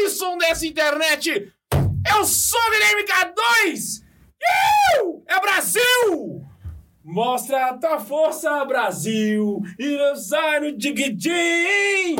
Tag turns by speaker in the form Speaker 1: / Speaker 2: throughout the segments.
Speaker 1: tá um dessa internet. Eu sou Guilherme K2! Uh! É Brasil! Mostra a tua força, Brasil! E lançar o Digidin!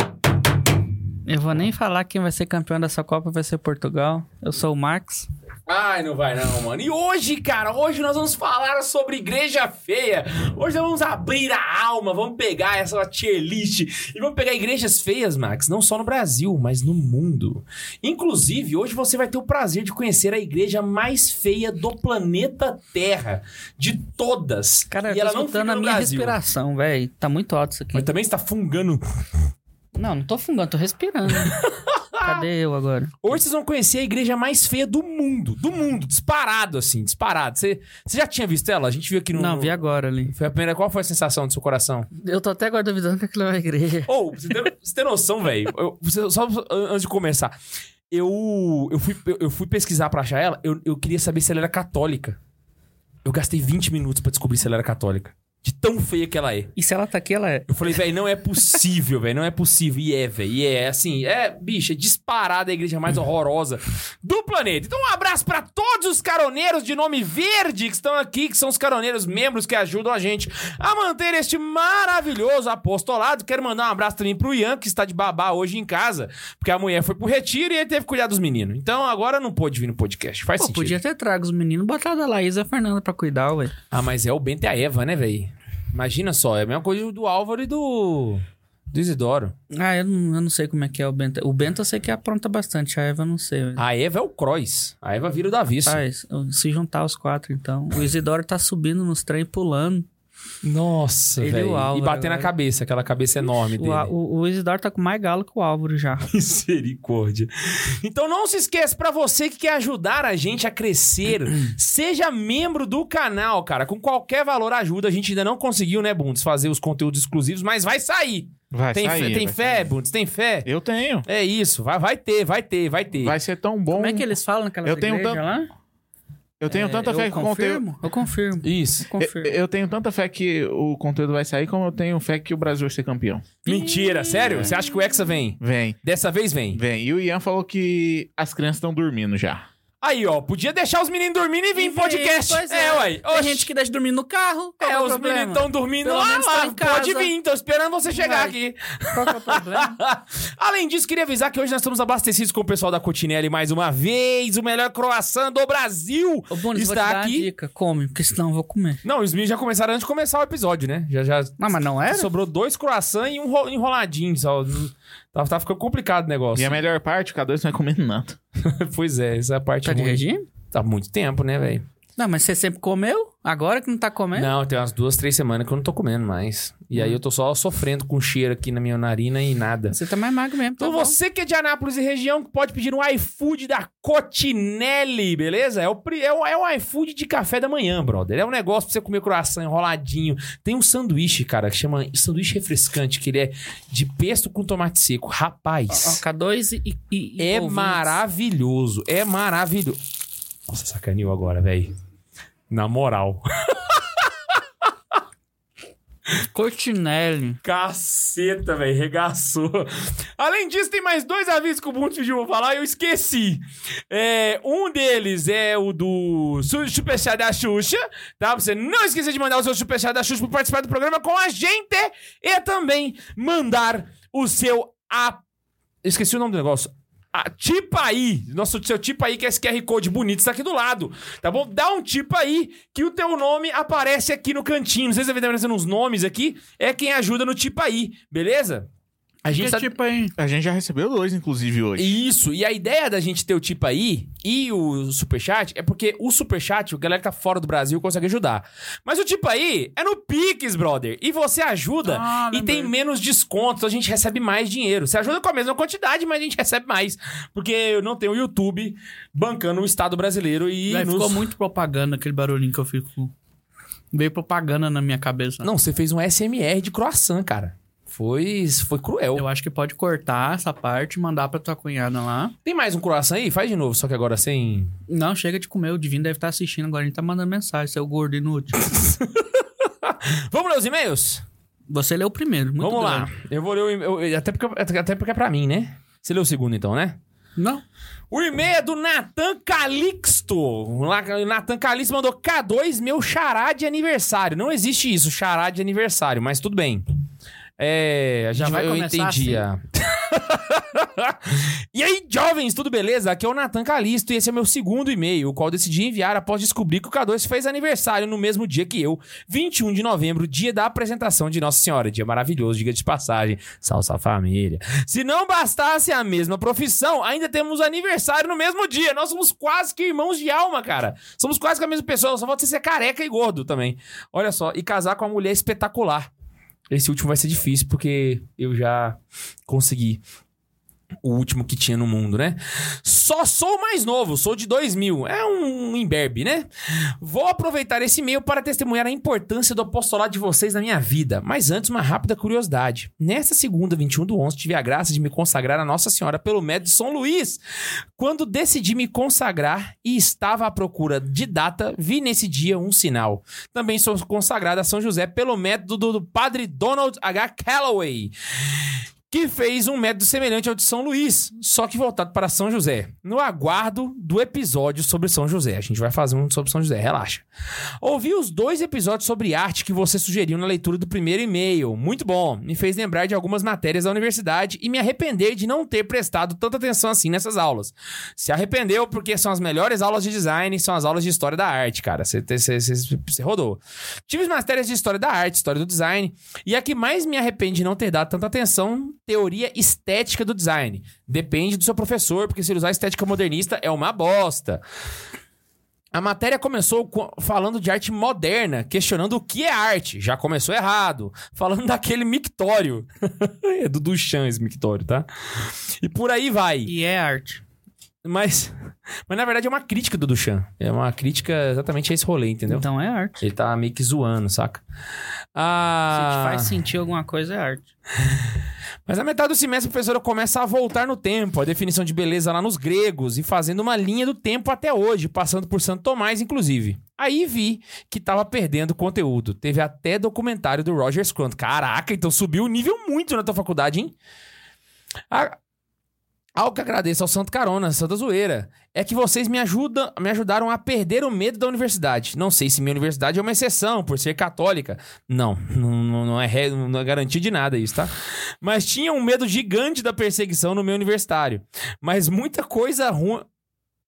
Speaker 2: Eu vou nem falar quem vai ser campeão dessa Copa vai ser Portugal. Eu sou o Max.
Speaker 1: Ai, não vai não, mano. E hoje, cara, hoje nós vamos falar sobre Igreja Feia. Hoje nós vamos abrir a alma, vamos pegar essa tier list e vamos pegar igrejas feias, Max, não só no Brasil, mas no mundo. Inclusive, hoje você vai ter o prazer de conhecer a igreja mais feia do planeta Terra, de todas.
Speaker 2: Cara, e eu tô ela não fica no a minha
Speaker 1: Brasil.
Speaker 2: respiração, velho. Tá muito alto isso aqui.
Speaker 1: Mas também está fungando.
Speaker 2: Não, não tô fungando, tô respirando. Cadê eu agora?
Speaker 1: Hoje vocês vão conhecer a igreja mais feia do mundo. Do mundo. Disparado, assim, disparado. Você você já tinha visto ela? A gente viu aqui no.
Speaker 2: Não, vi agora ali.
Speaker 1: Foi a primeira. Qual foi a sensação do seu coração?
Speaker 2: Eu tô até agora duvidando que aquilo é uma igreja.
Speaker 1: Ou, você, tem- você tem noção, velho? Eu- você- Só an- antes de começar. Eu, eu, fui, eu, eu fui pesquisar pra achar ela. Eu, eu queria saber se ela era católica. Eu gastei 20 minutos pra descobrir se ela era católica. De tão feia que ela é.
Speaker 2: E se ela tá aqui, ela é.
Speaker 1: Eu falei, velho, não é possível, velho, não é possível. E é, velho, e é assim, é, bicho, é disparada a igreja mais horrorosa do planeta. Então, um abraço pra todos os caroneiros de nome verde que estão aqui, que são os caroneiros membros que ajudam a gente a manter este maravilhoso apostolado. Quero mandar um abraço também pro Ian, que está de babá hoje em casa, porque a mulher foi pro retiro e ele teve que cuidar dos meninos. Então, agora não pôde vir no podcast. Faz
Speaker 2: Pô,
Speaker 1: sentido.
Speaker 2: podia ter trago os meninos, botado a Laís e a Fernanda pra cuidar, ué.
Speaker 1: Ah, mas é o Bento e a Eva, né, velho? Imagina só, é a mesma coisa do Álvaro e do. Do Isidoro.
Speaker 2: Ah, eu não, eu não sei como é que é o Bento. O Bento eu sei que apronta bastante, a Eva eu não sei. ué.
Speaker 1: A Eva é o Crois. A Eva vira o Davi.
Speaker 2: Rapaz, se juntar os quatro, então. O Isidoro tá subindo nos trem pulando.
Speaker 1: Nossa,
Speaker 2: Ele e
Speaker 1: velho.
Speaker 2: o Álvaro,
Speaker 1: E bater na
Speaker 2: velho.
Speaker 1: cabeça, aquela cabeça
Speaker 2: O,
Speaker 1: enorme É dele.
Speaker 2: a- o, o Isidoro tá com mais galo que o Álvaro já.
Speaker 1: Misericórdia. Então não se esqueça, pra você que quer ajudar a gente a crescer, seja membro do canal, cara. Com qualquer valor ajuda. A gente ainda não conseguiu, né, Bundes, fazer os conteúdos exclusivos, mas vai sair.
Speaker 3: Vai
Speaker 1: tem
Speaker 3: sair,
Speaker 1: fé, tem
Speaker 3: vai
Speaker 1: fé
Speaker 3: sair.
Speaker 1: Bundes, tem fé?
Speaker 3: Eu tenho.
Speaker 1: É isso, vai, vai ter, vai ter, vai ter.
Speaker 3: Vai ser tão bom.
Speaker 2: Como é que eles falam naquela
Speaker 3: Eu tenho
Speaker 2: igreja
Speaker 3: tanto-
Speaker 2: lá?
Speaker 3: Eu tenho
Speaker 2: É,
Speaker 3: tanta
Speaker 2: eu
Speaker 3: fé que o conteúdo.
Speaker 2: confirmo, Eu confirmo,
Speaker 1: Isso.
Speaker 2: eu
Speaker 3: Eu,
Speaker 2: confirmo.
Speaker 3: eu tenho tanta fé que o conteúdo vai sair, como eu tenho fé que o Brasil vai ser campeão.
Speaker 1: Mentira, sério? Você acha que o Hexa vem?
Speaker 3: Vem,
Speaker 1: Dessa vez vem.
Speaker 3: vem. E o Ian falou que as crianças estão dormindo já.
Speaker 1: Aí, ó, podia deixar os meninos dormindo e vir em
Speaker 2: Enfim,
Speaker 1: podcast.
Speaker 2: pois
Speaker 1: é, uai.
Speaker 2: Tem
Speaker 1: Oxi.
Speaker 2: gente que deixa dormir no carro. Qual
Speaker 1: É,
Speaker 2: que o
Speaker 1: os
Speaker 2: problema?
Speaker 1: meninos estão dormindo
Speaker 2: Pelo
Speaker 1: lá,
Speaker 2: menos tá
Speaker 1: lá.
Speaker 2: em
Speaker 1: Pode
Speaker 2: casa.
Speaker 1: vir, tô esperando você chegar
Speaker 2: Vai.
Speaker 1: aqui.
Speaker 2: Qual que é o problema?
Speaker 1: Além disso, queria avisar que hoje nós estamos abastecidos com o pessoal da Cotinelli mais uma vez. O melhor croissant do Brasil
Speaker 2: Ô, Bonis, vou te
Speaker 1: está
Speaker 2: dar uma
Speaker 1: aqui.
Speaker 2: dica. Come, porque senão eu vou comer.
Speaker 1: Não, os meninos já começaram antes de começar o episódio, né? Já, já
Speaker 2: Não, mas não era?
Speaker 1: sobrou dois croissants e um ro- enroladinho. Só. Tá, tá ficando complicado o negócio.
Speaker 3: E a melhor parte, o K2 não vai comendo nada.
Speaker 1: pois é, essa é a parte
Speaker 2: Tá de
Speaker 1: ruim.
Speaker 2: regime?
Speaker 1: Tá muito tempo, né, velho?
Speaker 2: Não, mas você sempre comeu? Agora que não tá comendo?
Speaker 1: Não, tem umas duas, três semanas que eu não tô comendo mais. E
Speaker 2: Ah.
Speaker 1: aí eu tô só sofrendo com o cheiro aqui na minha narina e nada.
Speaker 2: Você tá mais magro mesmo, tá
Speaker 1: Então
Speaker 2: bom.
Speaker 1: você que é de Anápolis e região, que pode pedir um iFood da Cotinelli, beleza? É o, pri- é, o, é o iFood de café da manhã, brother. É um negócio pra você comer croissant enroladinho. Tem um sanduíche, cara, que chama sanduíche refrescante, que ele é de pesto com tomate seco.
Speaker 2: Ó,
Speaker 1: Rapaz,
Speaker 2: K2 e, e, e
Speaker 1: é
Speaker 2: ouvintes.
Speaker 1: maravilhoso. É maravilhoso. Nossa, sacaneou agora, velho. Na moral.
Speaker 2: Cortinelli.
Speaker 1: Caceta, velho, regaçou. Além disso, tem mais dois avisos que o Bundes pediu pra falar e eu esqueci. É, um deles é o do su- Superchat da Xuxa, tá? Pra Você não esquecer de mandar o seu Superchat da Xuxa pra participar do programa com a gente e também mandar o seu... A... Esqueci o nome do negócio. Ah, tipa aí, nosso seu tipo aí que é esse QR Code bonito está aqui do lado, tá bom? Dá um tipo aí que o teu nome aparece aqui no cantinho. Não sei se vai aparecendo uns nomes aqui, é quem ajuda no tipo aí, beleza? A gente tá...
Speaker 3: tipo, hein? A gente já recebeu dois, inclusive, hoje.
Speaker 1: Isso, e a ideia da gente ter o tipo aí e o superchat é porque o superchat, o galera que tá fora do Brasil consegue ajudar. Mas o tipo aí é no Pix, brother. E você ajuda
Speaker 2: Ah,
Speaker 1: e tem
Speaker 2: lembrei.
Speaker 1: menos descontos, a gente recebe mais dinheiro. Você ajuda com a mesma quantidade, mas a gente recebe mais. Porque eu não tenho o YouTube bancando o Estado brasileiro e.
Speaker 2: Véi,
Speaker 1: nos-
Speaker 2: Ficou muito propaganda aquele barulhinho que eu fico Veio propaganda na minha cabeça.
Speaker 1: Não, você fez um SMR de croissant, cara. Foi, foi cruel.
Speaker 2: Eu acho que pode cortar essa parte e mandar pra tua cunhada lá.
Speaker 1: Tem mais um croissant aí? Faz de novo, só que agora sem.
Speaker 2: Não, chega de comer. O Divino deve estar assistindo agora. Ele tá mandando mensagem, seu gordo inútil.
Speaker 1: Vamos ler os e-mails?
Speaker 2: Você leu o primeiro. Muito
Speaker 1: Vamos lá.
Speaker 2: grande.
Speaker 1: Eu vou ler o e-mail. eu- Até porque, até porque é pra mim, né? Você leu o segundo, então, né?
Speaker 2: Não.
Speaker 1: O e-mail é do Natan Calixto. Lá- Natan Calixto mandou K2, meu xará de aniversário. Não existe isso, xará de aniversário, mas tudo bem. É,
Speaker 2: Já
Speaker 1: já
Speaker 2: vai
Speaker 1: vai, eu
Speaker 2: começar
Speaker 1: entendi.
Speaker 2: assim.
Speaker 1: a- e aí, jovens, tudo beleza? Aqui é o Natan Calixto e esse é meu segundo e-mail, o qual decidi enviar após descobrir que o K2 fez aniversário no mesmo dia que eu, 21 de novembro, dia da apresentação de Nossa Senhora. Dia maravilhoso, diga de passagem. Salsa família. Se não bastasse a mesma profissão, ainda temos aniversário no mesmo dia. Nós somos quase que irmãos de alma, cara. Somos quase que a mesma pessoa, só falta você ser careca e gordo também. Olha só, e casar com uma mulher espetacular. Esse último vai ser difícil, porque eu já consegui o último que tinha no mundo, né? Só sou mais novo, sou de 2000. É um imberbe, né? Vou aproveitar esse e-mail para testemunhar a importância do apostolado de vocês na minha vida. Mas antes, uma rápida curiosidade. Nesta segunda, 21 do 11, tive a graça de me consagrar a Nossa Senhora pelo método de São Luís. Quando decidi me consagrar e estava à procura de data, vi nesse dia um sinal. Também sou consagrado a São José pelo método do- do padre Donald H. Calloway que fez um método semelhante ao de São Luís, só que voltado para São José. No aguardo do episódio sobre São José. A gente vai fazer um sobre São José, relaxa. Ouvi os dois episódios sobre arte que você sugeriu na leitura do primeiro e-mail. Muito bom. Me fez lembrar de algumas matérias da universidade e me arrepender de não ter prestado tanta atenção assim nessas aulas. Se arrependeu porque são as melhores aulas de design, são as aulas de história da arte, cara. Você rodou. Tive matérias de história da arte, história do design, e a que mais me arrepende de não ter dado tanta atenção, teoria estética do design. Depende do seu professor, porque se ele usar estética modernista é uma bosta. A matéria começou co- falando de arte moderna, questionando o que é arte. Já começou errado. Falando daquele mictório. é do Duchamp esse mictório, tá? E por aí vai.
Speaker 2: E é arte.
Speaker 1: Mas, mas na verdade é uma crítica do Duchamp. É uma crítica exatamente a esse rolê, entendeu?
Speaker 2: Então é arte.
Speaker 1: Ele tá meio que zoando, saca?
Speaker 2: Se te
Speaker 1: Ah,
Speaker 2: faz sentir alguma coisa, é arte.
Speaker 1: mas na metade do semestre a professora começa a voltar no tempo, a definição de beleza lá nos gregos, e fazendo uma linha do tempo até hoje, passando por Santo Tomás, inclusive. Aí vi que tava perdendo conteúdo. Teve até documentário do Roger Scruton. Caraca, então subiu o nível muito na tua faculdade, hein? A- Algo que agradeço ao Santo Carona, Santa Zoeira, é que vocês me, ajudam, me ajudaram a perder o medo da universidade. Não sei se minha universidade é uma exceção, por ser católica. Não, não, não é, re- não é garantia de nada isso, tá? Mas tinha um medo gigante da perseguição no meu universitário. Mas muita coisa ruim.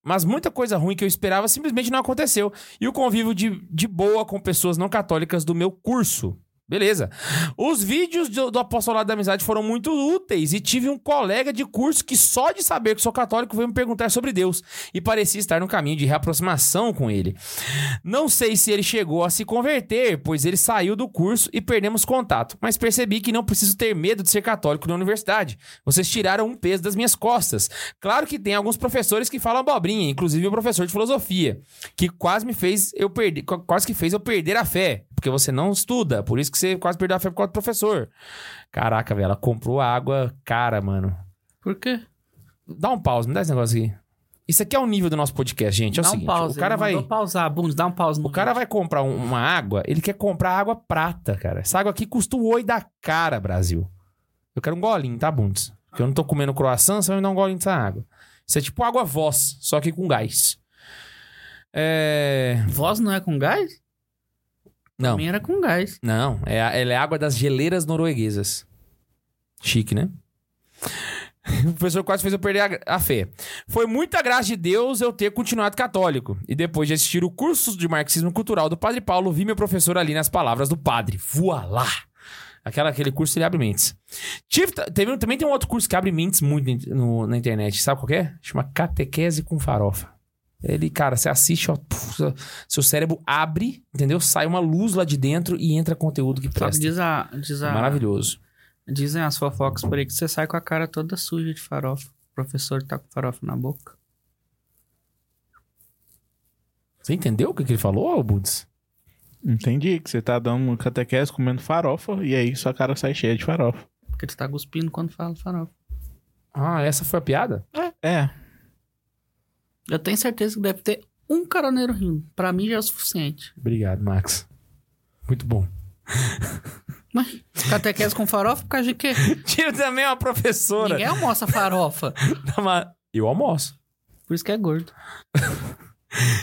Speaker 1: Mas muita coisa ruim que eu esperava simplesmente não aconteceu. E o convívio de, de boa com pessoas não católicas do meu curso. Beleza. Os vídeos do, do Apostolado da Amizade foram muito úteis e tive um colega de curso que só de saber que sou católico veio me perguntar sobre Deus e parecia estar no caminho de reaproximação com ele. Não sei se ele chegou a se converter, pois ele saiu do curso e perdemos contato, mas percebi que não preciso ter medo de ser católico na universidade. Vocês tiraram um peso das minhas costas. Claro que tem alguns professores que falam abobrinha, inclusive o professor de filosofia, que quase me fez eu perder, qu- quase que fez eu perder a fé, porque você não estuda, por isso que você quase perdeu a fé por causa do professor. Caraca, velho, ela comprou água cara, mano.
Speaker 2: Por quê?
Speaker 1: Dá um pause, me dá esse negócio aqui. Isso aqui é o nível do nosso podcast, gente. É o
Speaker 2: dá
Speaker 1: seguinte,
Speaker 2: um pause.
Speaker 1: o cara
Speaker 2: ele
Speaker 1: vai
Speaker 2: mandou pausar, bundes, dá um pause.
Speaker 1: o cara vai comprar um- uma água, ele quer comprar água prata, cara. Essa água aqui custa o oi da cara, Brasil. Eu quero um golinho, tá, Bundes? Porque eu não tô comendo croissant, você vai me dar um golinho dessa água. Isso é tipo água voz, só que com gás. É...
Speaker 2: Voz não é com gás?
Speaker 1: Não,
Speaker 2: Pra mim era com gás.
Speaker 1: não. É, a- ela é água das geleiras norueguesas. Chique, né? O professor quase fez eu perder a gra- a, fé. Foi muita graça de Deus eu ter continuado católico. E depois de assistir o curso de marxismo cultural do Padre Paulo, vi meu professor ali nas palavras do padre. Voa lá! Aquela, aquele curso ele abre mentes. Tive, ta- teve, um- também tem um outro curso que abre mentes muito in- no- na internet. Sabe qual que é? Chama Catequese com Farofa. Ele, cara, você assiste, ó, puf, seu- seu cérebro abre, entendeu? Sai uma luz lá de dentro e entra conteúdo que
Speaker 2: Só que
Speaker 1: presta. É
Speaker 2: diz a, diz a-
Speaker 1: Maravilhoso.
Speaker 2: dizem as fofocas por aí que você sai com a cara toda suja de farofa. O professor tá com farofa na boca.
Speaker 1: Você entendeu o que que ele falou, Buds?
Speaker 3: Entendi que você tá dando catequese comendo farofa e aí sua cara sai cheia de farofa.
Speaker 2: Porque tu tá cuspindo quando fala farofa.
Speaker 1: Ah, essa foi a piada?
Speaker 3: É,
Speaker 2: Eu tenho certeza que deve ter um caroneiro rindo. Pra mim já é o suficiente.
Speaker 1: Obrigado, Max. Muito bom.
Speaker 2: Mas catequese com farofa por causa de quê?
Speaker 1: Tiro também é uma professora.
Speaker 2: Ninguém almoça farofa.
Speaker 1: da ma- Eu almoço.
Speaker 2: Por isso que é gordo.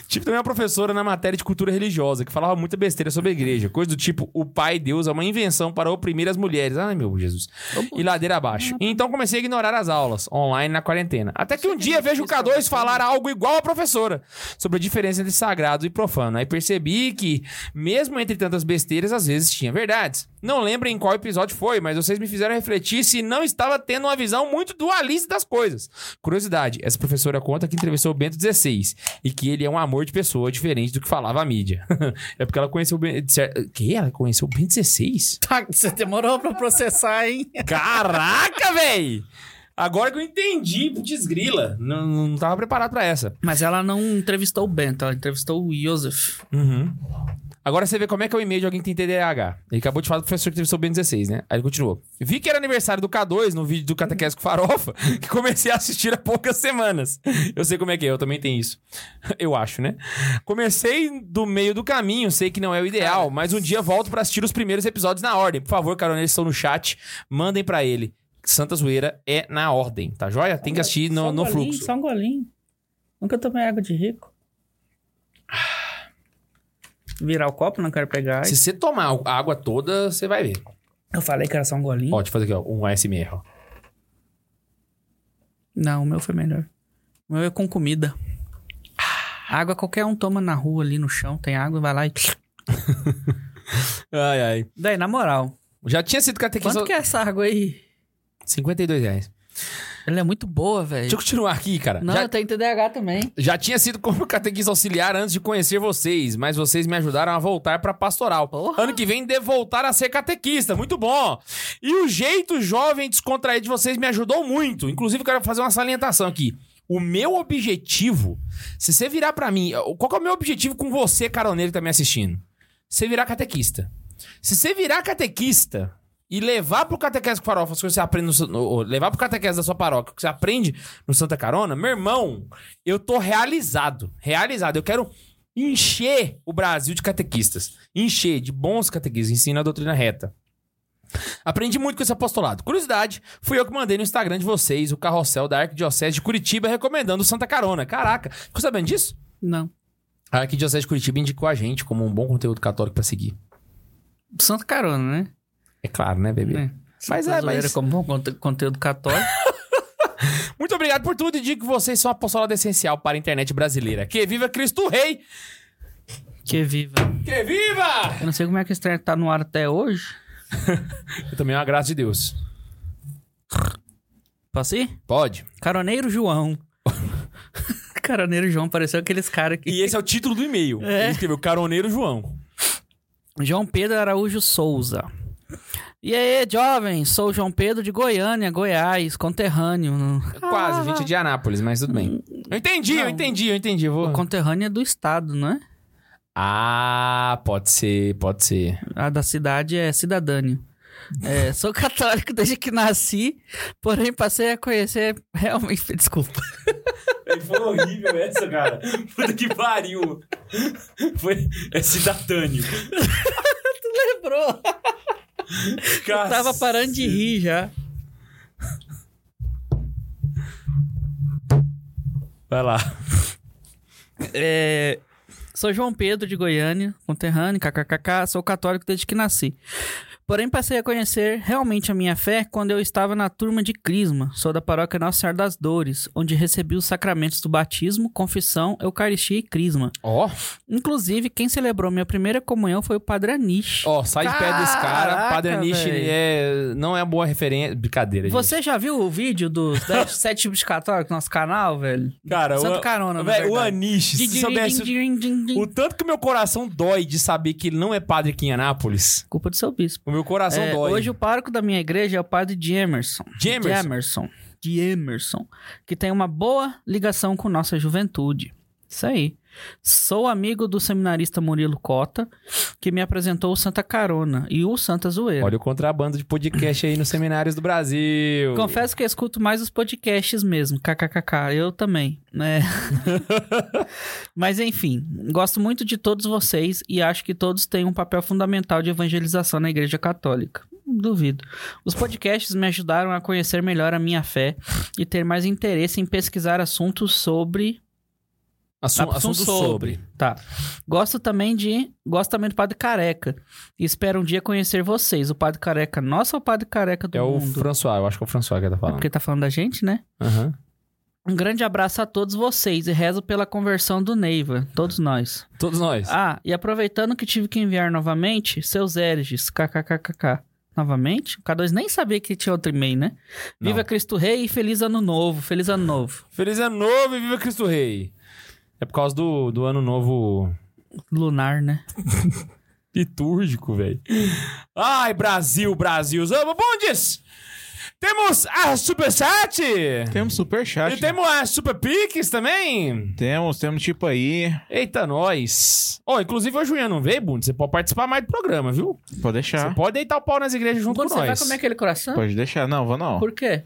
Speaker 1: Tive também uma professora na matéria de cultura religiosa que falava muita besteira sobre a igreja. Coisa do tipo, o pai Deus é uma invenção para oprimir as mulheres. Ai, meu Jesus. E ladeira abaixo. E então comecei a ignorar as aulas, online na quarentena. Até que um dia vejo o K2 falar algo igual à professora sobre a diferença entre sagrado e profano. Aí percebi que, mesmo entre tantas besteiras, às vezes tinha verdades. Não lembro em qual episódio foi, mas vocês me fizeram refletir se não estava tendo uma visão muito dualista das coisas. Curiosidade, essa professora conta que entrevistou o Bento XVI e que ele é um amor de pessoa diferente do que falava a mídia. é porque ela conheceu o Bento... Que? Ela conheceu o Bento XVI?
Speaker 2: Tá, você demorou pra processar, hein?
Speaker 1: Caraca, véi! Agora que eu entendi, desgrila. Não, não tava preparado pra essa.
Speaker 2: Mas ela não entrevistou o Bento, ela entrevistou o Joseph.
Speaker 1: Uhum. Agora você vê como é que é o e-mail de alguém que tem TDAH. Ele acabou de falar do professor que teve sobre o Ben16, né? Aí ele continuou. Vi que era aniversário do K2 no vídeo do Catequese com Farofa, que comecei a assistir há poucas semanas. Eu sei como é que é, eu também tenho isso. Eu acho, né? Comecei do meio do caminho, sei que não é o ideal, mas um dia volto pra assistir os primeiros episódios na ordem. Por favor, caroneiros que estão no chat, mandem pra ele. Santa Zoeira é na ordem, tá joia? Tem que assistir no, no fluxo.
Speaker 2: um golinho. Nunca tomei água de rico. Virar o copo, não quero pegar.
Speaker 1: Se você tomar a água toda, você vai ver.
Speaker 2: Eu falei que era só um golinho.
Speaker 1: Ó, deixa eu fazer aqui, ó, um ASMR, ó.
Speaker 2: Não, o meu foi melhor. O meu é com comida. Água qualquer um toma na rua, ali no chão, tem água, vai lá e...
Speaker 1: Ai, ai.
Speaker 2: Daí, na moral,
Speaker 1: Já tinha sido catequista.
Speaker 2: quanto que é essa água aí?
Speaker 1: 52 reais.
Speaker 2: Ela é muito boa, velho.
Speaker 1: Deixa eu continuar aqui, cara.
Speaker 2: Não,
Speaker 1: Já,
Speaker 2: eu tenho TDAH também.
Speaker 1: já tinha sido como catequista auxiliar antes de conhecer vocês, mas vocês me ajudaram a voltar pra pastoral.
Speaker 2: Porra.
Speaker 1: Ano que vem de voltar a ser catequista. Muito bom. E o jeito jovem descontraído de vocês me ajudou muito. Inclusive, eu quero fazer uma salientação aqui. O meu objetivo, se você virar pra mim, qual que é o meu objetivo com você, caroneiro que tá me assistindo? Você virar catequista. Se você virar catequista e levar pro catequese com farofa as coisas que você aprende no, seu- no- ou levar pro catequese da sua paróquia, o que você aprende no Santa Carona, meu irmão, eu tô realizado, realizado. Eu quero encher o Brasil de catequistas, encher de bons catequistas, ensina a doutrina reta. Aprendi muito com esse apostolado. Curiosidade, fui eu que mandei no Instagram de vocês o carrossel da Arquidiocese de Curitiba recomendando o Santa Carona. Caraca, ficou sabendo disso?
Speaker 2: Não.
Speaker 1: A Arquidiocese de Curitiba indicou a gente como um bom conteúdo católico pra seguir.
Speaker 2: Santa Carona, né?
Speaker 1: É claro, né, bebê?
Speaker 2: É.
Speaker 1: Mas é,
Speaker 2: Brasileira
Speaker 1: mas...
Speaker 2: como bom conte- conteúdo católico.
Speaker 1: Muito obrigado por tudo e digo que vocês são a apostolado essencial para a internet brasileira. Que viva Cristo Rei!
Speaker 2: que viva.
Speaker 1: Que viva!
Speaker 2: Eu não sei como é que esse trem tá no ar até hoje.
Speaker 1: Eu também é uma graça de Deus.
Speaker 2: Posso ir?
Speaker 1: Pode.
Speaker 2: Caroneiro João. Caroneiro João, pareceu aqueles caras que...
Speaker 1: E esse é o título do e-mail. Ele escreveu Caroneiro João.
Speaker 2: João Pedro Araújo Souza. E aí, jovem, sou João Pedro de Goiânia, Goiás, conterrâneo. no-
Speaker 1: Quase, a gente é de Anápolis, mas tudo bem. Eu entendi, eu
Speaker 2: Ah. Não.
Speaker 1: entendi, eu entendi. eu
Speaker 2: O
Speaker 1: Vou...
Speaker 2: conterrâneo é do estado, não é?
Speaker 1: Ah, pode ser, pode ser.
Speaker 2: A da cidade é cidadâneo. É, sou católico desde que nasci, porém passei a conhecer realmente. Desculpa.
Speaker 1: Ele foi horrível essa, cara. Puta que pariu. Foi... É cidatânio.
Speaker 2: Lembrou? Eu tava parando de rir já.
Speaker 1: Vai lá.
Speaker 2: É, sou João Pedro de Goiânia, conterrâneo, kkkk, sou católico desde que nasci. Porém, passei a conhecer realmente a minha fé quando eu estava na turma de Crisma, sou da paróquia Nossa Senhora das Dores, onde recebi os sacramentos do batismo, confissão, eucaristia e crisma.
Speaker 1: Ó,
Speaker 2: Inclusive, quem celebrou minha primeira comunhão foi o Padre Anish.
Speaker 1: ó, sai de pé desse cara.
Speaker 2: Caraca,
Speaker 1: Padre Anish
Speaker 2: velho.
Speaker 1: é... não é uma boa referência. Brincadeira, gente.
Speaker 2: Você já viu o vídeo dos 10 sete tipos de católicos no nosso canal, velho?
Speaker 1: Cara,
Speaker 2: é Santo
Speaker 1: o,
Speaker 2: Carona, na
Speaker 1: velho, o
Speaker 2: verdade.
Speaker 1: Anish, se soubesse o tanto que meu coração dói de saber que ele não é padre aqui em Anápolis,
Speaker 2: Culpa do seu bispo.
Speaker 1: o meu coração
Speaker 2: É,
Speaker 1: dói.
Speaker 2: hoje o pároco da minha igreja é o padre Jamerson.
Speaker 1: Jamerson.
Speaker 2: Jamerson. Jamerson. Que tem uma boa ligação com nossa juventude. Isso aí. Sou amigo do seminarista Murilo Cota, que me apresentou o Santa Carona e o Santa Zoeira.
Speaker 1: Olha o contrabando de podcast aí nos seminários do Brasil.
Speaker 2: Confesso que eu escuto mais os podcasts mesmo, kkkk, eu também, né? Mas enfim, gosto muito de todos vocês e acho que todos têm um papel fundamental de evangelização na Igreja Católica. Duvido. Os podcasts me ajudaram a conhecer melhor a minha fé e ter mais interesse em pesquisar assuntos sobre
Speaker 1: Assu-
Speaker 2: Assunto
Speaker 1: assunto sobre.
Speaker 2: sobre. Tá. Gosto também de. Gosto também do Padre Careca. E espero um dia conhecer vocês. O Padre Careca, nosso ou o Padre Careca do
Speaker 1: É o
Speaker 2: mundo.
Speaker 1: François, eu acho que é o François que tá
Speaker 2: É
Speaker 1: falando.
Speaker 2: porque tá falando da gente, né?
Speaker 1: Aham.
Speaker 2: Um grande abraço a todos vocês e rezo pela conversão do Neiva, todos nós.
Speaker 1: Todos nós.
Speaker 2: Ah, e aproveitando que tive que enviar novamente, seus hereges, kkkk. Novamente? O K2 nem sabia que tinha outro e-mail, né?
Speaker 1: Não.
Speaker 2: Viva Cristo Rei e feliz ano novo, feliz ano novo.
Speaker 1: Feliz ano novo e viva Cristo Rei. É por causa do, do ano novo
Speaker 2: Lunar, né?
Speaker 1: litúrgico, velho. Ai, Brasil, Brasil. Os Bundes! Temos a Superchat!
Speaker 3: Temos superchat.
Speaker 1: E temos a Super Pix também.
Speaker 3: Temos, temos tipo aí.
Speaker 1: Eita, nós. Ó, inclusive hoje o Ian não veio, Bundes. Você pode participar mais do programa, viu?
Speaker 3: Pode
Speaker 1: Você
Speaker 3: deixar.
Speaker 1: pode deitar o pau nas igrejas junto
Speaker 2: Quando
Speaker 1: com
Speaker 2: você vai
Speaker 1: nós.
Speaker 2: comer aquele coração?
Speaker 3: Pode deixar. Não, vou não.
Speaker 2: Por quê?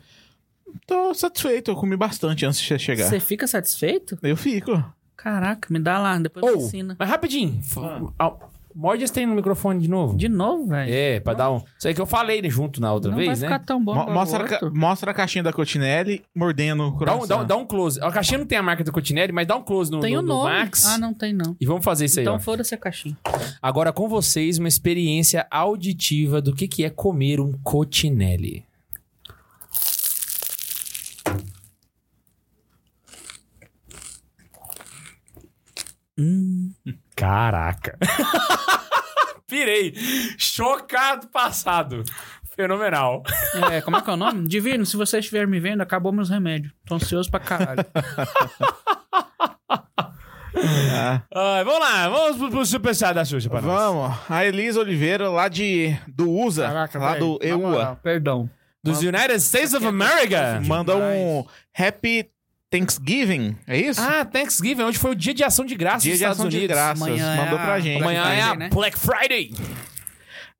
Speaker 3: Tô satisfeito, eu comi bastante antes de você chegar.
Speaker 2: Você fica satisfeito?
Speaker 3: Eu fico.
Speaker 2: Caraca, me dá lá, depois me
Speaker 1: Ou,
Speaker 2: ensina.
Speaker 1: mas rapidinho. f- ah, Morde esse trem no microfone de novo.
Speaker 2: De novo, velho?
Speaker 1: É, pra dar um. Isso aí que eu falei né, junto na outra
Speaker 2: Não vai
Speaker 1: vez,
Speaker 2: ficar
Speaker 1: né?
Speaker 2: tão bom.
Speaker 3: Mo-
Speaker 2: igual o
Speaker 3: mostra, a ca-
Speaker 2: outro.
Speaker 3: mostra a caixinha da Cotinelli mordendo o
Speaker 1: Dá
Speaker 3: coração.
Speaker 1: um, dá, um- dá um close. A caixinha não tem a marca do Cotinelli, mas dá um close no,
Speaker 2: Tem
Speaker 1: no,
Speaker 2: o
Speaker 1: no
Speaker 2: nome.
Speaker 1: Max.
Speaker 2: Ah, não tem não.
Speaker 1: E vamos fazer isso aí,
Speaker 2: Então
Speaker 1: ó.
Speaker 2: foda-se a caixinha.
Speaker 1: Agora com vocês, uma experiência auditiva do que, que é comer um cotinelli.
Speaker 3: Hum.
Speaker 1: Caraca. Pirei. Chocado passado. Fenomenal.
Speaker 2: É, como é que é o nome? Divino, se você estiver me vendo, acabou meus remédios. Tô ansioso pra caralho.
Speaker 3: Ah,
Speaker 1: Ah, vamos lá, vamos pro, pro Super Saiyan da Xuxa um. para nós.
Speaker 3: vamos. A Elisa Oliveira, lá de do USA, lá
Speaker 2: velho,
Speaker 3: do
Speaker 2: na moral,
Speaker 3: EUA,
Speaker 2: Perdão.
Speaker 1: Dos United States of America.
Speaker 3: manda um Happy Thanksgiving, é isso?
Speaker 1: Ah, Thanksgiving. Hoje foi o dia de ação de graça
Speaker 3: Dia
Speaker 1: dos
Speaker 3: de
Speaker 1: Estados
Speaker 3: ação de
Speaker 1: Unidos.
Speaker 3: graças.
Speaker 2: Amanhã é
Speaker 3: mandou
Speaker 2: a-
Speaker 3: pra gente.
Speaker 1: Amanhã é a
Speaker 2: Friday, né?
Speaker 1: Black Friday.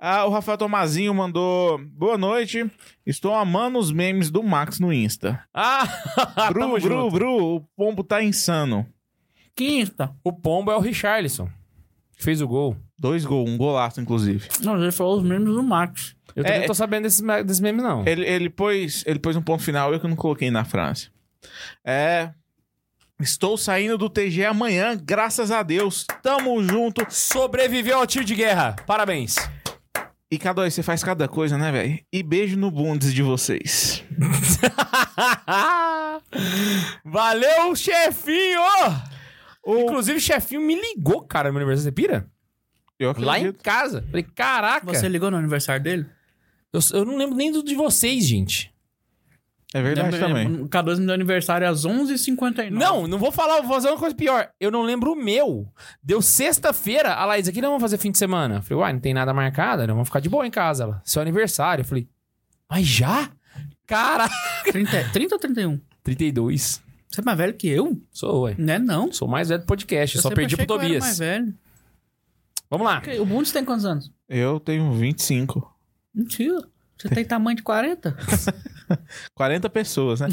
Speaker 3: Ah, o Rafael Tomazinho mandou boa noite. Estou amando os memes do Max no Insta.
Speaker 1: Ah, tamo
Speaker 3: Bru,
Speaker 1: junto.
Speaker 3: Bru, Bru, o pombo tá insano.
Speaker 2: Quinta.
Speaker 1: O Pombo é o Richarlison. que Fez o gol.
Speaker 3: Dois gols, um golaço, inclusive.
Speaker 2: Não, ele falou os mesmos do Max.
Speaker 1: Eu também
Speaker 3: É,
Speaker 1: não tô sabendo desses me- desses memes, não.
Speaker 3: Ele, ele, pôs, ele pôs um ponto final, eu que não coloquei na frase. É. Estou saindo do TG amanhã, graças a Deus. Tamo junto.
Speaker 1: Sobreviveu ao tiro de guerra. Parabéns.
Speaker 3: E cada você faz cada coisa, né, velho? E beijo no bundes de vocês.
Speaker 1: Valeu, chefinho!
Speaker 3: Ou...
Speaker 1: Inclusive, o chefinho me ligou, cara, no meu aniversário. Você pira?
Speaker 3: Eu
Speaker 1: Lá em
Speaker 3: acredito.
Speaker 1: casa. Falei, caraca.
Speaker 2: Você ligou no aniversário dele?
Speaker 1: Eu, eu não lembro nem do de vocês, gente.
Speaker 3: É verdade
Speaker 2: Lembra-
Speaker 3: também.
Speaker 2: O K12 me deu aniversário às 11h59.
Speaker 1: Não, não vou falar, vou fazer uma coisa pior. Eu não lembro o meu. Deu sexta-feira, a Laís, aqui não vamos fazer fim de semana. Eu falei, uai, não tem nada marcado, não vamos ficar de boa em casa. Ela, seu aniversário. Eu falei, mas já? Cara,
Speaker 2: 30, 30 ou 31?
Speaker 1: 32.
Speaker 2: Você é mais velho que eu?
Speaker 1: Sou, ué.
Speaker 2: Né, não.
Speaker 1: Sou mais velho do podcast, eu só
Speaker 2: sempre
Speaker 1: perdi pro
Speaker 2: achei que eu era
Speaker 1: Tobias.
Speaker 2: mais velho.
Speaker 1: Vamos lá.
Speaker 2: O Bundes tem quantos anos?
Speaker 3: Eu tenho 25.
Speaker 2: Mentira. Você tem tamanho de 40?
Speaker 3: 40 pessoas, né?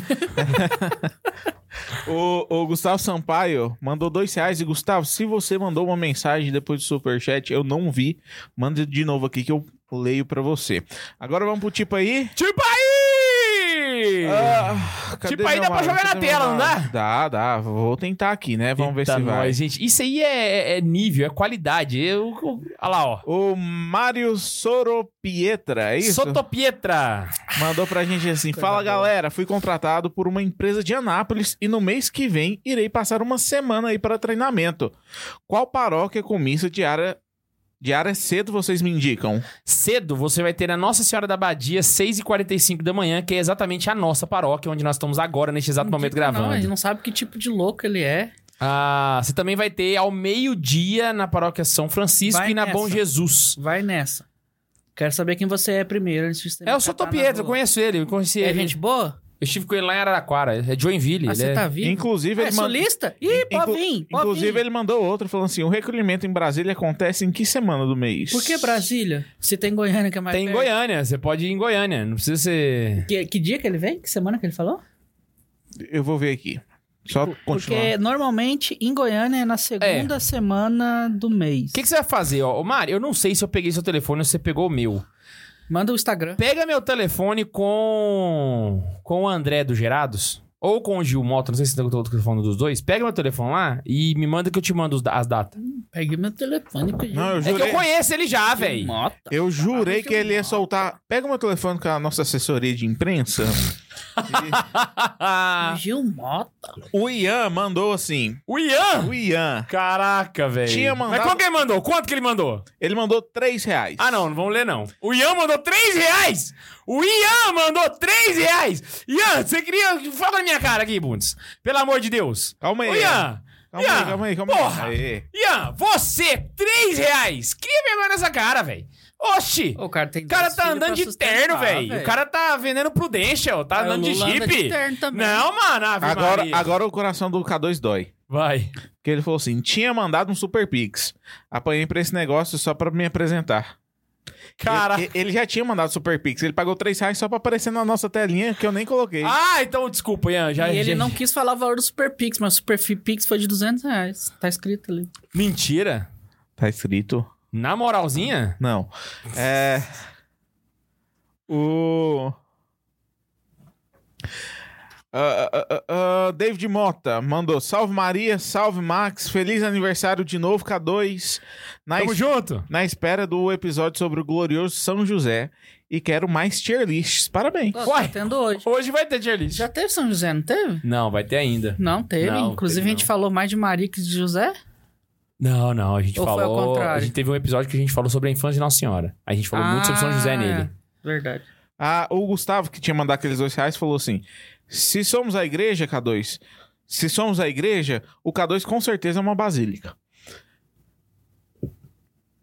Speaker 3: o, o Gustavo Sampaio mandou dois reais. E, Gustavo, se você mandou uma mensagem depois do superchat, eu não vi. Manda de novo aqui que eu leio pra você. Agora vamos pro tipo aí.
Speaker 1: Tipo aí!
Speaker 3: Ah, cadê
Speaker 1: Tipo aí
Speaker 3: meu
Speaker 1: dá pra
Speaker 3: mouse?
Speaker 1: jogar na
Speaker 3: Cadê meu
Speaker 1: tela, não dá?
Speaker 3: mouse? Dá, dá. Vou tentar aqui, né? Vamos ver
Speaker 1: Eita
Speaker 3: se vai.
Speaker 1: nós, gente. Isso aí é, é nível, é qualidade. Eu, eu- olha lá, ó.
Speaker 3: O Mário Soropietra, é isso?
Speaker 1: Sotopietra.
Speaker 3: Mandou pra gente assim:
Speaker 2: Coisa
Speaker 3: Fala
Speaker 2: boa.
Speaker 3: galera, fui contratado por uma empresa de Anápolis e no mês que vem irei passar uma semana aí para treinamento. Qual paróquia com missa diária, diária cedo vocês me indicam?
Speaker 1: Cedo você vai ter a Nossa Senhora da Abadia, 6h45 da manhã, que é exatamente a nossa paróquia, onde nós estamos agora, neste exato Tá momento,
Speaker 2: Não,
Speaker 1: gravando.
Speaker 2: ele não sabe que tipo de louco ele é.
Speaker 1: Ah, você também vai ter ao meio-dia na paróquia São Francisco
Speaker 2: Vai
Speaker 1: e na
Speaker 2: nessa.
Speaker 1: Bom Jesus.
Speaker 2: Vai nessa. Quero saber quem você é primeiro antes de você
Speaker 1: É,
Speaker 2: me
Speaker 1: eu sou
Speaker 2: catar na
Speaker 1: Topietro, eu
Speaker 2: rua.
Speaker 1: conheço ele, eu conheci
Speaker 2: tá É
Speaker 1: ele.
Speaker 2: gente boa?
Speaker 1: Eu estive com ele lá em Araraquara. É Joinville.
Speaker 2: Ah,
Speaker 1: ele
Speaker 2: você
Speaker 1: é...
Speaker 2: tá vivo?
Speaker 3: Inclusive,
Speaker 2: é
Speaker 3: ele mandou.
Speaker 2: solista? Ih, pode
Speaker 3: Inclu-
Speaker 2: vir, pode
Speaker 3: Inclusive,
Speaker 2: vir.
Speaker 3: ele mandou outro falando assim: o recolhimento em Brasília acontece em que semana do mês?
Speaker 2: Por que Brasília? Se tem Goiânia que é mais
Speaker 1: Tem em
Speaker 2: perto.
Speaker 1: Goiânia. Você pode ir em Goiânia. Não precisa ser...
Speaker 2: Que, que dia que ele vem? Que semana que ele falou?
Speaker 3: Eu vou ver aqui. Só continuar.
Speaker 2: Porque normalmente em Goiânia é na segunda semana do mês.
Speaker 1: O que, que você vai fazer? Ó, Ô, Mari, eu não sei se eu peguei seu telefone ou se você pegou o meu.
Speaker 2: Manda o Instagram.
Speaker 1: Pega meu telefone com com o André do Gerados. Ou com o Gil Moto, não sei se você tá falando dos dois. Pega meu telefone lá e me manda que eu te mando os da- as datas.
Speaker 2: Peguei meu telefone e pedi.
Speaker 3: Não, eu
Speaker 1: É que
Speaker 3: jurei,
Speaker 1: eu
Speaker 3: eu
Speaker 1: conheço ele já,
Speaker 2: Ah,
Speaker 1: velho.
Speaker 2: Mota.
Speaker 3: jurei que ele ia
Speaker 2: Mota.
Speaker 3: soltar. Pega o meu telefone com a nossa assessoria de imprensa.
Speaker 2: Gil Mota.
Speaker 3: o Ian mandou assim.
Speaker 1: o Ian!
Speaker 3: O Ian,
Speaker 1: Caraca, velho.
Speaker 3: Tinha mandado-
Speaker 1: Mas qual que ele mandou? Quanto que ele mandou?
Speaker 3: ele mandou 3 reais.
Speaker 1: Ah, não, não vamos ler, não. O Ian mandou 3 reais! O Ian mandou 3 reais! Ian, você queria. Fala na minha cara aqui, Bundes. Pelo amor de Deus.
Speaker 3: Calma aí.
Speaker 1: Ô, Ian!
Speaker 3: Calma
Speaker 1: Ian,
Speaker 3: aí, calma aí, calma
Speaker 1: porra.
Speaker 3: aí. Aê.
Speaker 1: Ian, você, 3 reais! Cria vergonha nessa cara, velho. Oxi!
Speaker 2: O cara tem
Speaker 1: O
Speaker 2: que
Speaker 1: cara
Speaker 2: dar os
Speaker 1: tá
Speaker 2: filhos
Speaker 1: andando
Speaker 2: pra
Speaker 1: de terno,
Speaker 2: sustentar,
Speaker 1: velho. O cara tá vendendo Prudential, tá
Speaker 2: Mas É, o
Speaker 1: andando de
Speaker 2: Lula anda
Speaker 1: Jeep.
Speaker 2: de terno também.
Speaker 1: Não, mano, Ave
Speaker 3: Agora,
Speaker 1: Maria.
Speaker 3: agora o coração do K2 dói.
Speaker 1: Vai.
Speaker 3: Porque ele falou assim: tinha mandado um Super Pix. Apanhei pra esse negócio só pra me apresentar.
Speaker 1: Cara.
Speaker 3: Ele, ele já tinha mandado Super Pix. Ele pagou 3 reais só pra aparecer na nossa telinha, que eu nem coloquei.
Speaker 1: Ah, então desculpa, Ian. Já,
Speaker 2: E ele
Speaker 1: já-
Speaker 2: não quis falar o valor do Super Pix, mas o Super Fi- Pix foi de 200 reais. Tá escrito ali.
Speaker 1: Mentira?
Speaker 3: Tá escrito?
Speaker 1: Na moralzinha?
Speaker 3: Não. É. O. Ah, ah, ah, ah, David Mota mandou salve Maria, salve Max, feliz aniversário de novo, K2. Na,
Speaker 1: Tamo
Speaker 3: es-
Speaker 1: junto.
Speaker 3: na espera do episódio sobre o glorioso São José e quero mais tier lists. Parabéns.
Speaker 2: Ó,
Speaker 1: Uai.
Speaker 2: tá tendo hoje.
Speaker 1: Hoje vai ter tier list.
Speaker 2: Já teve São José, não teve?
Speaker 1: Não, vai ter ainda.
Speaker 2: Não teve.
Speaker 1: Não,
Speaker 2: Inclusive,
Speaker 1: teve
Speaker 2: a gente
Speaker 1: não.
Speaker 2: falou mais de Maria que de José.
Speaker 1: Não, não, a gente
Speaker 2: Ou foi ao
Speaker 1: falou.
Speaker 2: contrário?
Speaker 1: A gente teve um episódio que a gente falou sobre a infância de Nossa Senhora. A gente falou muito sobre São José
Speaker 2: Ah,
Speaker 1: nele.
Speaker 2: Verdade.
Speaker 3: Ah, o Gustavo, que tinha mandado aqueles dois reais, falou assim: se somos a igreja, K2, se somos a igreja, o K2 com certeza é uma basílica.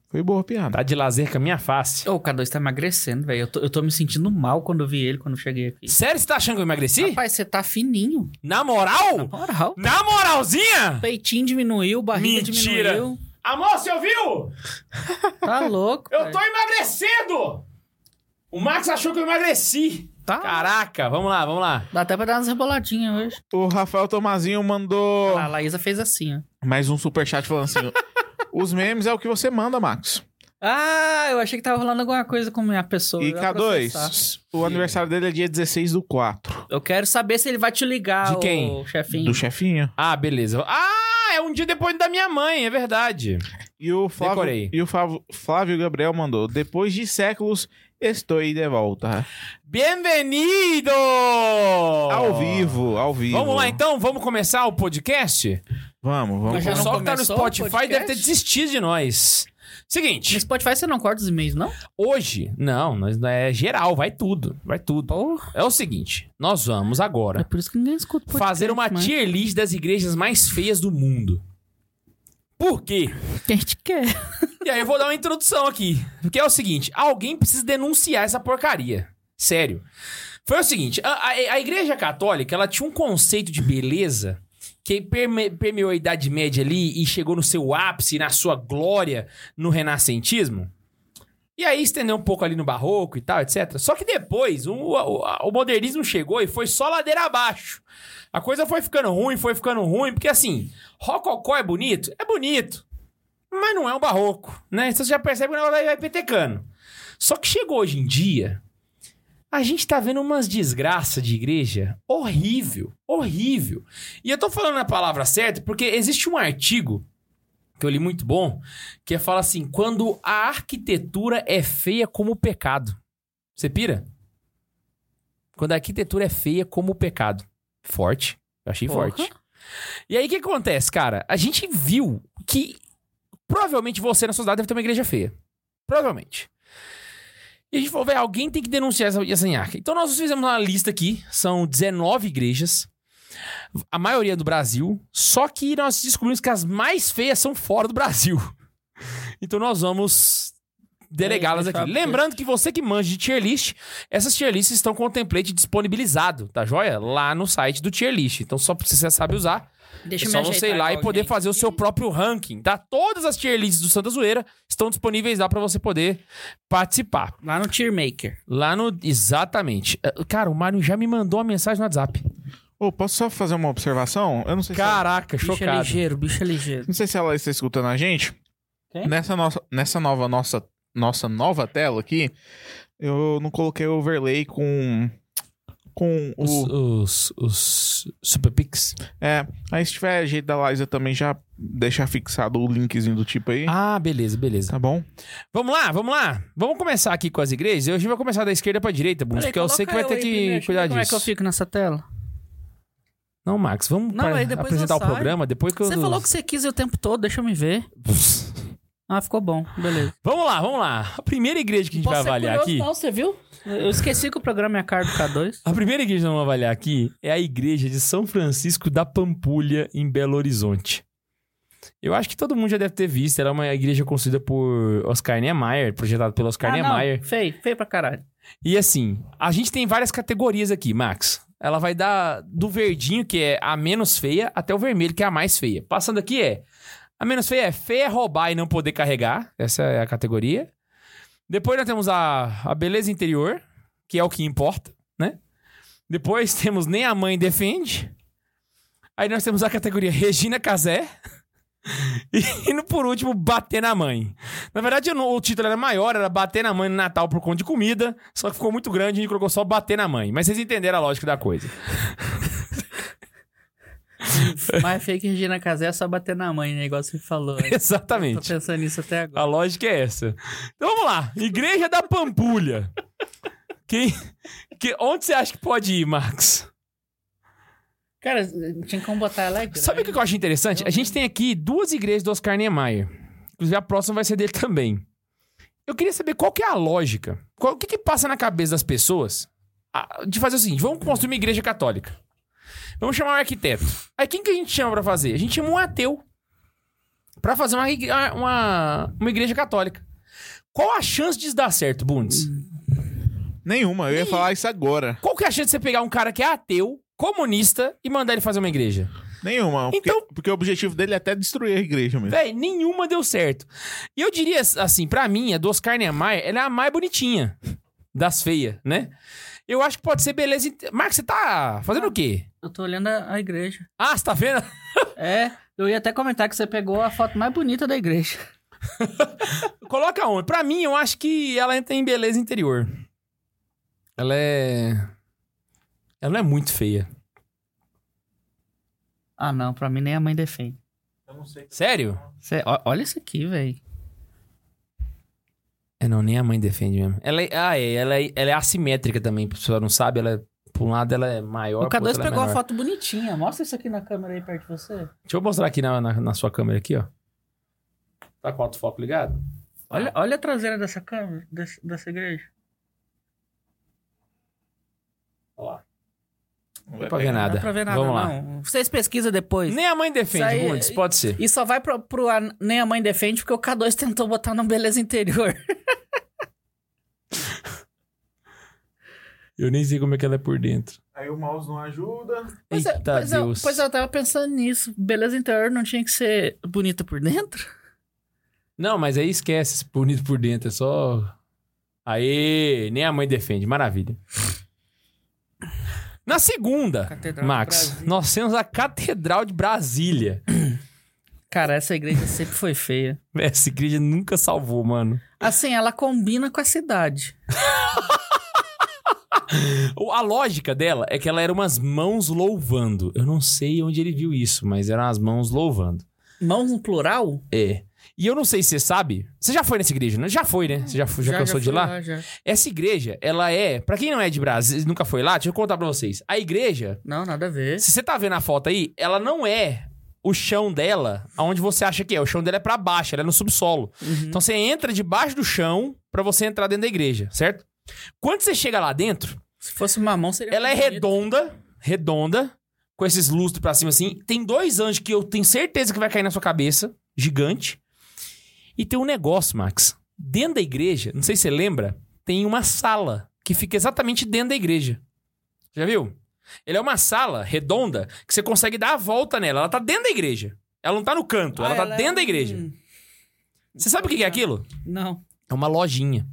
Speaker 3: Foi boa piada.
Speaker 1: Tá de lazer com a minha face.
Speaker 2: Ô, o K2 tá emagrecendo, velho. Eu tô, eu tô me sentindo mal quando eu vi ele, quando eu cheguei aqui.
Speaker 1: Sério, você tá achando que eu emagreci?
Speaker 2: Rapaz, você tá fininho.
Speaker 1: Na moral?
Speaker 2: Na moral.
Speaker 1: Na moralzinha?
Speaker 2: Peitinho diminuiu, barriga
Speaker 1: Mentira.
Speaker 2: diminuiu.
Speaker 1: Amor, você ouviu?
Speaker 2: Tá louco.
Speaker 1: Eu
Speaker 2: velho.
Speaker 1: tô emagrecendo! O Max achou que eu emagreci.
Speaker 2: Tá.
Speaker 1: Caraca, vamos lá, vamos lá.
Speaker 2: Dá até pra dar umas reboladinhas hoje.
Speaker 3: O Rafael Tomazinho mandou
Speaker 2: A Laísa fez assim, ó.
Speaker 3: mais um superchat falando assim: os memes é o que você manda, Max.
Speaker 2: Ah, eu achei que tava rolando alguma coisa com a minha pessoa.
Speaker 3: E
Speaker 2: eu ia processar.
Speaker 3: K2, o aniversário dele é dia 16 do 4,
Speaker 2: Eu quero saber se ele vai te ligar,
Speaker 1: De quem?
Speaker 2: ô chefinho.
Speaker 3: do chefinho.
Speaker 1: Ah, beleza. Ah, é um dia depois da minha mãe, é verdade.
Speaker 3: E o Flávio,
Speaker 1: Decorei.
Speaker 3: e o Flávio, Flávio Gabriel mandou: depois de séculos, estou de volta.
Speaker 1: Bem-vindo!
Speaker 3: Ao vivo, ao vivo.
Speaker 1: Vamos lá então, vamos começar o podcast?
Speaker 3: Vamos, vamos.
Speaker 2: Mas
Speaker 1: O
Speaker 2: já não
Speaker 1: pessoal que tá no
Speaker 2: começou o
Speaker 1: Spotify
Speaker 2: podcast?
Speaker 1: deve ter desistido de nós.
Speaker 2: No
Speaker 1: Seguinte,
Speaker 2: Spotify você não corta os e-mails, não?
Speaker 1: hoje, não, nós é geral, vai tudo, vai tudo.
Speaker 2: Porra.
Speaker 1: É o seguinte, nós vamos
Speaker 2: É
Speaker 1: agora
Speaker 2: por isso que ninguém escuta podcast,
Speaker 1: fazer uma
Speaker 2: mano.
Speaker 1: tier list das igrejas mais feias do mundo. Por quê?
Speaker 2: Quem te quer?
Speaker 1: E aí eu vou dar uma introdução aqui. Porque é o seguinte: alguém precisa denunciar essa porcaria. Sério. Foi o seguinte: a, a- a Igreja Católica ela tinha um conceito de beleza que perme- permeou a Idade Média ali e chegou no seu ápice, na sua glória, no Renascentismo. E aí estendeu um pouco ali no Barroco e tal, etc. Só que depois o, o- a- o modernismo chegou e foi só ladeira abaixo. A coisa foi ficando ruim, foi ficando ruim, porque assim, rococó é bonito? É bonito mas não é um barroco, né? Então você já percebe que o negócio vai- vai petecando. Só que chegou hoje em dia, a gente tá vendo umas desgraças de igreja horrível, horrível. E eu tô falando a palavra certa porque existe um artigo que eu li muito bom, que fala assim, quando a arquitetura é feia como o pecado. Você pira? Quando a arquitetura é feia como o pecado. Forte. Eu achei
Speaker 2: Porra.
Speaker 1: forte. E aí o que acontece, cara? A gente viu que provavelmente você na sua cidade deve ter uma igreja feia. Provavelmente. E a gente falou, velho, alguém tem que denunciar essa, essa nhaca. Então nós fizemos uma lista aqui, são 19 igrejas, a maioria do Brasil, só que nós descobrimos que as mais feias são fora do Brasil. Então nós vamos delegá-las
Speaker 2: É,
Speaker 1: aqui.
Speaker 2: deixa eu-
Speaker 1: Lembrando que você que manja de tier list, essas tier lists estão com o template disponibilizado, tá joia? Lá no site do tier list. Então só se você sabe usar,
Speaker 4: Deixa
Speaker 1: é
Speaker 4: eu
Speaker 1: só
Speaker 4: me
Speaker 1: você ir
Speaker 4: ajeitar
Speaker 1: lá
Speaker 4: com
Speaker 1: e poder
Speaker 4: alguém.
Speaker 1: fazer o seu próprio ranking, tá? Todas as tier lists do Santa Zoeira estão disponíveis lá pra você poder participar.
Speaker 2: Lá no Tier Maker.
Speaker 1: Lá no... Exatamente. Eh, Cara, o Mário já me mandou uma mensagem no WhatsApp.
Speaker 3: Ô, posso só fazer uma observação? Eu não sei se ela-
Speaker 1: Caraca,
Speaker 2: Bicho é
Speaker 1: chocado.
Speaker 2: ligeiro, bicho é ligeiro.
Speaker 3: Não sei se ela está escutando a gente.
Speaker 2: Quem?
Speaker 3: Nessa, nossa, nessa nova nossa, nossa nova tela aqui, eu não coloquei overlay com com o,
Speaker 1: Os, os, os Super Pix.
Speaker 3: é, aí se tiver jeito da Liza também já deixar fixado o linkzinho do tipo aí,
Speaker 1: Ah, beleza, beleza.
Speaker 3: tá bom?
Speaker 1: Vamos lá, vamos lá. Vamos começar aqui com as igrejas. Eu hoje vou começar da esquerda pra direita, Bundes,
Speaker 2: Peraí,
Speaker 1: porque eu
Speaker 2: coloca
Speaker 1: sei que vai ter
Speaker 2: aí
Speaker 1: que
Speaker 2: primeiro, deixa eu
Speaker 1: cuidar
Speaker 2: ver Como é
Speaker 1: disso.
Speaker 2: que eu fico nessa tela?
Speaker 1: Não, Max, vamos
Speaker 2: Não,
Speaker 1: pra-
Speaker 2: aí depois
Speaker 1: apresentar
Speaker 2: eu
Speaker 1: o
Speaker 2: saio.
Speaker 1: programa depois que eu.
Speaker 2: Você falou que você quis o tempo todo, deixa eu me ver. Ah, ficou bom, beleza.
Speaker 1: Vamos lá, vamos lá. A primeira igreja que a gente vai avaliar aqui.
Speaker 2: não, você viu? Eu esqueci que o programa é caro do K2.
Speaker 1: A primeira igreja que nós vamos avaliar aqui é a igreja de São Francisco da Pampulha, em Belo Horizonte. Eu acho que todo mundo já deve ter visto. Era uma igreja construída por Oscar Niemeyer, projetada pelo Oscar
Speaker 2: ah, não,
Speaker 1: Niemeyer.
Speaker 2: feio, feio pra caralho.
Speaker 1: E assim, a gente tem várias categorias aqui, Max. Ela vai dar do verdinho, que é a menos feia, até o vermelho, que é a mais feia. Passando aqui é. A menos feia é feia é roubar e não poder carregar. Essa é a categoria. Depois nós temos a, a beleza interior, que é o que importa, né? Depois temos Nem a Mãe Defende. Aí nós temos a categoria Regina Casé. E, no- por último, Bater na Mãe. Na verdade, eu não- o título era maior, era bater na mãe no Natal por conta de comida, só que ficou muito grande e a gente colocou só bater na mãe. Mas vocês entenderam a lógica da coisa.
Speaker 2: Mas feio que Regina Casé é só bater na mãe, né? Igual você falou. né? Tô
Speaker 1: Exatamente.
Speaker 2: pensando nisso até
Speaker 1: A
Speaker 2: agora.
Speaker 1: lógica é essa. Então vamos lá. Igreja da Pampulha. Quem, que, onde você acha que pode ir, Max?
Speaker 2: Cara, tinha como botar né? ela grande.
Speaker 1: Sabe o que eu acho interessante? A gente tem aqui duas igrejas do Oscar Niemeyer. Inclusive, a próxima vai ser dele também. Eu queria saber qual que é a lógica. Qual- o que, que passa na cabeça das pessoas ah, de fazer o seguinte: vamos construir uma igreja católica. Vamos chamar um arquiteto. Aí quem que a gente chama pra fazer? A gente chama um ateu Pra fazer uma, igre- uma, uma igreja católica. Qual a chance disso dar certo, Bundes?
Speaker 3: Nenhuma, eu ia falar isso agora.
Speaker 1: Qual que é a chance de você pegar um cara que é ateu, comunista, e mandar ele fazer uma igreja?
Speaker 3: Nenhuma, porque,
Speaker 1: Então-
Speaker 3: porque o objetivo dele é até destruir a igreja mesmo.
Speaker 1: Véi, nenhuma deu certo. E eu diria, assim, pra mim, a dos Carnemaier, ela é a mais bonitinha das feias, né? Eu acho que pode ser beleza. inte- Marcos, você tá fazendo o quê?
Speaker 2: Eu tô olhando a, a igreja.
Speaker 1: Ah, você tá vendo?
Speaker 2: É, eu ia até comentar que você pegou a foto mais bonita da igreja.
Speaker 1: Coloca onde? Pra mim, eu acho que ela entra em beleza interior. Ela é. Ela não é muito feia.
Speaker 2: Ah, não, pra mim nem a mãe defende.
Speaker 1: Sério?
Speaker 2: Cê- ó- olha isso aqui, velho.
Speaker 1: É, não, nem a mãe defende mesmo. Ela é, ah, é, ela é, ela é assimétrica também, pra pessoa não sabe, ela é, por um lado ela é maior,
Speaker 2: O
Speaker 1: por
Speaker 2: K2
Speaker 1: outro ela é
Speaker 2: pegou a
Speaker 1: menor.
Speaker 2: foto bonitinha. Mostra isso aqui na câmera aí perto de você.
Speaker 1: Deixa eu mostrar aqui na, na, na sua câmera aqui, ó. Tá com o autofoco ligado?
Speaker 2: Olha,
Speaker 1: Ah.
Speaker 2: olha a traseira dessa câmera, desse- dessa igreja.
Speaker 1: Olha lá.
Speaker 3: Não
Speaker 1: Não
Speaker 3: vai
Speaker 1: pra ver
Speaker 3: pegar.
Speaker 2: Não
Speaker 1: nada.
Speaker 2: dá pra ver nada,
Speaker 1: Vamos lá.
Speaker 2: não. Vocês pesquisam depois.
Speaker 1: Nem a mãe defende,
Speaker 2: Isso aí- é
Speaker 1: Bundes, pode ser.
Speaker 2: E só vai pro, pro a- Nem a Mãe Defende, porque o K2 tentou botar no Beleza Interior.
Speaker 1: Eu nem sei como é que ela é por dentro.
Speaker 3: Aí o mouse não ajuda.
Speaker 2: Pois, é,
Speaker 1: Eita
Speaker 2: pois, é,
Speaker 1: Deus.
Speaker 2: pois eu tava pensando nisso. Beleza Interior não tinha que ser bonita por dentro?
Speaker 1: Não, mas aí esquece, esse bonito por dentro, é só... Aê, nem a mãe defende, maravilha. Na segunda,
Speaker 2: Catedral de
Speaker 1: Max,
Speaker 2: Brasília.
Speaker 1: nós temos a Catedral de Brasília.
Speaker 2: Cara, essa igreja sempre foi feia.
Speaker 1: Essa igreja nunca salvou, mano.
Speaker 2: Assim, ela combina com a cidade.
Speaker 1: O- A lógica dela é que ela era umas mãos louvando. Eu não sei onde ele viu isso, mas eram as mãos louvando.
Speaker 2: Mãos no plural?
Speaker 1: É. E eu não sei se você sabe. Você já foi nessa igreja, né? Já foi, né? Você já, foi- já, cansou de ir
Speaker 2: fui
Speaker 1: lá?
Speaker 2: já.
Speaker 1: Essa igreja, ela é. Pra quem não é de Brasília e nunca foi lá, deixa eu contar pra vocês. A igreja,
Speaker 2: Não, nada a ver.
Speaker 1: se você tá vendo a foto aí, ela não é o chão dela aonde você acha que é. O chão dela é pra baixo, ela é no subsolo.
Speaker 2: Uhum.
Speaker 1: Então você entra debaixo do chão pra você entrar dentro da igreja, certo? Quando você chega lá dentro,
Speaker 2: Se fosse uma mão, seria.
Speaker 1: Ela é
Speaker 2: bonito.
Speaker 1: redonda, redonda, com esses lustros pra cima assim. Tem dois anjos que eu tenho certeza que vai cair na sua cabeça, gigante. E tem um negócio, Max. Dentro da igreja, não sei se você lembra, tem uma sala que fica exatamente dentro da igreja. Já viu? Ele é uma sala redonda que você consegue dar a volta nela. Ela tá dentro da igreja. Ela não tá no canto, ela
Speaker 2: Ah,
Speaker 1: tá
Speaker 2: ela é
Speaker 1: dentro da igreja.
Speaker 2: um-
Speaker 1: Você sabe o que que é aquilo?
Speaker 2: Não,
Speaker 1: É uma lojinha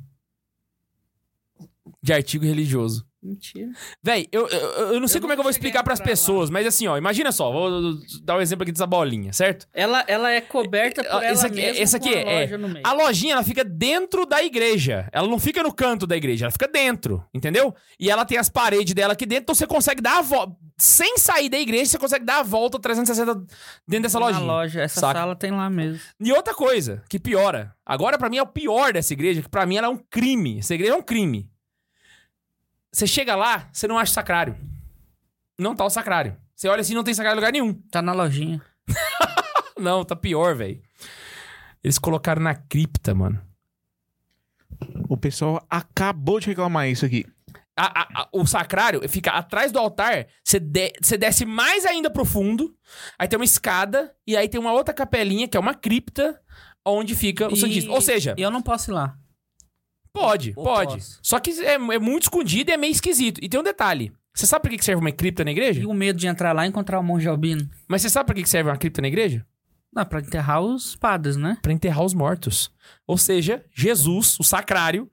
Speaker 1: de artigo religioso.
Speaker 2: mentira.
Speaker 1: Véi, eu, eu, eu não sei
Speaker 2: Eu
Speaker 1: como é que
Speaker 2: nunca
Speaker 1: eu vou
Speaker 2: cheguei
Speaker 1: explicar pras
Speaker 2: pra lá.
Speaker 1: pessoas, mas assim, ó, imagina só, vou dar um exemplo aqui dessa bolinha, certo?
Speaker 2: Ela, ela é coberta por
Speaker 1: Ó,
Speaker 2: ela
Speaker 1: esse aqui-
Speaker 2: mesma
Speaker 1: esse aqui
Speaker 2: com a
Speaker 1: é-
Speaker 2: loja no meio.
Speaker 1: A lojinha, ela fica dentro da igreja. Ela não fica no canto da igreja, ela fica dentro, entendeu? E ela tem as paredes dela aqui dentro, então você consegue dar a volta. Sem sair da igreja, você consegue dar a volta 360 dentro dessa
Speaker 2: Na
Speaker 1: lojinha.
Speaker 2: loja, essa
Speaker 1: saca?
Speaker 2: sala tem lá mesmo.
Speaker 1: E outra coisa, que piora. Agora, pra mim, é o pior dessa igreja, que pra mim ela é um crime. Essa igreja é um crime. Você chega lá, você não acha o sacrário. Não tá o sacrário. Você olha assim, não tem sacrário em lugar nenhum.
Speaker 2: Tá na lojinha.
Speaker 1: Não, tá pior, velho. Eles colocaram na cripta, mano.
Speaker 3: O pessoal acabou de reclamar isso aqui.
Speaker 1: A- a- a- o sacrário fica atrás do altar, você, de- você desce mais ainda pro fundo, aí tem uma escada, e aí tem uma outra capelinha, que é uma cripta, onde fica o
Speaker 2: E-
Speaker 1: Santíssimo. Ou seja,
Speaker 2: E eu não posso ir lá.
Speaker 1: Pode,
Speaker 2: Ou
Speaker 1: pode.
Speaker 2: posso?
Speaker 1: Só que é, é muito escondido e é meio esquisito. E tem um detalhe. Você sabe pra que que serve uma cripta na
Speaker 2: E
Speaker 1: igreja?
Speaker 2: o medo de entrar lá e encontrar o monge albino?
Speaker 1: Mas você sabe pra que que serve uma cripta na igreja?
Speaker 2: Não, pra enterrar os padres, né?
Speaker 1: Pra enterrar os mortos. Ou seja, Jesus, o sacrário,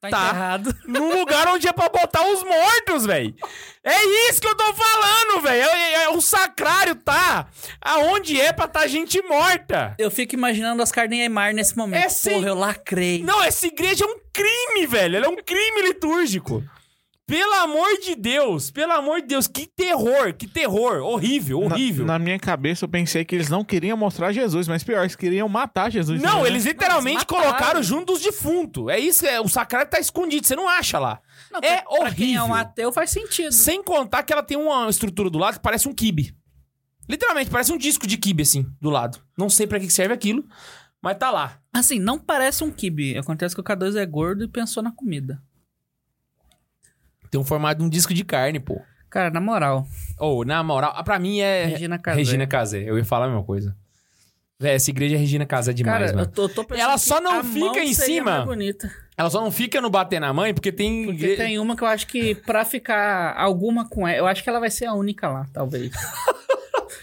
Speaker 2: Tá,
Speaker 1: Tá.
Speaker 2: enterrado.
Speaker 1: num lugar onde é pra botar os mortos, velho. É isso que eu tô falando, velho. É- é- é- o sacrário tá aonde é pra tá gente morta.
Speaker 2: Eu fico imaginando Oscar Niemeyer nesse momento.
Speaker 1: É sim.
Speaker 2: Porra, eu lacrei.
Speaker 1: Não, essa igreja é um crime, velho. Ela é um crime litúrgico. Pelo amor de Deus, pelo amor de Deus, que terror, que terror. Horrível,
Speaker 3: Na-
Speaker 1: horrível.
Speaker 3: Na, minha cabeça eu pensei que eles não queriam mostrar Jesus, mas pior, eles queriam matar Jesus.
Speaker 1: Não,
Speaker 3: né?
Speaker 1: eles literalmente
Speaker 2: eles mataram.
Speaker 1: colocaram junto dos defuntos. É isso, é, o sacrário tá escondido, você não acha lá.
Speaker 2: Não,
Speaker 1: é
Speaker 2: pra, Pra quem é um
Speaker 1: horrível.
Speaker 2: ateu faz sentido.
Speaker 1: Sem contar que ela tem uma estrutura do lado que parece um kibe. Literalmente, parece um disco de kibe, assim, do lado. Não sei pra que que serve aquilo, mas tá lá.
Speaker 2: Assim, não parece um kibe. Acontece que o K2 é gordo e pensou na comida.
Speaker 1: Tem um formato de um disco de carne, pô.
Speaker 2: Cara, na moral,
Speaker 1: Ou, na moral, ah, pra mim é Regina,
Speaker 2: Regina Casé.
Speaker 1: Casé. Eu ia falar a mesma coisa. Véi, essa igreja é Regina Casé demais,
Speaker 2: Cara,
Speaker 1: mano.
Speaker 2: eu tô, eu tô pensando
Speaker 1: Ela só
Speaker 2: que
Speaker 1: não
Speaker 2: a
Speaker 1: fica
Speaker 2: mão
Speaker 1: em
Speaker 2: seria
Speaker 1: cima.
Speaker 2: mais bonita.
Speaker 1: Ela só não fica no bater na mãe porque tem...
Speaker 2: Porque
Speaker 1: igre-
Speaker 2: tem uma que eu acho que pra ficar alguma com ela, eu acho que ela vai ser a única lá, talvez.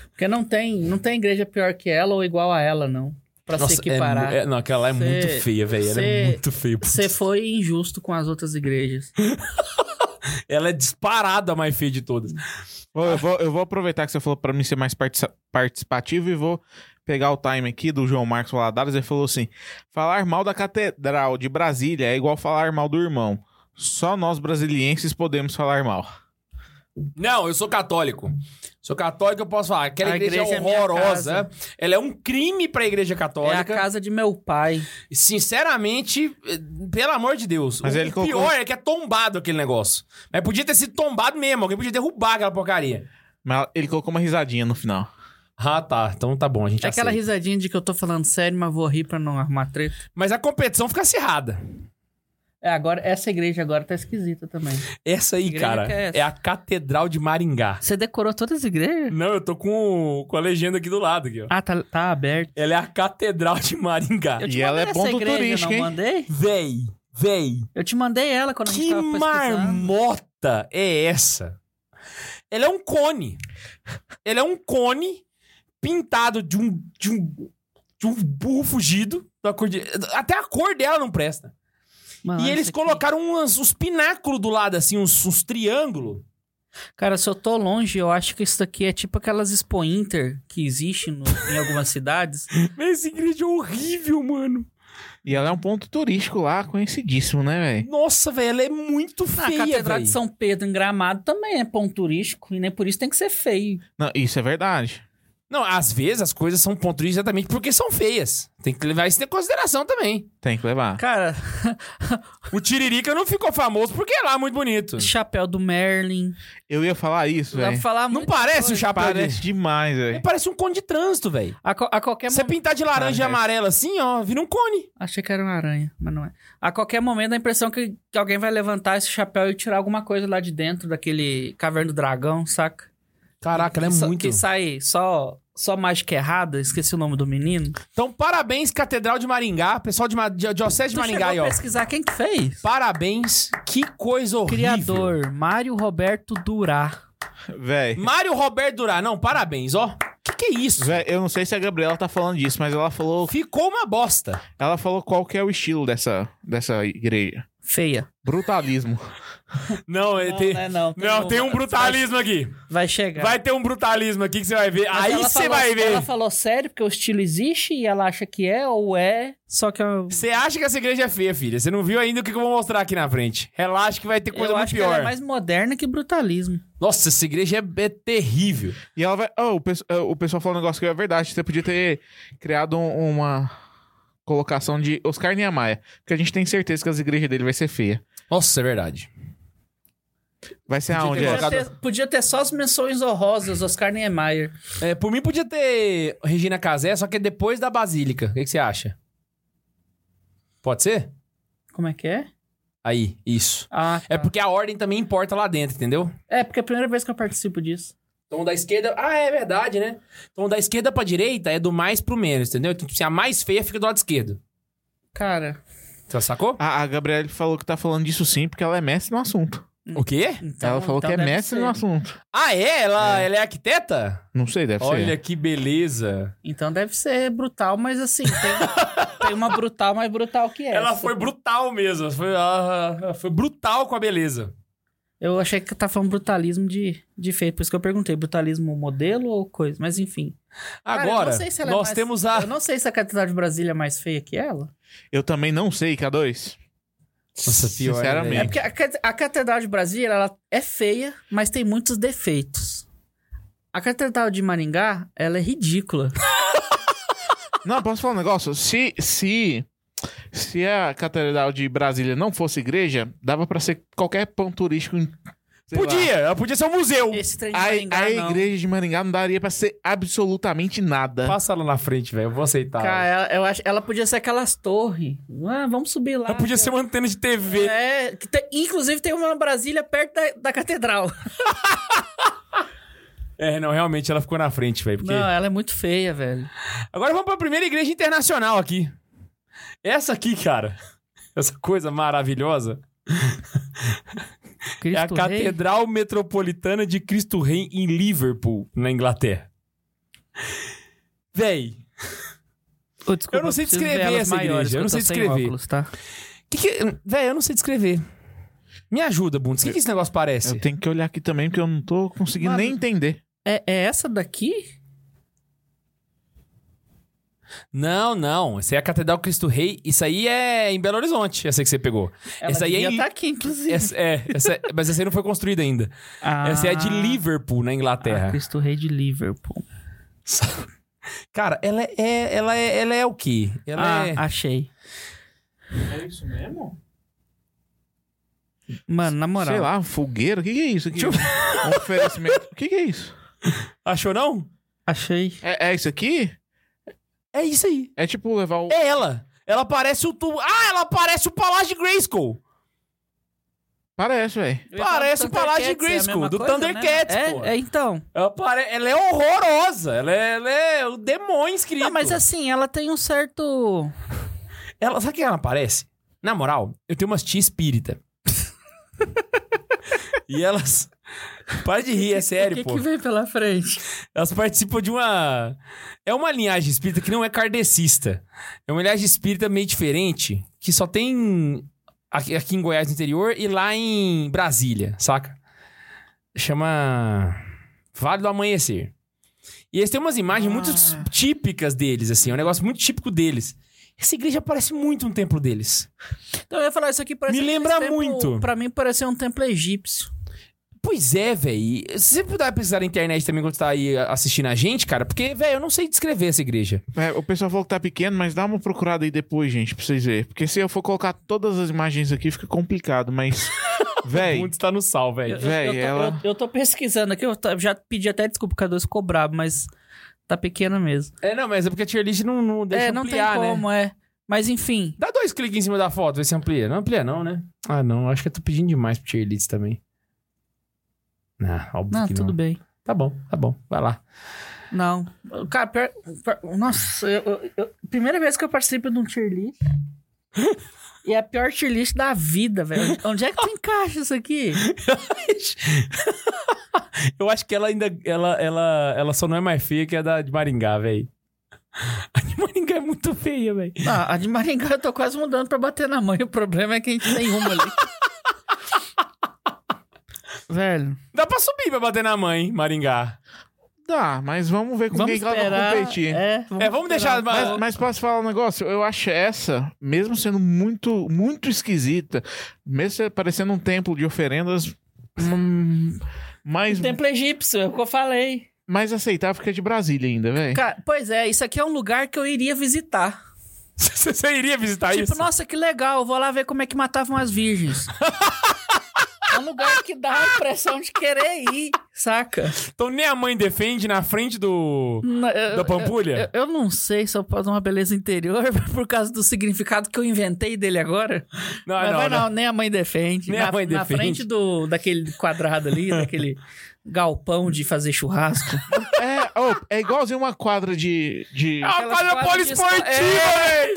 Speaker 2: Porque não tem, não tem igreja pior que ela ou igual a ela, não. Pra
Speaker 1: Nossa,
Speaker 2: se
Speaker 1: é
Speaker 2: equiparar.
Speaker 1: mu- é- não, aquela lá é
Speaker 2: Cê-
Speaker 1: muito feia, velho. Ela é
Speaker 2: cê-
Speaker 1: muito feia.
Speaker 2: Você foi injusto com as outras igrejas.
Speaker 1: Ela é disparada a mais feia de todas.
Speaker 3: Ô, Eu vou, eu vou aproveitar que você falou pra mim ser mais partici- participativo e vou pegar o time aqui do João Marcos Valadares. Ele falou assim: falar mal da Catedral de Brasília é igual falar mal do irmão. Só nós brasilienses podemos falar mal.
Speaker 1: Não, eu sou católico. Sou católico, eu posso falar. Aquela
Speaker 2: A
Speaker 1: igreja,
Speaker 2: igreja é minha
Speaker 1: horrorosa. ela é um crime pra igreja
Speaker 2: É a
Speaker 1: católica.
Speaker 2: casa de meu pai.
Speaker 1: Sinceramente, eh, pelo amor de Deus.
Speaker 3: Mas
Speaker 1: o
Speaker 3: ele
Speaker 1: pior
Speaker 3: colocou- um-
Speaker 1: é que é tombado aquele negócio. Mas podia ter sido tombado mesmo. Alguém podia derrubar aquela porcaria.
Speaker 3: Mas ele colocou uma risadinha no final.
Speaker 1: Ah, tá. Então tá bom, a gente
Speaker 2: É aquela
Speaker 1: aceita.
Speaker 2: risadinha de que eu tô falando sério, mas vou rir pra não arrumar treta.
Speaker 1: Mas a competição fica acirrada.
Speaker 2: É, agora, essa igreja agora tá esquisita também.
Speaker 1: Essa aí,
Speaker 2: Igreja
Speaker 1: cara,
Speaker 2: que é essa?
Speaker 1: é a Catedral de Maringá.
Speaker 2: Você decorou todas as igrejas?
Speaker 1: Não, eu tô com, com a legenda aqui do lado, aqui, ó.
Speaker 2: Ah, tá, tá aberto.
Speaker 1: Ela é a Catedral de Maringá.
Speaker 2: Eu te
Speaker 3: E ela
Speaker 2: mandei
Speaker 3: é
Speaker 2: essa
Speaker 3: ponto
Speaker 2: igreja,
Speaker 3: turístico,
Speaker 2: não
Speaker 3: hein?
Speaker 2: mandei?
Speaker 1: Véi, véi,
Speaker 2: Eu te mandei ela quando a gente
Speaker 1: que
Speaker 2: tava pesquisando.
Speaker 1: marmota é essa? Ela é um cone. Ela é um cone pintado de um, de um, de um burro fugido. da cor de- Até a cor dela não presta.
Speaker 2: Mano,
Speaker 1: e
Speaker 2: Ah, olha
Speaker 1: eles
Speaker 2: isso aqui.
Speaker 1: colocaram uns, uns pináculos do lado, assim, uns, uns triângulos.
Speaker 2: Cara, se eu tô longe, eu acho que isso daqui é tipo aquelas Expo Inter que existe no- em algumas cidades.
Speaker 1: Esse grid é horrível, mano.
Speaker 3: E ela é um ponto turístico lá, conhecidíssimo, né, velho?
Speaker 1: Nossa, velho, ela é muito
Speaker 2: Na
Speaker 1: feia,
Speaker 2: Ah, Catedral de
Speaker 1: velho.
Speaker 2: São Pedro, em Gramado, também é ponto turístico. E nem por isso tem que ser feio.
Speaker 3: Não, isso é verdade.
Speaker 1: Não, às vezes as coisas são pontuais exatamente porque são feias. Tem que levar isso em consideração também.
Speaker 3: Tem que levar.
Speaker 2: Cara,
Speaker 1: O Tiririca não ficou famoso porque é lá muito bonito.
Speaker 2: chapéu do Merlin.
Speaker 3: Eu ia falar isso,
Speaker 2: Dá pra
Speaker 3: velho.
Speaker 2: falar
Speaker 1: Não
Speaker 2: Tá muito.
Speaker 1: parece o chapéu
Speaker 3: Parece
Speaker 1: dele?
Speaker 3: demais,
Speaker 1: Ele
Speaker 3: velho.
Speaker 1: parece um cone de trânsito, velho.
Speaker 2: A, co- a qualquer
Speaker 1: Você
Speaker 2: momento.
Speaker 1: pintar de laranja e
Speaker 3: Parece.
Speaker 1: amarelo assim, ó, vira um cone.
Speaker 2: Achei que era uma aranha, mas não é. A qualquer momento dá a impressão é que, que alguém vai levantar esse chapéu e tirar alguma coisa lá de dentro daquele caverna do dragão, saca?
Speaker 1: Caraca, é
Speaker 2: Que só- Que sai só Só mágica errada, esqueci o nome do menino.
Speaker 1: Então, parabéns, Catedral de Maringá, pessoal de, Ma- de Diocese de
Speaker 2: Tu chegou
Speaker 1: Maringá aí,
Speaker 2: a
Speaker 1: ó.
Speaker 2: pesquisar quem que fez?
Speaker 1: Parabéns, que coisa horrível.
Speaker 2: Criador, Mário Roberto Durá.
Speaker 3: Véi.
Speaker 1: Mário Roberto Duran, não, parabéns, ó. Que que é isso?
Speaker 3: Véi, eu não sei se a Gabriela tá falando disso, mas ela falou,
Speaker 1: Ficou uma bosta.
Speaker 3: ela falou qual que é o estilo dessa, dessa igreja.
Speaker 2: Feia.
Speaker 3: Brutalismo.
Speaker 1: Não, é, tem...
Speaker 2: não é não. Tem
Speaker 1: Não,
Speaker 2: um-
Speaker 1: tem um brutalismo aqui.
Speaker 2: Vai chegar.
Speaker 1: Vai ter um brutalismo aqui que você vai ver.
Speaker 2: Mas
Speaker 1: Aí
Speaker 2: ela
Speaker 1: você
Speaker 2: falou- assim,
Speaker 1: vai ver.
Speaker 2: Ela falou sério, porque o estilo existe e ela acha que é ou é, só que eu,
Speaker 1: Você acha que essa igreja é feia, filha? Você não viu ainda o que que eu vou mostrar aqui na frente. Relaxa que vai ter coisa
Speaker 2: eu
Speaker 1: muito
Speaker 2: acho que
Speaker 1: pior.
Speaker 2: ela é mais moderna que brutalismo.
Speaker 1: Nossa, essa igreja é, é terrível.
Speaker 3: E ela vai. Oh, o, pe- ah, o pessoal falou um negócio que é verdade. Você podia ter criado um- uma colocação de Oscar Niemeyer. Porque a gente tem certeza que as igrejas dele vai ser feia.
Speaker 1: Nossa, é verdade.
Speaker 3: Vai ser
Speaker 1: Podia ter
Speaker 3: aonde? é?
Speaker 2: Podia
Speaker 1: colocado-
Speaker 2: ter, podia ter só as menções honrosas, Oscar Niemeyer.
Speaker 1: É, por mim podia ter Regina Casé, só que é depois da Basílica. O que, que você acha? Pode ser?
Speaker 2: Como é que é?
Speaker 1: Aí, isso.
Speaker 2: Ah,
Speaker 1: É
Speaker 2: tá.
Speaker 1: porque a ordem também importa lá dentro, entendeu?
Speaker 2: é porque é a primeira vez que eu participo disso.
Speaker 1: Então da esquerda. Ah, é verdade, né? Então da esquerda pra direita é do mais pro menos, entendeu? Então, tipo, se a mais feia fica do lado esquerdo.
Speaker 2: Cara,
Speaker 1: Você sacou?
Speaker 3: A, a Gabriela falou que tá falando disso sim, porque ela é mestre no assunto.
Speaker 1: O quê?
Speaker 2: então-
Speaker 3: ela falou
Speaker 2: então
Speaker 3: que é
Speaker 2: deve
Speaker 3: mestre
Speaker 2: ser.
Speaker 3: no assunto.
Speaker 1: Ah, é? Ela é, ela é arquiteta?
Speaker 3: Não sei, deve
Speaker 1: Olha
Speaker 3: ser.
Speaker 1: que beleza.
Speaker 2: Então deve ser brutal, mas assim, tem, tem uma brutal mais brutal que essa.
Speaker 1: Ela foi brutal mesmo. Foi, ah, ela- ela foi brutal com a beleza.
Speaker 2: Eu achei que tá falando brutalismo de, de feito, por isso que eu perguntei, brutalismo modelo ou coisa, mas enfim. Cara, eu não
Speaker 1: Agora,
Speaker 2: sei se ela é
Speaker 1: nós
Speaker 2: mais-
Speaker 1: temos a.
Speaker 2: Eu não sei se a Catedral de Brasília é mais feia que ela.
Speaker 3: Eu também não sei, K2.
Speaker 1: Nossa, pior ainda,
Speaker 3: Sinceramente.
Speaker 1: hein?
Speaker 2: É porque a, cate- a Catedral de Brasília, ela é feia, mas tem muitos defeitos. A Catedral de Maringá, ela é ridícula.
Speaker 3: Não, posso falar um negócio? Se, se, se a Catedral de Brasília não fosse igreja, dava pra ser qualquer ponto turístico. em- sei lá.
Speaker 1: Podia, ela podia ser um museu.
Speaker 2: Esse trem de
Speaker 3: A,
Speaker 2: Maringá,
Speaker 3: a
Speaker 2: não.
Speaker 3: igreja de Maringá não daria pra ser absolutamente nada.
Speaker 1: É. Passa ela na frente, velho. Eu vou aceitar.
Speaker 2: Cara, ela, eu acho, ela podia ser aquelas torres. Ah, vamos subir lá.
Speaker 1: ela podia ser uma antena de TV.
Speaker 2: É, que tem- inclusive tem uma na Brasília perto da, da catedral.
Speaker 1: É, não, realmente ela ficou na frente, velho. Porque...
Speaker 2: Não, ela é muito feia, velho.
Speaker 1: Agora vamos pra primeira igreja internacional aqui. Essa aqui, cara. Essa coisa maravilhosa. é a
Speaker 2: Cristo Rei.
Speaker 1: Catedral Metropolitana de Cristo Rei em Liverpool, na Inglaterra. Véi,
Speaker 2: Ô, desculpa,
Speaker 1: Eu não sei
Speaker 2: preciso
Speaker 1: descrever
Speaker 2: ver elas
Speaker 1: essa igreja,
Speaker 2: maiores,
Speaker 1: eu
Speaker 2: que
Speaker 1: não sei
Speaker 2: tô sem
Speaker 1: descrever.
Speaker 2: óculos, tá?
Speaker 1: que que... Véi, eu não sei descrever. Me ajuda, Bundes. O que, que esse negócio parece?
Speaker 3: Eu tenho que olhar aqui também, porque eu não tô conseguindo
Speaker 2: Mano.
Speaker 3: nem entender.
Speaker 2: É, é essa daqui?
Speaker 1: Não, não. Essa é a Catedral Cristo Rei. Isso aí é em Belo Horizonte, essa que você pegou.
Speaker 2: Ela
Speaker 1: Essa aí é
Speaker 2: devia
Speaker 1: em-
Speaker 2: tá aqui, inclusive.
Speaker 1: Essa- é, essa- mas essa aí não foi construída ainda. Essa é a de Liverpool, na
Speaker 2: Ah,
Speaker 1: Inglaterra.
Speaker 2: Cristo Rei de Liverpool.
Speaker 1: Cara, ela é, ela é, ela é o quê? Ela
Speaker 2: ah,
Speaker 1: é...
Speaker 2: achei.
Speaker 3: É isso mesmo?
Speaker 2: Mano, na moral.
Speaker 3: Sei lá, fogueira? O que, que é isso aqui? Um oferecimento. O que, que é isso?
Speaker 1: Achou não?
Speaker 2: Achei.
Speaker 3: É, é isso aqui?
Speaker 1: É isso aí.
Speaker 3: É tipo levar o.
Speaker 1: É ela. Ela parece o tu... Ah, ela parece o Palácio de Grayskull.
Speaker 3: Parece, velho.
Speaker 1: Parece o Palácio de
Speaker 2: Thundercats, é a
Speaker 1: Grayskull,
Speaker 2: mesma
Speaker 1: do
Speaker 2: coisa,
Speaker 1: Thundercats,
Speaker 2: né?
Speaker 1: pô.
Speaker 2: É, é, então.
Speaker 1: Ela, pare... ela é horrorosa. Ela é, ela é o demônio escrito.
Speaker 2: Não, mas assim, ela tem um certo...
Speaker 1: Ela... Sabe o que ela parece? Na moral, eu tenho umas tia espírita. e elas... Para de rir, é sério,
Speaker 2: o que,
Speaker 1: pô.
Speaker 2: que vem pela frente?
Speaker 1: Elas participam de uma. É uma linhagem espírita que não é kardecista. É uma linhagem espírita meio diferente, que só tem aqui, aqui em Goiás, no interior, e lá em Brasília, saca? Chama. Vale do Amanhecer. E eles têm umas imagens
Speaker 2: Ah.
Speaker 1: muito típicas deles, assim. É um negócio muito típico deles. Essa igreja parece muito um templo deles.
Speaker 2: Então eu ia falar, isso aqui parece...
Speaker 1: Me
Speaker 2: aquele
Speaker 1: lembra
Speaker 2: templo-
Speaker 1: muito.
Speaker 2: Pra mim parecia um templo egípcio.
Speaker 1: Pois é, velho. Se você puder pesquisar na internet também quando você tá aí assistindo a gente, cara, porque, velho, eu não sei descrever essa igreja.
Speaker 3: É, o pessoal falou que tá pequeno, mas dá uma procurada aí depois, gente, pra vocês verem. Porque se eu for colocar todas as imagens aqui, fica complicado, mas.
Speaker 1: É, O
Speaker 3: Véi.
Speaker 1: mundo está no sal, velho.
Speaker 2: Eu-
Speaker 3: Véi,
Speaker 2: eu, tô,
Speaker 3: ela-
Speaker 2: eu, eu tô pesquisando aqui, eu tô- já pedi até desculpa, o K2 ficou brabo, mas tá pequena mesmo.
Speaker 1: É, não, mas é porque a tier list não, não deixa
Speaker 2: é, não
Speaker 1: ampliar,
Speaker 2: tem
Speaker 1: né?
Speaker 2: como, é. Mas enfim,
Speaker 1: Dá dois cliques em cima da foto, vê se amplia. Não amplia não, né? Ah, não, acho que eu tô pedindo demais pro tier list também. Ah, óbvio
Speaker 2: não,
Speaker 1: que
Speaker 2: tudo
Speaker 1: não.
Speaker 2: bem.
Speaker 1: Tá bom, tá bom, vai lá.
Speaker 2: Não. Cara, pior- pior- nossa, eu, eu- eu- primeira vez que eu participo de um tier list. e é a pior tier list da vida, velho. Onde é que tu encaixa isso aqui?
Speaker 1: Eu acho que ela ainda. Ela, ela, ela só não é mais feia que a da de Maringá, velho. A de Maringá é muito feia, velho.
Speaker 2: Ah, a de Maringá eu tô quase mudando pra bater na mãe. O problema é que a gente tem uma ali. velho.
Speaker 1: Dá pra subir pra bater na mãe, Maringá.
Speaker 3: Dá, mas vamos ver com
Speaker 2: Vamos
Speaker 3: quem que ela
Speaker 2: esperar.
Speaker 3: vai competir.
Speaker 2: É,
Speaker 1: É, vamos
Speaker 2: esperar
Speaker 1: deixar-
Speaker 2: um
Speaker 1: mas-
Speaker 2: pouco.
Speaker 3: Mas, mas posso falar um negócio? Eu acho essa, mesmo sendo muito, muito esquisita, mesmo se- parecendo um templo de oferendas, hum, mais,
Speaker 2: Um Templo egípcio, é o que eu falei.
Speaker 3: mais aceitável que a de Brasília ainda, velho.
Speaker 2: Cara, pois é, isso aqui é um lugar que eu iria visitar.
Speaker 1: Você você iria visitar
Speaker 2: Tipo,
Speaker 1: É isso?
Speaker 2: nossa, que legal, eu vou lá ver como é que matavam as virgens. é um lugar que dá a impressão de querer ir, saca?
Speaker 1: Então nem a mãe defende na frente do.
Speaker 2: Na- eu-
Speaker 1: Da Pampulha?
Speaker 2: Eu, eu não sei se eu posso dar uma beleza interior por causa do significado que eu inventei dele agora.
Speaker 1: Não,
Speaker 2: mas
Speaker 1: Ah, não,
Speaker 2: vai
Speaker 1: não.
Speaker 2: não, nem a mãe defende.
Speaker 1: Nem
Speaker 2: na,
Speaker 1: a mãe
Speaker 2: na
Speaker 1: defende.
Speaker 2: frente do, daquele quadrado ali, daquele galpão de fazer churrasco.
Speaker 3: É, ô, é igualzinho uma quadra de. de...
Speaker 1: É uma
Speaker 2: Aquelas
Speaker 1: quadra
Speaker 2: quadras de
Speaker 1: poliesportiva,
Speaker 2: escola-
Speaker 1: velho!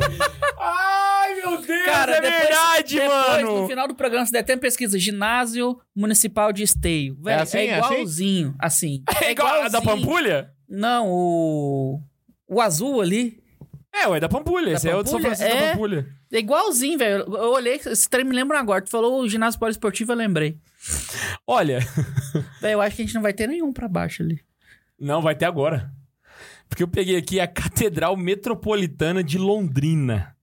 Speaker 1: Ai, meu Deus, é
Speaker 2: depois-
Speaker 1: verdade,
Speaker 2: depois,
Speaker 1: mano!
Speaker 2: No final do programa, se der tempo, pesquisa. Ginásio Municipal de Esteio. Velho, é,
Speaker 3: assim? É assim?
Speaker 2: igualzinho, assim?
Speaker 1: É igual a da
Speaker 2: igualzinho.
Speaker 1: Pampulha?
Speaker 2: Não, o. O azul ali.
Speaker 1: É, ué, da Pampulha.
Speaker 2: Da
Speaker 1: Esse é o de São
Speaker 2: Pampulha?
Speaker 1: Francisco da
Speaker 2: É.
Speaker 1: Pampulha.
Speaker 2: É igualzinho, velho. Eu olhei, esse trem me lembra agora. Tu falou o ginásio poliesportivo, eu lembrei.
Speaker 1: Olha,
Speaker 2: Velho, eu acho que a gente não vai ter nenhum pra baixo ali.
Speaker 1: não, vai ter agora. Porque eu peguei aqui a Catedral Metropolitana de Londrina.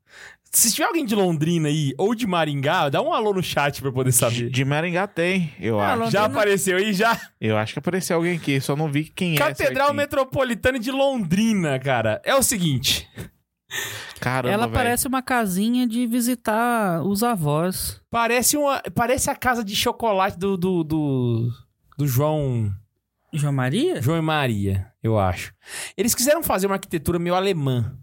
Speaker 1: Se tiver alguém de Londrina aí, ou de Maringá, dá um alô no chat pra eu poder
Speaker 3: de-
Speaker 1: saber.
Speaker 3: De Maringá tem, eu
Speaker 2: Ah,
Speaker 3: acho.
Speaker 2: Londrina.
Speaker 1: Já apareceu aí, já?
Speaker 3: Eu acho que apareceu alguém aqui, só não vi quem é.
Speaker 1: Catedral
Speaker 3: certinho.
Speaker 1: Metropolitana de Londrina, cara. É o seguinte,
Speaker 3: Caramba,
Speaker 2: Ela
Speaker 3: velho.
Speaker 2: parece uma casinha de visitar os avós.
Speaker 1: parece uma, parece a casa de chocolate do do, do, do João
Speaker 2: João Maria?
Speaker 1: João e Maria, eu acho. Eles quiseram fazer uma arquitetura meio alemã,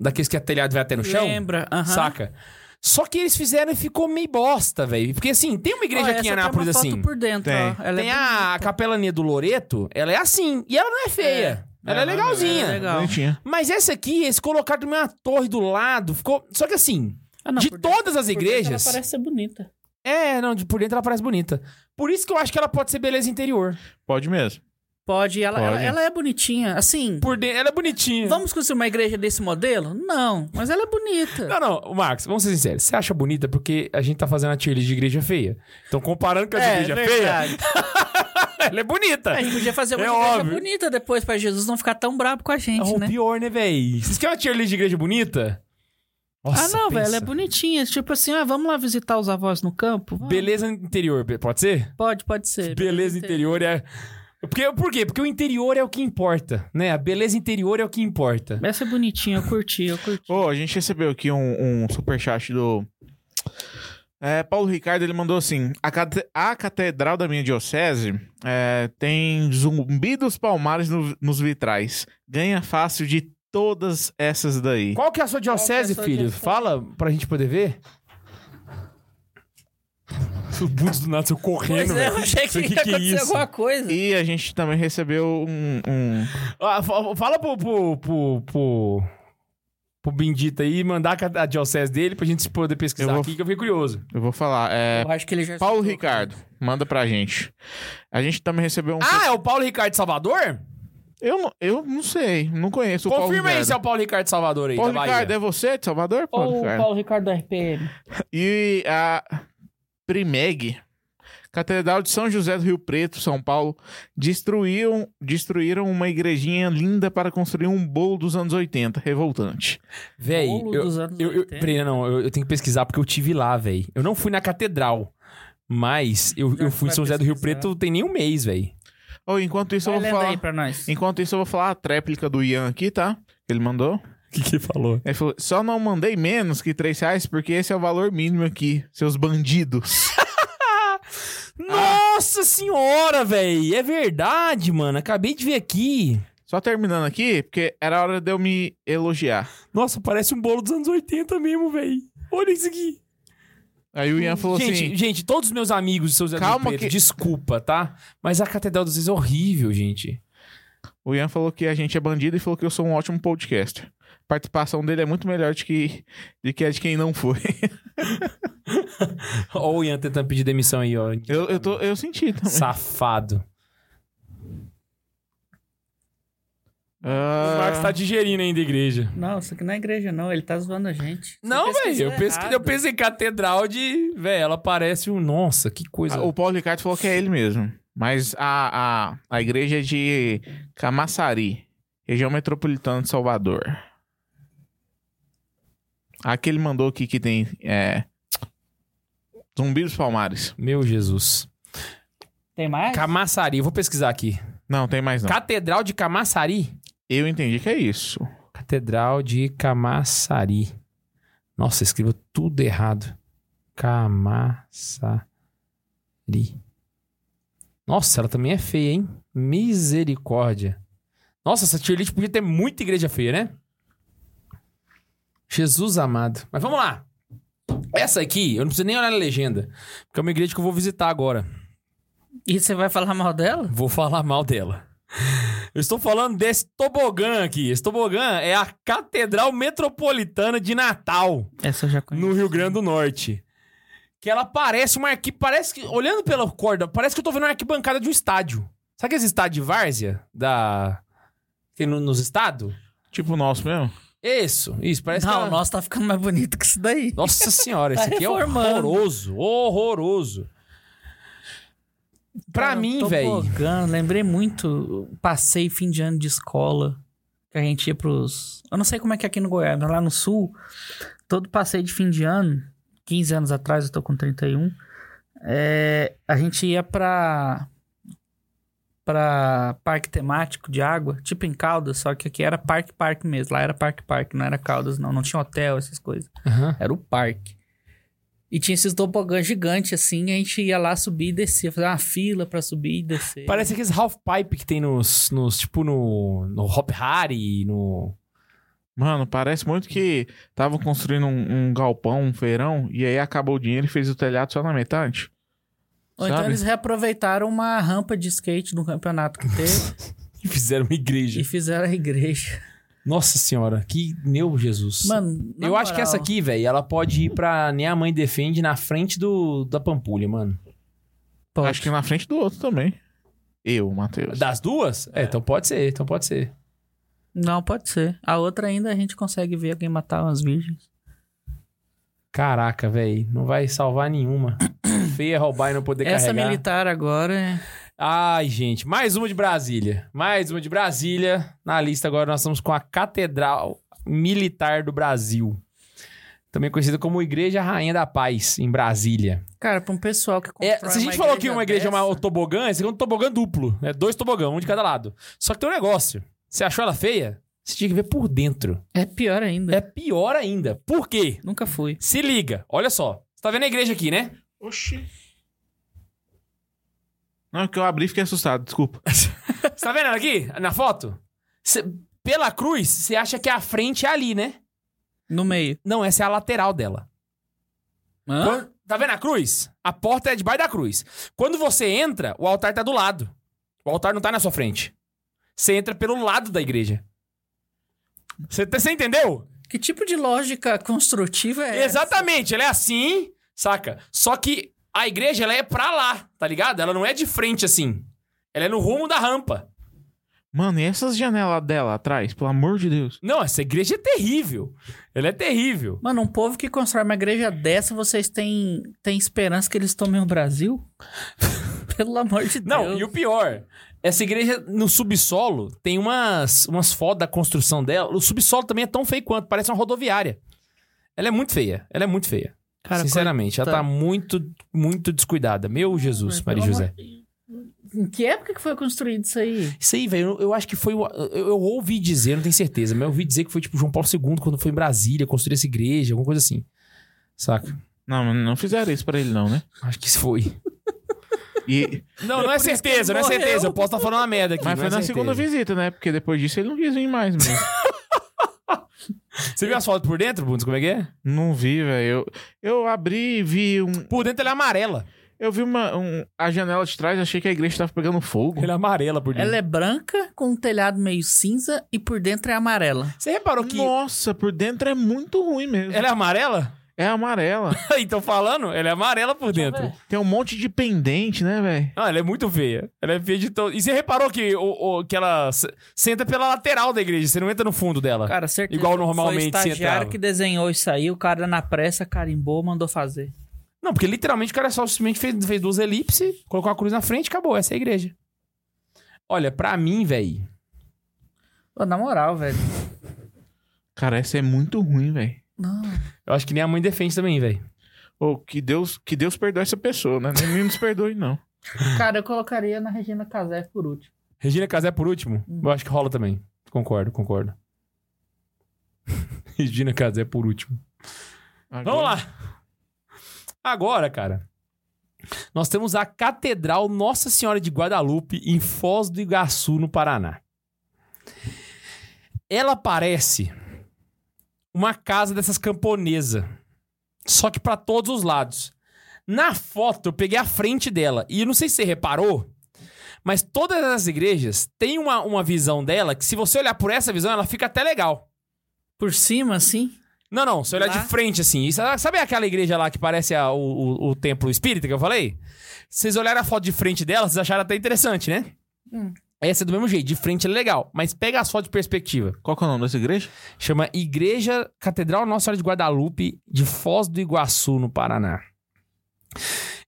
Speaker 1: daqueles que a telhado vai até no chão,
Speaker 2: Lembra? aham.
Speaker 1: saca? Só que eles fizeram e ficou meio bosta, velho. Porque assim, tem uma igreja
Speaker 2: Ó,
Speaker 1: aqui em
Speaker 2: essa tem
Speaker 1: Anápolis
Speaker 2: uma foto
Speaker 1: assim.
Speaker 2: por dentro,
Speaker 3: Tem.
Speaker 2: ó. Ela é
Speaker 1: Tem a, a capelania do Loreto, ela é assim. E ela não é feia. Ela é,
Speaker 3: É,
Speaker 1: legalzinha.
Speaker 2: é legal.
Speaker 3: Bonitinha.
Speaker 1: Mas essa aqui, eles colocaram também uma torre do lado. Ficou. Só que assim,
Speaker 2: Ah, não,
Speaker 1: de
Speaker 2: por dentro-
Speaker 1: todas as
Speaker 2: por dentro
Speaker 1: igrejas.
Speaker 2: Ela parece ser bonita.
Speaker 1: É, não, de por dentro ela parece bonita. Por isso que eu acho que ela pode ser beleza interior.
Speaker 3: Pode mesmo.
Speaker 2: Pode, ela,
Speaker 3: Pode.
Speaker 2: Ela, ela é bonitinha. Assim,
Speaker 1: Por dentro, ela é bonitinha.
Speaker 2: vamos construir uma igreja desse modelo? Não, mas ela é bonita.
Speaker 1: Não, não, Max, vamos ser sinceros. Você acha bonita porque a gente tá fazendo a tier list de igreja feia. Então, comparando com a de igreja feia,
Speaker 2: verdade.
Speaker 1: ela é bonita.
Speaker 2: A gente podia fazer uma
Speaker 1: É
Speaker 2: igreja
Speaker 1: óbvio.
Speaker 2: bonita depois pra Jesus não ficar tão brabo com a gente,
Speaker 1: Ou
Speaker 2: né?
Speaker 1: pior, né, véi? Vocês querem uma tier list de igreja bonita? Nossa,
Speaker 2: ah, não,
Speaker 1: pensa.
Speaker 2: velho, ela é bonitinha. Tipo assim, ah, vamos lá visitar os avós no campo? Vamos.
Speaker 1: Beleza interior, be- pode ser?
Speaker 2: Pode, pode ser.
Speaker 1: Beleza interior é... Porque, por quê? Porque o interior é o que importa, né? A beleza interior é o que importa.
Speaker 2: Essa é bonitinha, eu curti, eu curti.
Speaker 3: Ô, a gente recebeu aqui um, um superchat do. É, Paulo Ricardo, ele mandou assim: a, cate- a catedral da minha diocese é, tem zumbi dos palmares no- nos vitrais. Ganha fácil de todas essas daí.
Speaker 1: Qual que é a sua diocese,
Speaker 2: Qual que é a sua
Speaker 1: filho?
Speaker 2: diocese?
Speaker 1: Fala pra gente poder ver. O Budos do nada saiu correndo,
Speaker 2: Pois é, eu
Speaker 1: velho.
Speaker 2: achei que
Speaker 1: Isso
Speaker 2: ia
Speaker 1: aqui que é
Speaker 2: acontecer
Speaker 1: isso?
Speaker 2: alguma coisa.
Speaker 3: E a gente também recebeu um. um-
Speaker 1: Ah, fa- Fala pro, pro, pro, pro, pro Bendito aí mandar a a diocese dele pra gente poder pesquisar
Speaker 3: Eu vou-
Speaker 1: aqui, que eu fiquei curioso.
Speaker 3: Eu vou falar. É,
Speaker 2: Eu acho que ele já
Speaker 3: Paulo
Speaker 2: escutou.
Speaker 3: Ricardo, manda pra gente. A gente também recebeu um.
Speaker 1: Ah, é o Paulo Ricardo de Salvador?
Speaker 3: Eu, não- eu não sei, não conheço o Paulo
Speaker 1: Confirma aí
Speaker 3: Ricardo.
Speaker 1: se é o Paulo Ricardo de Salvador aí,
Speaker 3: Paulo
Speaker 1: da Bahia.
Speaker 3: Ricardo, é você de Salvador? Paulo
Speaker 2: Ou o
Speaker 3: Ricardo.
Speaker 2: Paulo Ricardo do RPM.
Speaker 3: E a Primeg, Catedral de São José do Rio Preto, São Paulo, destruíram, destruíram uma igrejinha linda para construir um bolo dos anos 80, revoltante.
Speaker 1: Véi,
Speaker 2: Bolo
Speaker 1: eu,
Speaker 2: dos anos
Speaker 1: eu, eu,
Speaker 2: 80.
Speaker 1: peraí, não, eu, eu tenho que pesquisar porque eu tive lá, véi. Eu não fui na catedral, mas eu,
Speaker 2: Já
Speaker 1: eu
Speaker 2: que
Speaker 1: fui em
Speaker 2: vai
Speaker 1: São José do Rio
Speaker 2: pesquisar.
Speaker 1: Preto tem nem um mês, véi.
Speaker 3: Oh, enquanto isso
Speaker 2: Vai
Speaker 3: eu vou
Speaker 2: lendo
Speaker 3: falar,
Speaker 2: aí pra nós.
Speaker 3: enquanto isso eu vou falar a tréplica do Ian aqui, tá? Que Ele mandou.
Speaker 1: O que que ele falou?
Speaker 3: Ele falou: "Só não mandei menos que três reais porque esse é o valor mínimo aqui, seus bandidos."
Speaker 1: Nossa senhora, véi! É verdade, mano. Acabei de ver aqui.
Speaker 3: Só terminando aqui, porque era hora de eu me elogiar.
Speaker 1: Nossa, parece um bolo dos anos 80 mesmo, véi. Olha isso aqui.
Speaker 3: Aí o Ian falou
Speaker 1: gente,
Speaker 3: assim:
Speaker 1: gente, todos os meus amigos de São José do Rio
Speaker 3: Calma
Speaker 1: Preto,
Speaker 3: que-
Speaker 1: desculpa, tá? Mas a Catedral dos Vezes é horrível, gente.
Speaker 3: O Ian falou que a gente é bandido e falou que eu sou um ótimo podcaster. A participação dele é muito melhor de que, de que a de quem não foi.
Speaker 1: Olha o Ian tentando pedir demissão aí, ó.
Speaker 3: Eu, eu, tô, eu senti também.
Speaker 1: Safado.
Speaker 3: Ah,
Speaker 1: O Marcos tá digerindo ainda a igreja.
Speaker 2: Não, isso aqui não é igreja, não. Ele tá zoando a gente.
Speaker 1: Não,
Speaker 2: Você
Speaker 1: velho.
Speaker 2: pesquisou
Speaker 1: Eu, pesquei- eu
Speaker 2: errado.
Speaker 1: pensei em catedral de. Velho, ela parece um. Nossa, que coisa.
Speaker 3: ah, o Paulo Ricardo falou que é ele mesmo. Mas a, a, a igreja é de Camaçari, região metropolitana de Salvador. Aquele mandou aqui que tem. É, Zumbi dos Palmares.
Speaker 1: Meu Jesus.
Speaker 2: Tem mais?
Speaker 1: Camaçari, eu vou pesquisar aqui.
Speaker 3: Não, tem mais não.
Speaker 1: Catedral de Camaçari?
Speaker 3: Eu entendi que é isso.
Speaker 1: Catedral de Camaçari. Nossa, escreveu tudo errado. Camaçari. Nossa, ela também é feia, hein? Misericórdia. Nossa, essa tier list podia ter muita igreja feia, né? Jesus amado. Mas vamos lá. Essa aqui, eu não preciso nem olhar na legenda. Porque é uma igreja que eu vou visitar agora.
Speaker 2: E você vai falar mal dela?
Speaker 1: Vou falar mal dela. Eu estou falando desse tobogã aqui. Esse tobogã é a Catedral Metropolitana de Natal,
Speaker 2: Essa eu já conheço.
Speaker 1: no Rio Grande do Norte. Que ela parece uma arqui... Parece que, olhando pela corda, parece que eu tô vendo uma arquibancada de um estádio. Sabe aqueles estádios de várzea? Da... Tem no- nos estados?
Speaker 3: Tipo o nosso mesmo?
Speaker 1: Isso, isso. Parece que
Speaker 2: Não,
Speaker 1: ela-
Speaker 2: o nosso tá ficando mais bonito que isso daí.
Speaker 1: Nossa senhora,
Speaker 2: Tá
Speaker 1: esse aqui é
Speaker 2: reformando.
Speaker 1: horroroso. Horroroso. Pra
Speaker 2: Cara,
Speaker 1: mim,
Speaker 2: tobogã,
Speaker 1: velho...
Speaker 2: Lembrei muito o passeio fim de ano de escola. Que a gente ia pros. Eu não sei como é que é aqui no Goiás, mas lá no sul, todo passeio de fim de ano, 15 anos atrás, eu tô com 31. é, a gente ia pra. pra parque temático de água, tipo em Caldas, só que aqui era parque, parque mesmo. Lá era parque, parque, não era Caldas, não. Não tinha hotel, essas coisas.
Speaker 1: Aham.
Speaker 2: Era o parque. E tinha esses tobogãs gigantes, assim, a gente ia lá subir e descer, fazer uma fila pra subir e descer.
Speaker 1: Parece aqueles half pipe que tem nos, nos tipo no, no Hop Harry, no
Speaker 3: Mano, parece muito que tava construindo um, um galpão, um feirão, e aí acabou o dinheiro e fez o telhado só na metade.
Speaker 2: Ou então
Speaker 3: sabe?
Speaker 2: eles reaproveitaram uma rampa de skate no campeonato que teve
Speaker 1: e fizeram uma igreja.
Speaker 2: e fizeram a igreja.
Speaker 1: Nossa senhora, que meu Jesus.
Speaker 2: Mano,
Speaker 1: eu
Speaker 2: na
Speaker 1: acho que
Speaker 2: moral,
Speaker 1: essa aqui, velho, ela pode ir pra nem a mãe defende na frente do da Pampulha, mano.
Speaker 2: pode.
Speaker 3: Acho que é na frente do outro também. Eu, Matheus.
Speaker 1: Das duas? É, então pode ser, então pode ser.
Speaker 2: Não, pode ser. A outra ainda a gente consegue ver alguém matar umas virgens.
Speaker 1: Caraca, velho, não vai salvar nenhuma. Feia roubar e não poder
Speaker 2: Essa
Speaker 1: carregar.
Speaker 2: militar agora é...
Speaker 1: Ai, gente, mais uma de Brasília. Mais uma de Brasília. Na lista agora nós estamos com a Catedral Militar do Brasil. Também conhecida como Igreja Rainha da Paz, em Brasília.
Speaker 2: Cara, pra um pessoal que
Speaker 1: É,
Speaker 2: constrói
Speaker 1: se a gente
Speaker 2: uma
Speaker 1: falou que uma igreja é
Speaker 2: dessa,
Speaker 1: um tobogã, esse aqui é um tobogã duplo. É dois tobogãs, um de cada lado. Só que tem um negócio. Você achou ela feia? Você tinha que ver por dentro.
Speaker 2: É pior ainda.
Speaker 1: É pior ainda. Por quê?
Speaker 2: Nunca fui.
Speaker 1: Se liga, olha só. Você tá vendo a igreja aqui, né?
Speaker 3: Oxi. Não, é que eu abri e fiquei assustado, desculpa.
Speaker 1: Você tá vendo ela aqui? Na foto? Cê- pela cruz, você acha que a frente é ali, né?
Speaker 2: No meio.
Speaker 1: Não, essa é a lateral dela.
Speaker 2: Hã?
Speaker 1: Quando- tá vendo a cruz? A porta é debaixo da cruz. Quando você entra, o altar tá do lado. O altar não tá na sua frente. Você entra pelo lado da igreja. Você, tá, você entendeu?
Speaker 2: Que tipo de lógica construtiva é essa?
Speaker 1: Exatamente, ela é assim, saca? Só que a igreja, ela é pra lá, tá ligado? Ela não é de frente assim. Ela é no rumo da rampa.
Speaker 3: Mano, e essas janelas dela atrás, pelo amor de Deus?
Speaker 1: Não, essa igreja é terrível. Ela é terrível.
Speaker 2: Mano, um povo que constrói uma igreja dessa, vocês têm, têm esperança que eles tomem o Brasil? Pelo amor de
Speaker 1: Não,
Speaker 2: Deus.
Speaker 1: e o pior, essa igreja no subsolo tem umas, umas fotos da construção dela. O subsolo também é tão feio quanto, parece uma rodoviária. Ela é muito feia, ela é muito feia.
Speaker 2: Cara,
Speaker 1: Sinceramente, ela tá
Speaker 2: coitada.
Speaker 1: muito, muito descuidada. Meu Jesus,
Speaker 2: Mas,
Speaker 1: Maria
Speaker 2: pelo
Speaker 1: José.
Speaker 2: amor- Em que época que foi construído isso aí?
Speaker 1: Isso aí, velho, eu- eu acho que foi. o- Eu, eu ouvi dizer, não tenho certeza, mas eu ouvi dizer que foi tipo João Paulo II, quando foi em Brasília construir essa igreja, alguma coisa assim. Saca?
Speaker 3: Não, mano, não fizeram isso pra ele, não, né?
Speaker 1: Acho que isso foi.
Speaker 3: E,
Speaker 1: Não, não é
Speaker 2: isso que ele
Speaker 1: certeza, não é
Speaker 2: morreu.
Speaker 1: certeza. Eu posso estar falando uma merda aqui.
Speaker 3: mas
Speaker 1: não
Speaker 3: foi
Speaker 1: é
Speaker 3: na
Speaker 1: certeza.
Speaker 3: segunda visita, né? Porque depois disso ele não quis vir mais mesmo.
Speaker 1: Você viu as fotos por dentro, Bundes? Como é que é?
Speaker 3: não vi, velho. Eu, eu abri e vi um.
Speaker 1: Por dentro ela é amarela.
Speaker 3: Eu vi uma, um- a janela de trás, achei que a igreja tava pegando fogo.
Speaker 1: Ele amarela por dentro.
Speaker 2: Ela é branca, com um telhado meio cinza e por dentro é amarela.
Speaker 1: Você reparou que
Speaker 3: Nossa, por dentro é muito ruim mesmo.
Speaker 1: ela é amarela?
Speaker 3: É amarela.
Speaker 1: então falando, ela é amarela por dentro.
Speaker 2: ver.
Speaker 3: Tem um monte de pendente, né, velho?
Speaker 1: Não, ela é muito feia. Ela é feia de todo. E você reparou que, o, o- que ela se- senta pela lateral da igreja, você não entra no fundo dela.
Speaker 2: Cara, certeza.
Speaker 1: Igual
Speaker 2: que
Speaker 1: normalmente se
Speaker 2: Foi o estagiário
Speaker 1: entrava.
Speaker 2: que desenhou isso aí, o cara na pressa carimbou, mandou fazer.
Speaker 1: Não, porque literalmente o cara só simplesmente fez, fez duas elipses, colocou a cruz na frente e acabou. Essa é a igreja. Olha, pra mim, velho.
Speaker 2: Pô, na moral, velho.
Speaker 3: Cara, essa é muito ruim, velho.
Speaker 2: Não.
Speaker 1: Eu acho que nem a mãe defende também, velho.
Speaker 3: Ô, que Deus, que Deus perdoe essa pessoa, né? Nem nos perdoe, não.
Speaker 2: Cara, eu colocaria na Regina Casé por último.
Speaker 1: Regina Casé por último?
Speaker 2: Hum.
Speaker 1: Eu acho que rola também. Concordo, concordo. Regina Casé por último. Vamos
Speaker 3: Agora-
Speaker 1: lá. Agora, cara. Nós temos a Catedral Nossa Senhora de Guadalupe em Foz do Iguaçu, no Paraná. Ela parece uma casa dessas camponesa, só que para todos os lados. Na foto eu peguei a frente dela e eu não sei se você reparou, mas todas as igrejas têm uma, uma visão dela que se você olhar por essa visão ela fica até legal.
Speaker 2: Por cima, assim?
Speaker 1: Não, não, se olhar
Speaker 2: Lá?
Speaker 1: de frente assim. Isso- sabe aquela igreja lá que parece a- o, o- o templo espírita que eu falei? Vocês olharam a foto de frente dela, vocês acharam até interessante, né?
Speaker 2: Hum.
Speaker 1: Essa é do mesmo jeito, de frente é legal, mas pega as fotos de perspectiva.
Speaker 3: Qual que é o nome dessa igreja?
Speaker 1: Chama Igreja Catedral Nossa Senhora de Guadalupe, de Foz do Iguaçu, no Paraná.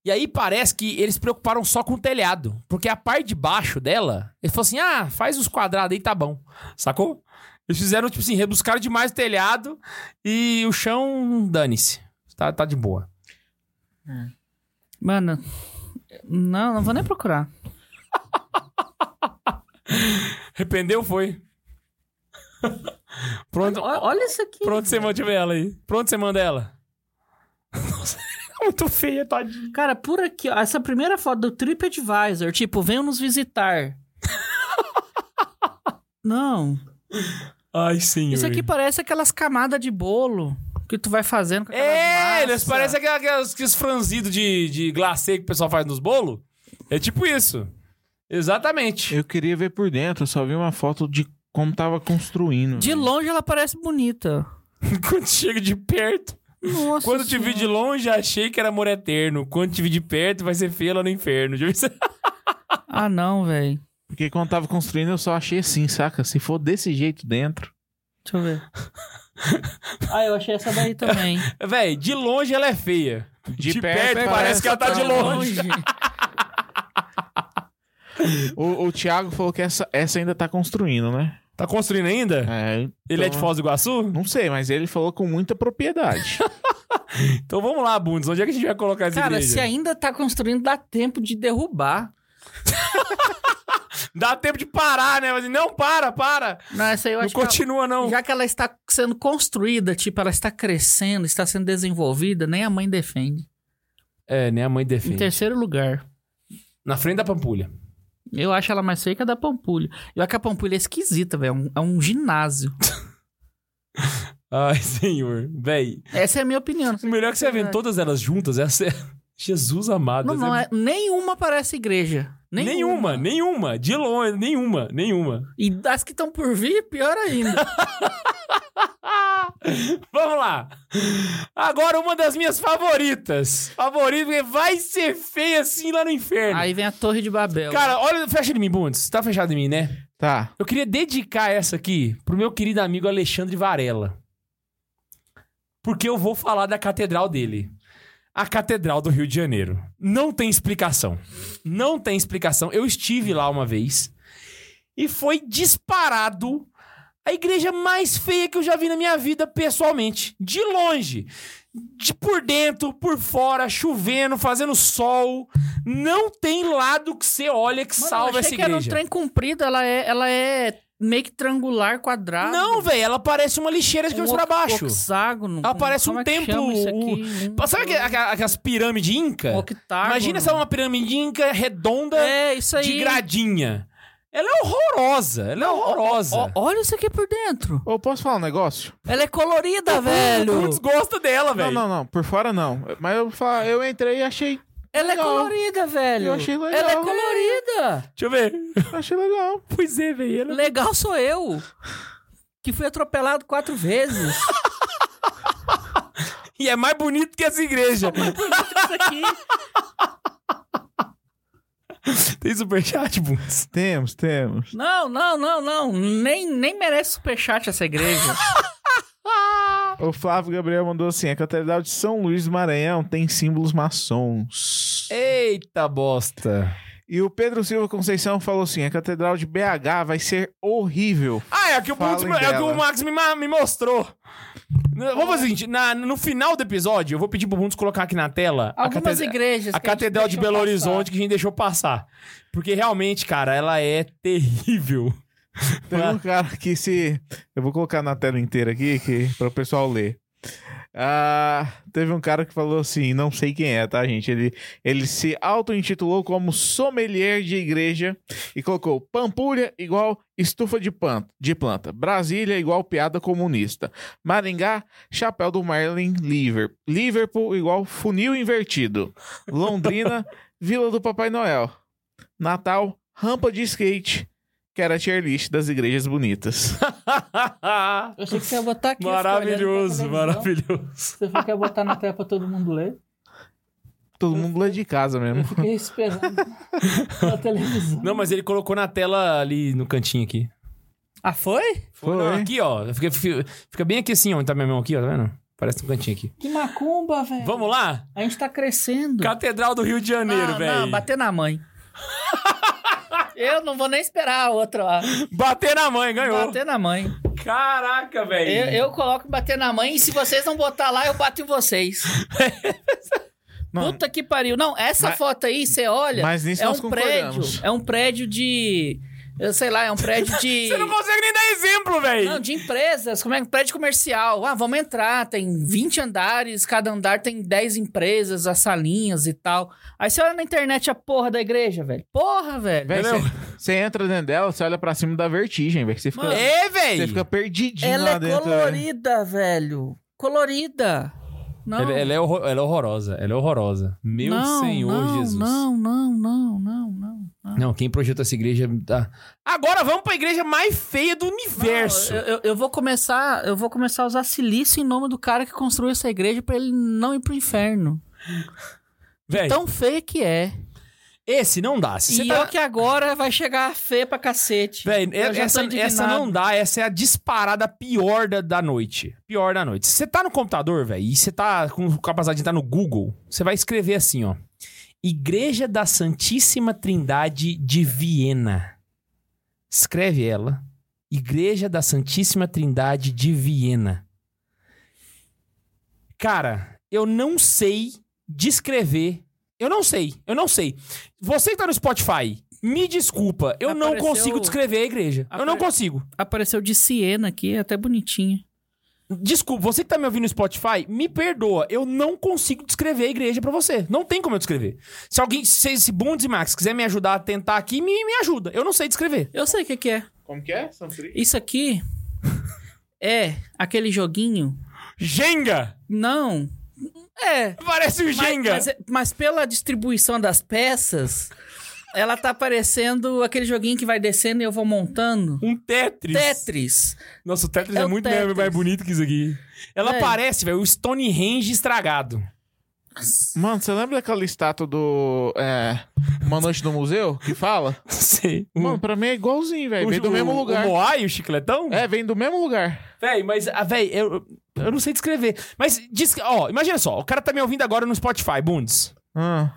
Speaker 1: E aí parece que eles se preocuparam só com o telhado, porque a parte de baixo dela, eles falaram assim: ah, faz os quadrados aí, tá bom. Sacou? Eles fizeram, tipo assim, rebuscaram demais o telhado e o chão, dane-se. Tá, tá de boa.
Speaker 2: Mano, não, não vou nem procurar.
Speaker 1: Arrependeu, foi. Pronto,
Speaker 2: Olha, olha isso aqui.
Speaker 1: pronto você mantive ela aí. Pronto, você manda ela. Nossa, é muito feia, tadinha.
Speaker 2: Cara, por aqui, ó, essa primeira foto do TripAdvisor, tipo, venham nos visitar. não.
Speaker 1: Ai, senhor.
Speaker 2: Isso aqui parece aquelas camadas de bolo que tu vai fazendo com aquela
Speaker 1: É,
Speaker 2: massa.
Speaker 1: eles parecem aquela- aquelas- aqueles franzidos de, de glacê que o pessoal faz nos bolos. É tipo isso. Exatamente.
Speaker 3: Eu queria ver por dentro, só vi uma foto de como tava construindo.
Speaker 2: De
Speaker 3: velho.
Speaker 2: longe ela parece bonita.
Speaker 1: Quando chega de perto.
Speaker 2: Nossa
Speaker 1: Quando te vi
Speaker 2: Senhora.
Speaker 1: de longe, achei que era amor eterno. Quando te vi de perto, vai ser feia lá no inferno. Já viu isso?
Speaker 2: Ah, não, velho.
Speaker 3: Porque quando tava construindo, eu só achei assim, saca? Se for desse jeito dentro.
Speaker 2: Deixa eu ver. ah, eu achei essa daí também.
Speaker 1: Véi, de longe ela é feia.
Speaker 3: De,
Speaker 1: parece que ela tá de longe.
Speaker 3: O, o Thiago falou que essa, essa ainda tá construindo, né?
Speaker 1: Tá construindo ainda?
Speaker 3: É,
Speaker 1: Ele é de
Speaker 3: então-
Speaker 1: Foz do Iguaçu?
Speaker 3: Não sei, mas ele falou com muita propriedade.
Speaker 1: Então vamos lá, Bundes. Onde é que a gente vai colocar essa
Speaker 2: Cara,
Speaker 1: igreja?
Speaker 2: se ainda tá construindo, dá tempo de derrubar.
Speaker 1: Dá tempo de parar, né? Mas não, para, para.
Speaker 2: Não, essa aí eu
Speaker 1: Não
Speaker 2: acho que é ela-
Speaker 1: continua, não.
Speaker 2: Já que ela está sendo construída, tipo, ela está crescendo, está sendo desenvolvida, nem a mãe defende.
Speaker 1: É, né? A mãe
Speaker 2: Em
Speaker 1: defende.
Speaker 2: terceiro lugar,
Speaker 1: Na frente da Pampulha.
Speaker 2: eu acho ela mais feia que a da Pampulha. Eu acho que a Pampulha é esquisita, velho. é um- É um ginásio.
Speaker 1: Ai, senhor. Véi,
Speaker 2: Essa é a minha opinião.
Speaker 1: O melhor é que você vê todas elas juntas, essa é. Jesus amado.
Speaker 2: Não,
Speaker 1: essa
Speaker 2: não,
Speaker 1: é-
Speaker 2: é- nenhuma parece igreja. Nenhuma.
Speaker 1: Nenhuma, nenhuma, de longe, nenhuma, nenhuma.
Speaker 2: E das que estão por vir, pior ainda.
Speaker 1: Vamos lá. Agora uma das minhas favoritas. Favorita, porque vai ser feia assim lá no inferno.
Speaker 2: Aí vem a Torre de Babel.
Speaker 1: Cara, olha, fecha em mim, Bundes. Tá fechado em mim, né?
Speaker 3: tá.
Speaker 1: Eu queria dedicar essa aqui pro meu querido amigo Alexandre Varela. Porque eu vou falar da catedral dele. A Catedral do Rio de Janeiro. Não tem explicação. Não tem explicação. Eu estive lá uma vez e foi disparado a igreja mais feia que eu já vi na minha vida pessoalmente. De longe. De por dentro, por fora, chovendo, fazendo sol. Não tem lado que você olha que
Speaker 2: Mano,
Speaker 1: salva
Speaker 2: eu achei
Speaker 1: essa
Speaker 2: que era um
Speaker 1: igreja.
Speaker 2: trem comprido, ela é, ela é meio que triangular, quadrado.
Speaker 1: Não, velho, ela parece uma lixeira de
Speaker 2: um
Speaker 1: cabeça pra baixo.
Speaker 2: Oxágono.
Speaker 1: Ela
Speaker 2: com-
Speaker 1: parece
Speaker 2: como
Speaker 1: um
Speaker 2: é que
Speaker 1: templo,
Speaker 2: chama Isso aqui? Um-
Speaker 1: Sabe aqua- aqua- aquelas pirâmides
Speaker 2: um
Speaker 1: inca?
Speaker 2: octágono.
Speaker 1: Imagina se é uma pirâmide inca redonda
Speaker 2: É, isso aí.
Speaker 1: de gradinha. Ela é horrorosa, ela é horrorosa.
Speaker 2: Ó, olha isso aqui por dentro.
Speaker 3: Ô, posso falar um negócio?
Speaker 2: Ela é colorida,
Speaker 1: O
Speaker 2: velho.
Speaker 1: Bundes gosta dela,
Speaker 3: Não,
Speaker 1: velho.
Speaker 3: não, não. Por fora não. Mas eu, vou falar, eu entrei e achei
Speaker 2: Ela é
Speaker 3: legal.
Speaker 2: colorida, velho.
Speaker 3: Eu achei legal.
Speaker 2: Ela é colorida.
Speaker 1: Deixa eu ver.
Speaker 3: Achei legal.
Speaker 1: Pois é, velho. ela-
Speaker 2: Legal sou eu. Que fui atropelado quatro vezes.
Speaker 1: E é mais bonito que essa igreja.
Speaker 2: Isso aqui.
Speaker 1: Tem superchat, Bundes?
Speaker 3: Temos, temos.
Speaker 2: Não, não, não, não. Nem, nem merece superchat essa igreja.
Speaker 3: O Flávio Gabriel mandou assim: a Catedral de São Luís do Maranhão tem símbolos maçons.
Speaker 1: Eita bosta.
Speaker 3: E o Pedro Silva Conceição falou assim: a Catedral de BH vai ser horrível.
Speaker 1: Ah, é que o
Speaker 3: Falem
Speaker 1: Bundes, é que
Speaker 3: dela.
Speaker 1: o Max me, ma- me mostrou. N- Vamos fazer o seguinte, na- no final do episódio, eu vou pedir pro Bundes colocar aqui na tela a,
Speaker 2: Algumas
Speaker 1: catedra-
Speaker 2: igrejas.
Speaker 1: a
Speaker 2: que gente
Speaker 1: Catedral de
Speaker 2: deixou
Speaker 1: Belo
Speaker 2: passar.
Speaker 1: Horizonte que a gente deixou passar. Porque realmente, cara, ela é terrível.
Speaker 3: Tem um cara que se. Eu vou colocar na tela inteira aqui que, para o pessoal ler. Ah, teve um cara que falou assim, não sei quem é, tá, gente? Ele, ele se auto-intitulou como sommelier de igreja e colocou Pampulha igual estufa de, pan, de planta, Brasília igual piada comunista, Maringá, chapéu do Marlin Liver, Liverpool igual funil invertido, Londrina, Vila do Papai Noel, Natal, rampa de skate, que era a tier list das igrejas bonitas.
Speaker 2: Eu achei que você ia botar aqui. eu fiquei olhando pra
Speaker 1: maravilhoso,
Speaker 2: televisão.
Speaker 1: maravilhoso.
Speaker 2: Você falou que ia botar na tela pra todo mundo ler.
Speaker 3: Todo mundo lá de casa
Speaker 2: Eu
Speaker 3: mesmo.
Speaker 2: fiquei esperando na televisão.
Speaker 1: Não, mas ele colocou na tela ali no cantinho aqui.
Speaker 2: Ah, foi?
Speaker 1: Foi.
Speaker 3: Foi.
Speaker 1: Não, aqui, ó. Fica, fica- fica bem aqui assim, ó. Tá minha mão aqui, ó. Tá vendo? Parece um cantinho aqui.
Speaker 2: Que macumba, velho.
Speaker 1: Vamos lá?
Speaker 2: A gente tá crescendo.
Speaker 1: Catedral do Rio de Janeiro,
Speaker 2: não,
Speaker 1: velho.
Speaker 2: Ah, não, bater na mãe. Eu não vou nem esperar a outra lá.
Speaker 1: Bater na mãe, ganhou.
Speaker 2: Bater na mãe.
Speaker 1: Caraca, velho.
Speaker 2: Eu, eu coloco bater na mãe e se vocês não botar lá, eu bato em vocês.
Speaker 3: Não.
Speaker 2: Puta que pariu. Não, essa
Speaker 3: Mas-
Speaker 2: foto aí, você olha,
Speaker 3: mas nisso
Speaker 2: é
Speaker 3: nós
Speaker 2: um prédio.
Speaker 3: concordamos.
Speaker 2: É um prédio de. Eu sei lá, é um prédio de.
Speaker 1: Você não consegue nem dar exemplo,
Speaker 2: Não,
Speaker 1: velho.
Speaker 2: de empresas, como é um prédio comercial. Ah, vamos entrar, tem 20 andares, cada andar tem 10 empresas, as salinhas e tal. Aí você olha na internet a porra da igreja, velho. Porra, velho.
Speaker 3: Véi,
Speaker 1: Entendeu?
Speaker 3: cê- Você entra dentro dela, você olha pra cima da vertigem, velho. Você fica,
Speaker 2: Mano,
Speaker 1: É,
Speaker 3: você
Speaker 1: velho.
Speaker 3: fica perdidinho
Speaker 2: Ela
Speaker 3: lá
Speaker 2: é
Speaker 3: dentro. velho.
Speaker 2: colorida, velho. Colorida. Não.
Speaker 1: Ela, ela é horro- ela é horrorosa. Ela é horrorosa. Meu
Speaker 2: não,
Speaker 1: Senhor
Speaker 2: não,
Speaker 1: Jesus.
Speaker 2: Não, não, não, não, não. não.
Speaker 1: Não, quem projetou essa igreja. tá. Agora vamos pra igreja mais feia do universo.
Speaker 2: Não, eu, eu- eu vou começar, eu vou começar a usar silício em nome do cara que construiu essa igreja pra ele não ir pro inferno.
Speaker 1: Véi,
Speaker 2: Tão feia que é.
Speaker 1: esse não dá. Se você
Speaker 2: e
Speaker 1: tá-
Speaker 2: eu que agora vai chegar feia pra cacete.
Speaker 1: Véi,
Speaker 2: Eu já tô
Speaker 1: essa,
Speaker 2: indignado.
Speaker 1: essa não dá, essa é a disparada pior da, da noite. Pior da noite. Se você tá no computador, velho, e você tá com capacidade de entrar no Google, você vai escrever assim, ó. Igreja da Santíssima Trindade de Viena. Escreve ela. Igreja da Santíssima Trindade de Viena. Cara, eu não sei descrever. Eu não sei, eu não sei. Você que tá no Spotify, me desculpa, eu não
Speaker 2: Apareceu-
Speaker 1: consigo descrever a igreja. Eu não
Speaker 2: Apare-
Speaker 1: consigo.
Speaker 2: Apareceu de Siena aqui, é até bonitinha.
Speaker 1: Desculpa, você que tá me ouvindo no Spotify, me perdoa. Eu não consigo descrever a igreja pra você. Não tem como eu descrever. Se alguém, se, se Bundes e Max quiser me ajudar a tentar aqui, me, me ajuda. Eu não sei descrever.
Speaker 2: Eu sei o que, que é.
Speaker 3: Como que é? São Tri?
Speaker 2: Isso aqui é aquele joguinho.
Speaker 1: Jenga!
Speaker 2: Não. É,
Speaker 1: Parece um
Speaker 2: Mas-
Speaker 1: Jenga!
Speaker 2: Mas, é, mas pela distribuição das peças, ela tá parecendo aquele joguinho que vai descendo e eu vou montando.
Speaker 1: Um Tetris.
Speaker 2: Tetris.
Speaker 1: Nossa, o Tetris
Speaker 2: É
Speaker 1: é,
Speaker 2: o
Speaker 1: muito
Speaker 2: Tetris. É.
Speaker 1: mais- mais bonito que isso aqui. Ela
Speaker 2: Velho.
Speaker 1: parece, velho, o Stonehenge estragado.
Speaker 3: Mano, você lembra daquela estátua do. É, Uma Noite no Museu? Que fala?
Speaker 1: Sei.
Speaker 3: Mano, pra mim é igualzinho, velho. Vem do mesmo lugar.
Speaker 1: O Moai, o chicletão?
Speaker 3: É, vem do mesmo lugar.
Speaker 1: Véi, mas, ah, véi, eu, eu não sei descrever. Mas, diz, que- ó, imagina só, o cara tá me ouvindo agora no Spotify, Bundes.
Speaker 3: Ah,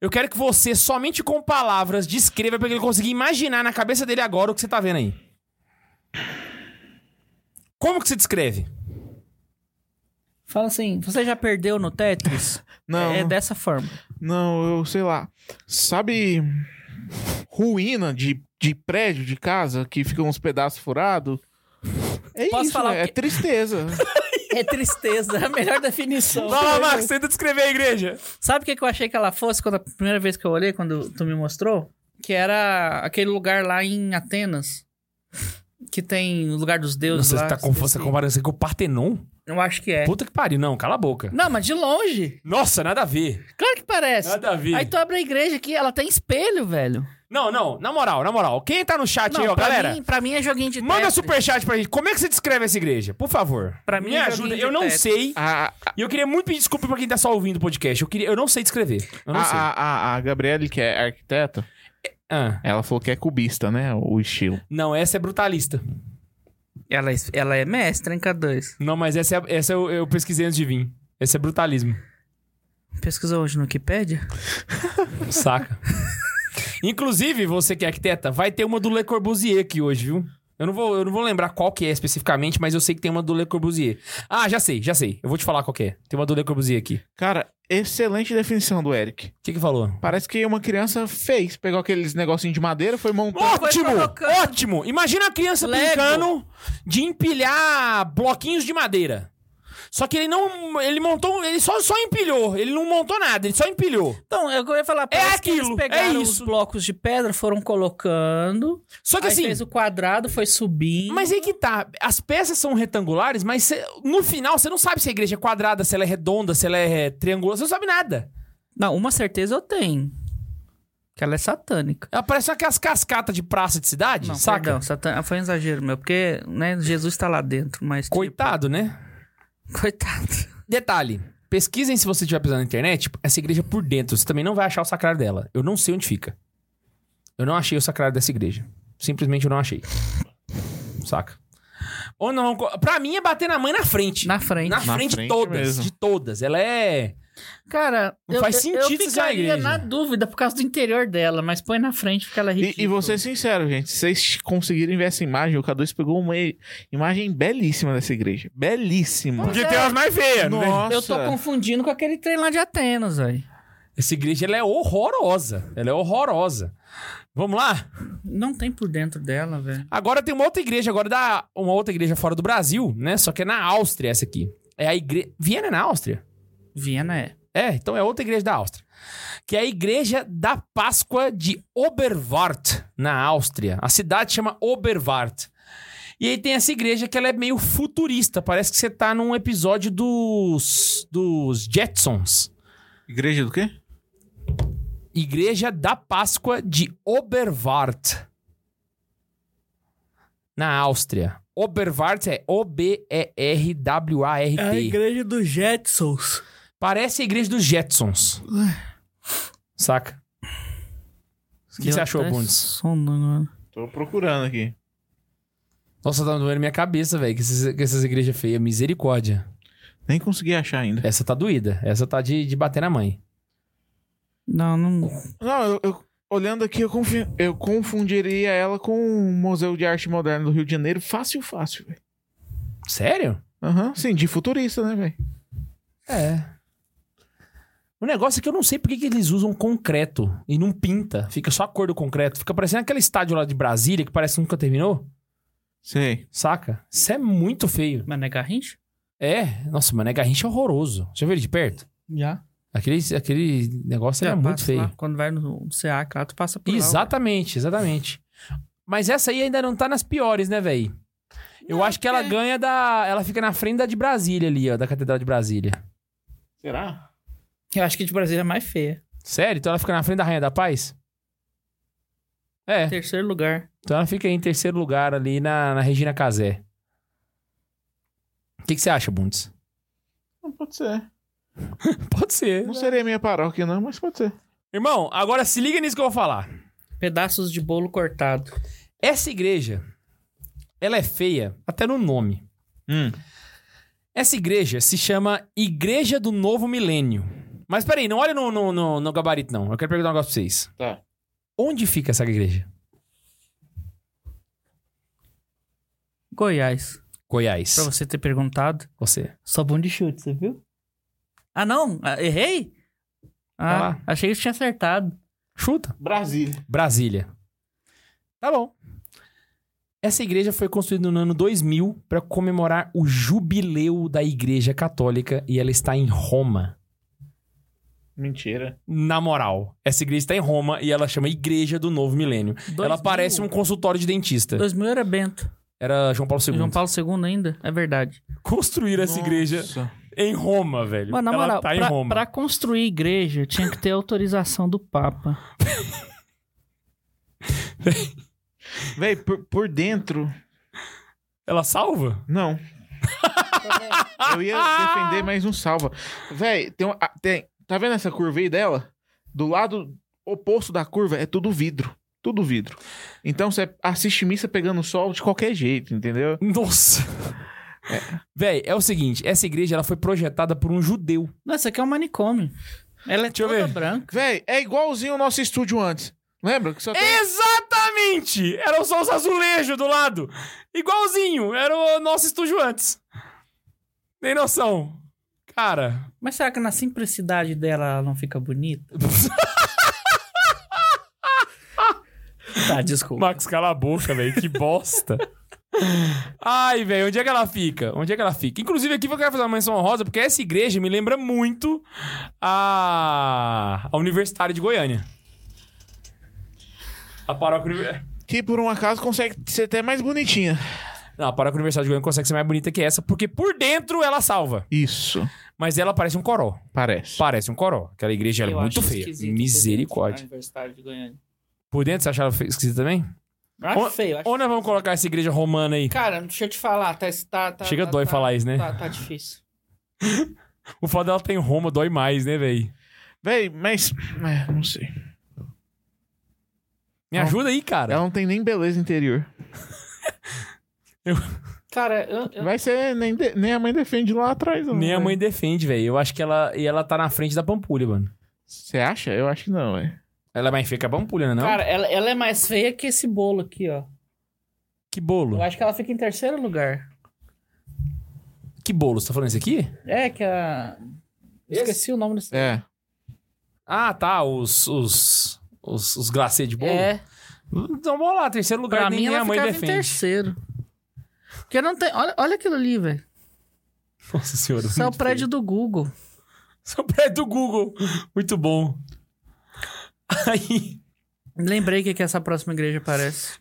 Speaker 1: Eu quero que você, somente com palavras, descreva pra ele conseguir imaginar na cabeça dele agora o que você tá vendo aí. Como que você descreve?
Speaker 2: Fala assim, você já perdeu no Tetris?
Speaker 3: não,
Speaker 2: É dessa forma.
Speaker 3: não, eu sei lá. Sabe. Ruína de, de prédio, de casa, que ficam uns pedaços furados? É
Speaker 2: Posso
Speaker 3: isso,
Speaker 2: falar o
Speaker 3: velho. é
Speaker 2: quê?
Speaker 3: tristeza.
Speaker 2: É tristeza, é a melhor definição.
Speaker 1: Vai lá, Marcos, tenta descrever a igreja.
Speaker 2: Sabe o que, que eu achei que ela fosse quando a primeira vez que eu olhei, quando tu me mostrou? Que era aquele lugar lá em Atenas. que tem o lugar dos deuses
Speaker 1: Nossa,
Speaker 2: lá.
Speaker 1: você tá com
Speaker 2: esqueci.
Speaker 1: você comparação com o Partenon?
Speaker 2: Eu acho que é.
Speaker 1: Puta que pariu, não, cala a boca.
Speaker 2: Não, mas de longe.
Speaker 1: Nossa, nada a ver.
Speaker 2: Claro que parece.
Speaker 1: Nada a ver.
Speaker 2: Aí tu abre a igreja aqui, ela tem espelho, velho.
Speaker 1: Não, não, na moral, na moral. Quem tá no chat aí, ó,
Speaker 2: pra
Speaker 1: galera.
Speaker 2: Mim, pra mim é joguinho de
Speaker 1: Manda
Speaker 2: Tetris.
Speaker 1: superchat pra gente. Como é que você descreve essa igreja? Por favor.
Speaker 2: Pra mim,
Speaker 1: Me
Speaker 2: é joguinho
Speaker 1: ajuda.
Speaker 2: de Ah.
Speaker 1: Eu não
Speaker 2: Tetris.
Speaker 1: sei.
Speaker 3: A, a,
Speaker 1: E eu queria muito pedir desculpa pra quem tá só ouvindo o podcast. Eu, queria, eu não sei descrever. Eu não sei.
Speaker 3: a, a, a Gabriele, que é arquiteta,
Speaker 1: Ah,
Speaker 3: ela falou que é cubista, né? O estilo.
Speaker 1: não, essa é brutalista.
Speaker 2: Ela, é- ela é mestra em K2.
Speaker 1: Não, mas essa, é, essa eu, eu pesquisei antes de vir. Essa é brutalismo.
Speaker 2: Pesquisou hoje no Wikipedia?
Speaker 1: Saca? Inclusive, você que é arquiteta, vai ter uma do Le Corbusier aqui hoje, viu? Eu não, vou, eu não vou lembrar qual que é especificamente, mas eu sei que tem uma do Le Corbusier. Ah, já sei, já sei. Eu vou te falar qual que é. Tem uma do Le Corbusier aqui. O
Speaker 3: Cara, excelente definição do Eric.
Speaker 1: que que falou?
Speaker 3: Parece que uma criança fez, pegou aqueles negocinhos de madeira, foi montar.
Speaker 1: Ótimo!
Speaker 2: colocando.
Speaker 1: Ótimo! Imagina a criança
Speaker 2: Então Lego.
Speaker 1: brincando de empilhar bloquinhos de madeira. Só que ele não. Ele montou. Ele só, só empilhou. Ele não montou nada, ele só empilhou.
Speaker 2: Então, eu ia falar, parece que eles
Speaker 1: É aquilo,
Speaker 2: pegaram
Speaker 1: é
Speaker 2: os
Speaker 1: isso.
Speaker 2: blocos de pedra, foram colocando,
Speaker 1: Só que
Speaker 2: aí
Speaker 1: assim.
Speaker 2: fez um o quadrado, foi subindo.
Speaker 1: Mas aí que tá. As peças são retangulares, mas cê- no final você não sabe se a igreja é quadrada, se ela é redonda, se ela é triangular. Você não sabe nada.
Speaker 2: Não, uma certeza eu tenho. Que ela é satânica.
Speaker 1: Ela parece aquelas cascatas de praça de cidade,
Speaker 2: Não,
Speaker 1: saca?
Speaker 2: perdão, satã- foi um exagero meu, porque, né, Jesus tá lá dentro, mas... tipo,
Speaker 1: Coitado, né?
Speaker 2: coitado.
Speaker 1: Detalhe. Pesquisem se você estiver pesquisando na internet, tipo, essa igreja por dentro. Você também não vai achar o sacrário dela. Eu não sei onde fica. Eu não achei o sacrário dessa igreja. Simplesmente eu não achei. Saca? Ou não, pra mim é bater na mãe na frente.
Speaker 2: Na frente.
Speaker 1: Na
Speaker 3: Na
Speaker 1: frente de
Speaker 3: frente
Speaker 1: todas.
Speaker 3: mesmo.
Speaker 1: De todas. Ela é.
Speaker 2: Cara,
Speaker 1: Não
Speaker 2: eu,
Speaker 1: faz
Speaker 2: eu-
Speaker 1: sentido
Speaker 2: eu
Speaker 1: isso ser uma
Speaker 2: ficaria
Speaker 1: igreja.
Speaker 2: na dúvida por causa do interior dela, mas põe na frente porque ela é
Speaker 3: E,
Speaker 2: ridícula.
Speaker 3: e vou ser sincero, gente. Se vocês conseguirem ver essa imagem, o K2 pegou uma i- imagem belíssima dessa igreja. Belíssima.
Speaker 2: Porque tem umas
Speaker 1: mais feias,
Speaker 3: Nossa.
Speaker 2: Eu tô confundindo com aquele trem lá de Atenas, aí.
Speaker 1: Essa igreja ela é horrorosa. Ela é horrorosa. Vamos lá?
Speaker 2: Não tem por dentro dela, velho.
Speaker 1: Agora tem uma outra igreja, agora da uma outra igreja fora do Brasil, né? Só que é na Áustria essa aqui. É a igreja. Viena é na Áustria?
Speaker 2: Viena é.
Speaker 1: É, então é outra igreja da Áustria. Que é a igreja da Páscoa de Oberwart, na Áustria. A cidade chama Oberwart. E aí tem essa igreja que ela é meio futurista. Parece que você tá num episódio dos, dos Jetsons.
Speaker 3: Igreja do quê?
Speaker 1: Igreja da Páscoa de Oberwart. Na Áustria. Oberwart é
Speaker 2: É
Speaker 1: O-B-E-R-W-A-R-T.
Speaker 2: igreja dos Jetsons.
Speaker 1: Parece a igreja dos Jetsons. Saca? O que você achou, Bundes?
Speaker 3: Tô procurando aqui.
Speaker 1: Nossa, tá doendo minha cabeça, velho. Que essas, que essas igrejas feias. Misericórdia.
Speaker 3: Nem consegui achar ainda.
Speaker 1: Essa tá doída. Essa tá de, de bater na mãe.
Speaker 2: Não, não.
Speaker 3: Não, eu, eu- olhando aqui, eu, confi- eu confundiria ela com o Museu de Arte Moderna do Rio de Janeiro. Fácil, fácil, velho.
Speaker 1: Sério?
Speaker 3: Aham, sim, de futurista, né, velho?
Speaker 1: É. O negócio é que eu não sei por que que eles usam concreto e não pinta. Fica só a cor do concreto. Fica parecendo aquele estádio lá de Brasília que parece que nunca terminou.
Speaker 3: Sei.
Speaker 1: Saca? Isso é muito feio.
Speaker 2: Mas não é Garrincha?
Speaker 1: É. Nossa, mano, é garrincha horroroso. Já viu ele de perto?
Speaker 2: Já.
Speaker 1: Aquele, aquele negócio
Speaker 2: Já
Speaker 1: é muito
Speaker 2: passa
Speaker 1: feio.
Speaker 2: lá. Quando vai no CA, lá, tu passa por lá.
Speaker 1: Exatamente, exatamente. Mas essa aí ainda não tá nas piores, né, véi? Eu acho que ela
Speaker 2: porque-
Speaker 1: ganha da. Ela fica na frente da de Brasília ali, ó, da Catedral de Brasília.
Speaker 3: Será?
Speaker 2: Eu acho que de Brasília é mais feia.
Speaker 1: Sério? Então ela fica na frente da Rainha da Paz? É.
Speaker 2: Terceiro lugar.
Speaker 1: Então ela fica em terceiro lugar ali na, na Regina Casé. O que, que você acha, Bundes?
Speaker 3: Não pode ser.
Speaker 1: Pode ser.
Speaker 3: Não seria minha paróquia, não, mas pode ser.
Speaker 1: Irmão, agora se liga nisso que eu vou falar.
Speaker 2: Pedaços de bolo cortado.
Speaker 1: Essa igreja, ela é feia até no nome.
Speaker 3: Hum.
Speaker 1: Essa igreja se chama Igreja do Novo Milênio. Mas peraí, não olha no, no, no- no gabarito, não. Eu quero perguntar um negócio pra vocês.
Speaker 3: Tá.
Speaker 1: Onde fica essa igreja?
Speaker 2: Goiás.
Speaker 1: Goiás.
Speaker 2: Pra você ter perguntado.
Speaker 1: Você.
Speaker 2: Só bom de chute, você viu? Ah, não? Ah, errei?
Speaker 1: Vai
Speaker 2: Ah,
Speaker 1: Tá lá.
Speaker 2: achei que eu tinha acertado.
Speaker 1: Chuta.
Speaker 3: Brasília.
Speaker 1: Brasília. Tá bom. Essa igreja foi construída no ano 2000 para comemorar o jubileu da Igreja Católica e ela está em Roma.
Speaker 3: Mentira.
Speaker 1: Na moral, essa igreja está em um Roma e ela chama Igreja do Novo Milênio. Ela parece um consultório de dentista.
Speaker 2: 2000 era Bento.
Speaker 1: Era João Paulo II.
Speaker 2: João Paulo II ainda? É verdade.
Speaker 1: Construíram essa igreja
Speaker 3: Nossa.
Speaker 1: em Roma, velho.
Speaker 2: Mano, na
Speaker 1: Ela
Speaker 2: moral,
Speaker 1: tá em
Speaker 2: pra,
Speaker 1: Roma.
Speaker 2: pra construir igreja tinha que ter autorização do Papa.
Speaker 3: Véi, por, por dentro.
Speaker 1: Ela salva?
Speaker 3: Não. Eu ia defender, mas não salva. Véi, tem, uma- ah, tem. Tá vendo essa curva aí dela? Do lado oposto da curva é tudo vidro. Tudo vidro. Então você assiste missa pegando sol de qualquer jeito, entendeu?
Speaker 1: Nossa. Véi, é o seguinte, essa igreja ela foi projetada por um judeu.
Speaker 2: Não, essa aqui é um manicômio. Ela é
Speaker 1: Deixa eu
Speaker 2: toda
Speaker 1: ver.
Speaker 2: branca.
Speaker 3: Véi, é igualzinho o nosso estúdio antes. Lembra? Que só tem...
Speaker 1: Exatamente! Eram só os azulejos do lado. Igualzinho, era o nosso estúdio antes. Tem noção. Cara.
Speaker 2: Mas será que na simplicidade dela ela não fica bonita? tá, desculpa.
Speaker 1: Max, cala a boca, velho. Que bosta. Ai, velho, onde é que ela fica? Onde é que ela fica? Inclusive, aqui eu quero fazer uma menção honrosa, porque essa igreja me lembra muito a, a Universitária de Goiânia. A paróquia. univer-
Speaker 3: Que por um acaso consegue ser até mais bonitinha.
Speaker 1: Não, a Paróquia Universal de Goiânia consegue ser mais bonita que essa, porque por dentro ela salva.
Speaker 3: Isso.
Speaker 1: Mas ela parece um coró.
Speaker 3: Parece.
Speaker 1: Parece um coró. Aquela igreja ela é muito feia. Misericórdia.
Speaker 2: Universidade de Goiânia.
Speaker 1: Por dentro, você achava fe- esquisito também?
Speaker 2: Acho
Speaker 1: Ô-
Speaker 2: feio, acho
Speaker 1: Ou nós vamos colocar essa igreja romana aí?
Speaker 2: Cara, deixa eu te falar, tá... tá, tá
Speaker 1: Chega
Speaker 2: tá,
Speaker 1: dói
Speaker 2: tá-
Speaker 1: falar isso, né?
Speaker 2: Tá, tá difícil.
Speaker 1: O fato dela tem Roma dói mais, né, velho?
Speaker 3: Véi, mas. É, não sei.
Speaker 1: Me
Speaker 3: Não.
Speaker 1: ajuda aí, cara.
Speaker 3: Ela não tem nem beleza interior.
Speaker 2: Cara, eu... eu-
Speaker 3: Vai ser. Nem, de- nem a mãe defende lá atrás. não,
Speaker 1: Nem a
Speaker 3: véi.
Speaker 1: mãe defende, velho. Eu acho que ela, e ela tá na frente da Pampulha, mano.
Speaker 3: Você acha? Eu acho que não, é.
Speaker 1: Ela é mais feia que a Pampulha, não é? não?
Speaker 2: Cara, ela, ela é mais feia que esse bolo aqui, ó.
Speaker 1: que bolo?
Speaker 2: Eu acho que ela fica em terceiro lugar.
Speaker 1: Que bolo? Você tá falando isso aqui?
Speaker 2: É, que a...
Speaker 1: Esse?
Speaker 2: Esqueci o nome desse...
Speaker 3: É.
Speaker 1: Ah, tá. Os. Os, os, os glacê de bolo?
Speaker 2: É,
Speaker 1: Então vamos lá, terceiro lugar.
Speaker 2: pra
Speaker 1: nem
Speaker 2: mim
Speaker 1: nem
Speaker 2: ela
Speaker 1: a mãe
Speaker 2: ficava em
Speaker 1: defende.
Speaker 2: terceiro. Porque não tem... Olha, olha aquilo ali, velho.
Speaker 1: Nossa senhora.
Speaker 2: Isso é o
Speaker 1: muito
Speaker 2: prédio do Google.
Speaker 1: Isso é o prédio do Google. Muito bom. Aí,
Speaker 2: Lembrei o que, que essa próxima igreja parece.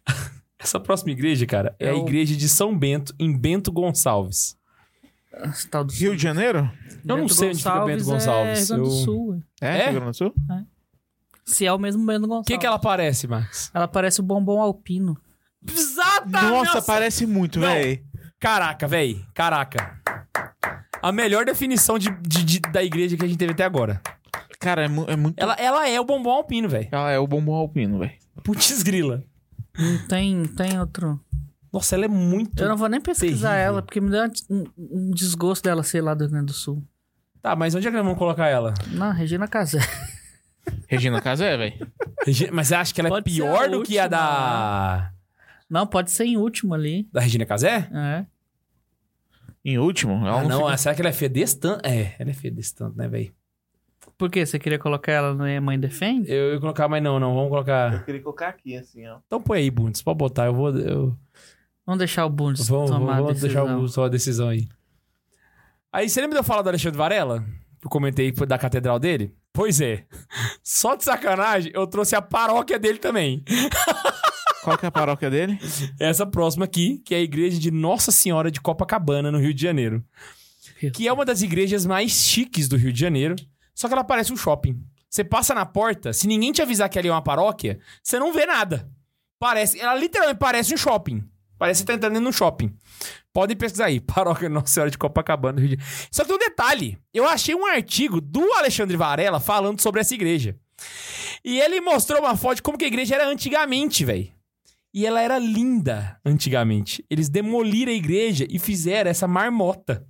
Speaker 1: essa próxima igreja, cara, é,
Speaker 2: É
Speaker 1: a
Speaker 2: o-
Speaker 1: igreja de São Bento, em Bento Gonçalves.
Speaker 2: Esse tal do
Speaker 3: Rio de Janeiro?
Speaker 1: Eu não
Speaker 2: Bento
Speaker 1: sei onde fica o Bento
Speaker 2: É,
Speaker 1: Gonçalves.
Speaker 2: Rio Grande do
Speaker 1: Eu-
Speaker 2: Sul, ué.
Speaker 3: É?
Speaker 1: É?
Speaker 3: Rio Grande do Sul?
Speaker 2: Se é o mesmo Bento
Speaker 1: O
Speaker 2: Gonçalves.
Speaker 1: que que ela parece, Max?
Speaker 2: Ela parece o bombom alpino. Tá,
Speaker 1: Exatamente!
Speaker 3: Nossa, parece muito,
Speaker 1: Não.
Speaker 3: véi.
Speaker 1: Caraca, véi. Caraca. A melhor definição de, de- de- da igreja que a gente teve até agora.
Speaker 3: Cara, é, mu- é muito.
Speaker 1: Ela, ela é o bombom alpino, véi.
Speaker 3: Ela é o bombom alpino, véi.
Speaker 1: Putz grila.
Speaker 2: Não tem, não tem outro.
Speaker 1: Nossa, ela é muito...
Speaker 2: Eu não vou nem pesquisar
Speaker 1: Terrível.
Speaker 2: ela, porque me deu um, um desgosto dela ser lá do Rio Grande do Sul.
Speaker 1: Tá, mas onde é que nós vamos colocar ela?
Speaker 2: Não, Regina Casé.
Speaker 3: Regina Casé, véi.
Speaker 1: Regi- Mas você acha que ela é
Speaker 2: Pode ser
Speaker 1: pior
Speaker 2: a
Speaker 1: do que a
Speaker 2: última,
Speaker 1: da...
Speaker 2: Não, pode ser em último ali.
Speaker 1: Da Regina Casé?
Speaker 2: É.
Speaker 3: Em último, ela
Speaker 1: Ah,
Speaker 3: não,
Speaker 1: não,
Speaker 3: fica-
Speaker 1: ah, será que ela é feia desse tanto? É, ela é feia desse tanto, né, velho?
Speaker 2: Por quê? Você queria colocar ela no E Mãe Defende?
Speaker 1: Eu ia colocar, mas não, não, vamos colocar.
Speaker 3: queria colocar aqui, assim, ó.
Speaker 1: Então põe aí, Bundes, pode botar, eu vou. Eu...
Speaker 2: Vamos deixar o Bundes
Speaker 1: Vamos,
Speaker 2: tomar
Speaker 1: vamos
Speaker 2: a
Speaker 1: deixar
Speaker 2: decisão.
Speaker 1: o Bundes tomar a decisão aí. Aí, você lembra de eu falar do Alexandre Varela? Que eu comentei da catedral dele? Pois é. Só de sacanagem, eu trouxe a paróquia dele também.
Speaker 3: Qual que é a paróquia dele?
Speaker 1: Essa próxima aqui, que é a igreja de Nossa Senhora de Copacabana, no Rio de Janeiro. Que é uma das igrejas mais chiques do Rio de Janeiro. Só que ela parece um shopping. Você passa na porta, se ninguém te avisar que ali é uma paróquia, você não vê nada. Parece, ela literalmente parece um shopping. Parece que tá entrando em um shopping. Podem pesquisar aí, paróquia Nossa Senhora de Copacabana, Rio de Janeiro. Só que tem um detalhe, eu achei um artigo do Alexandre Varela falando sobre essa igreja. E ele mostrou uma foto de como que a igreja era antigamente, velho. E ela era linda antigamente. Eles demoliram a igreja e fizeram essa marmota.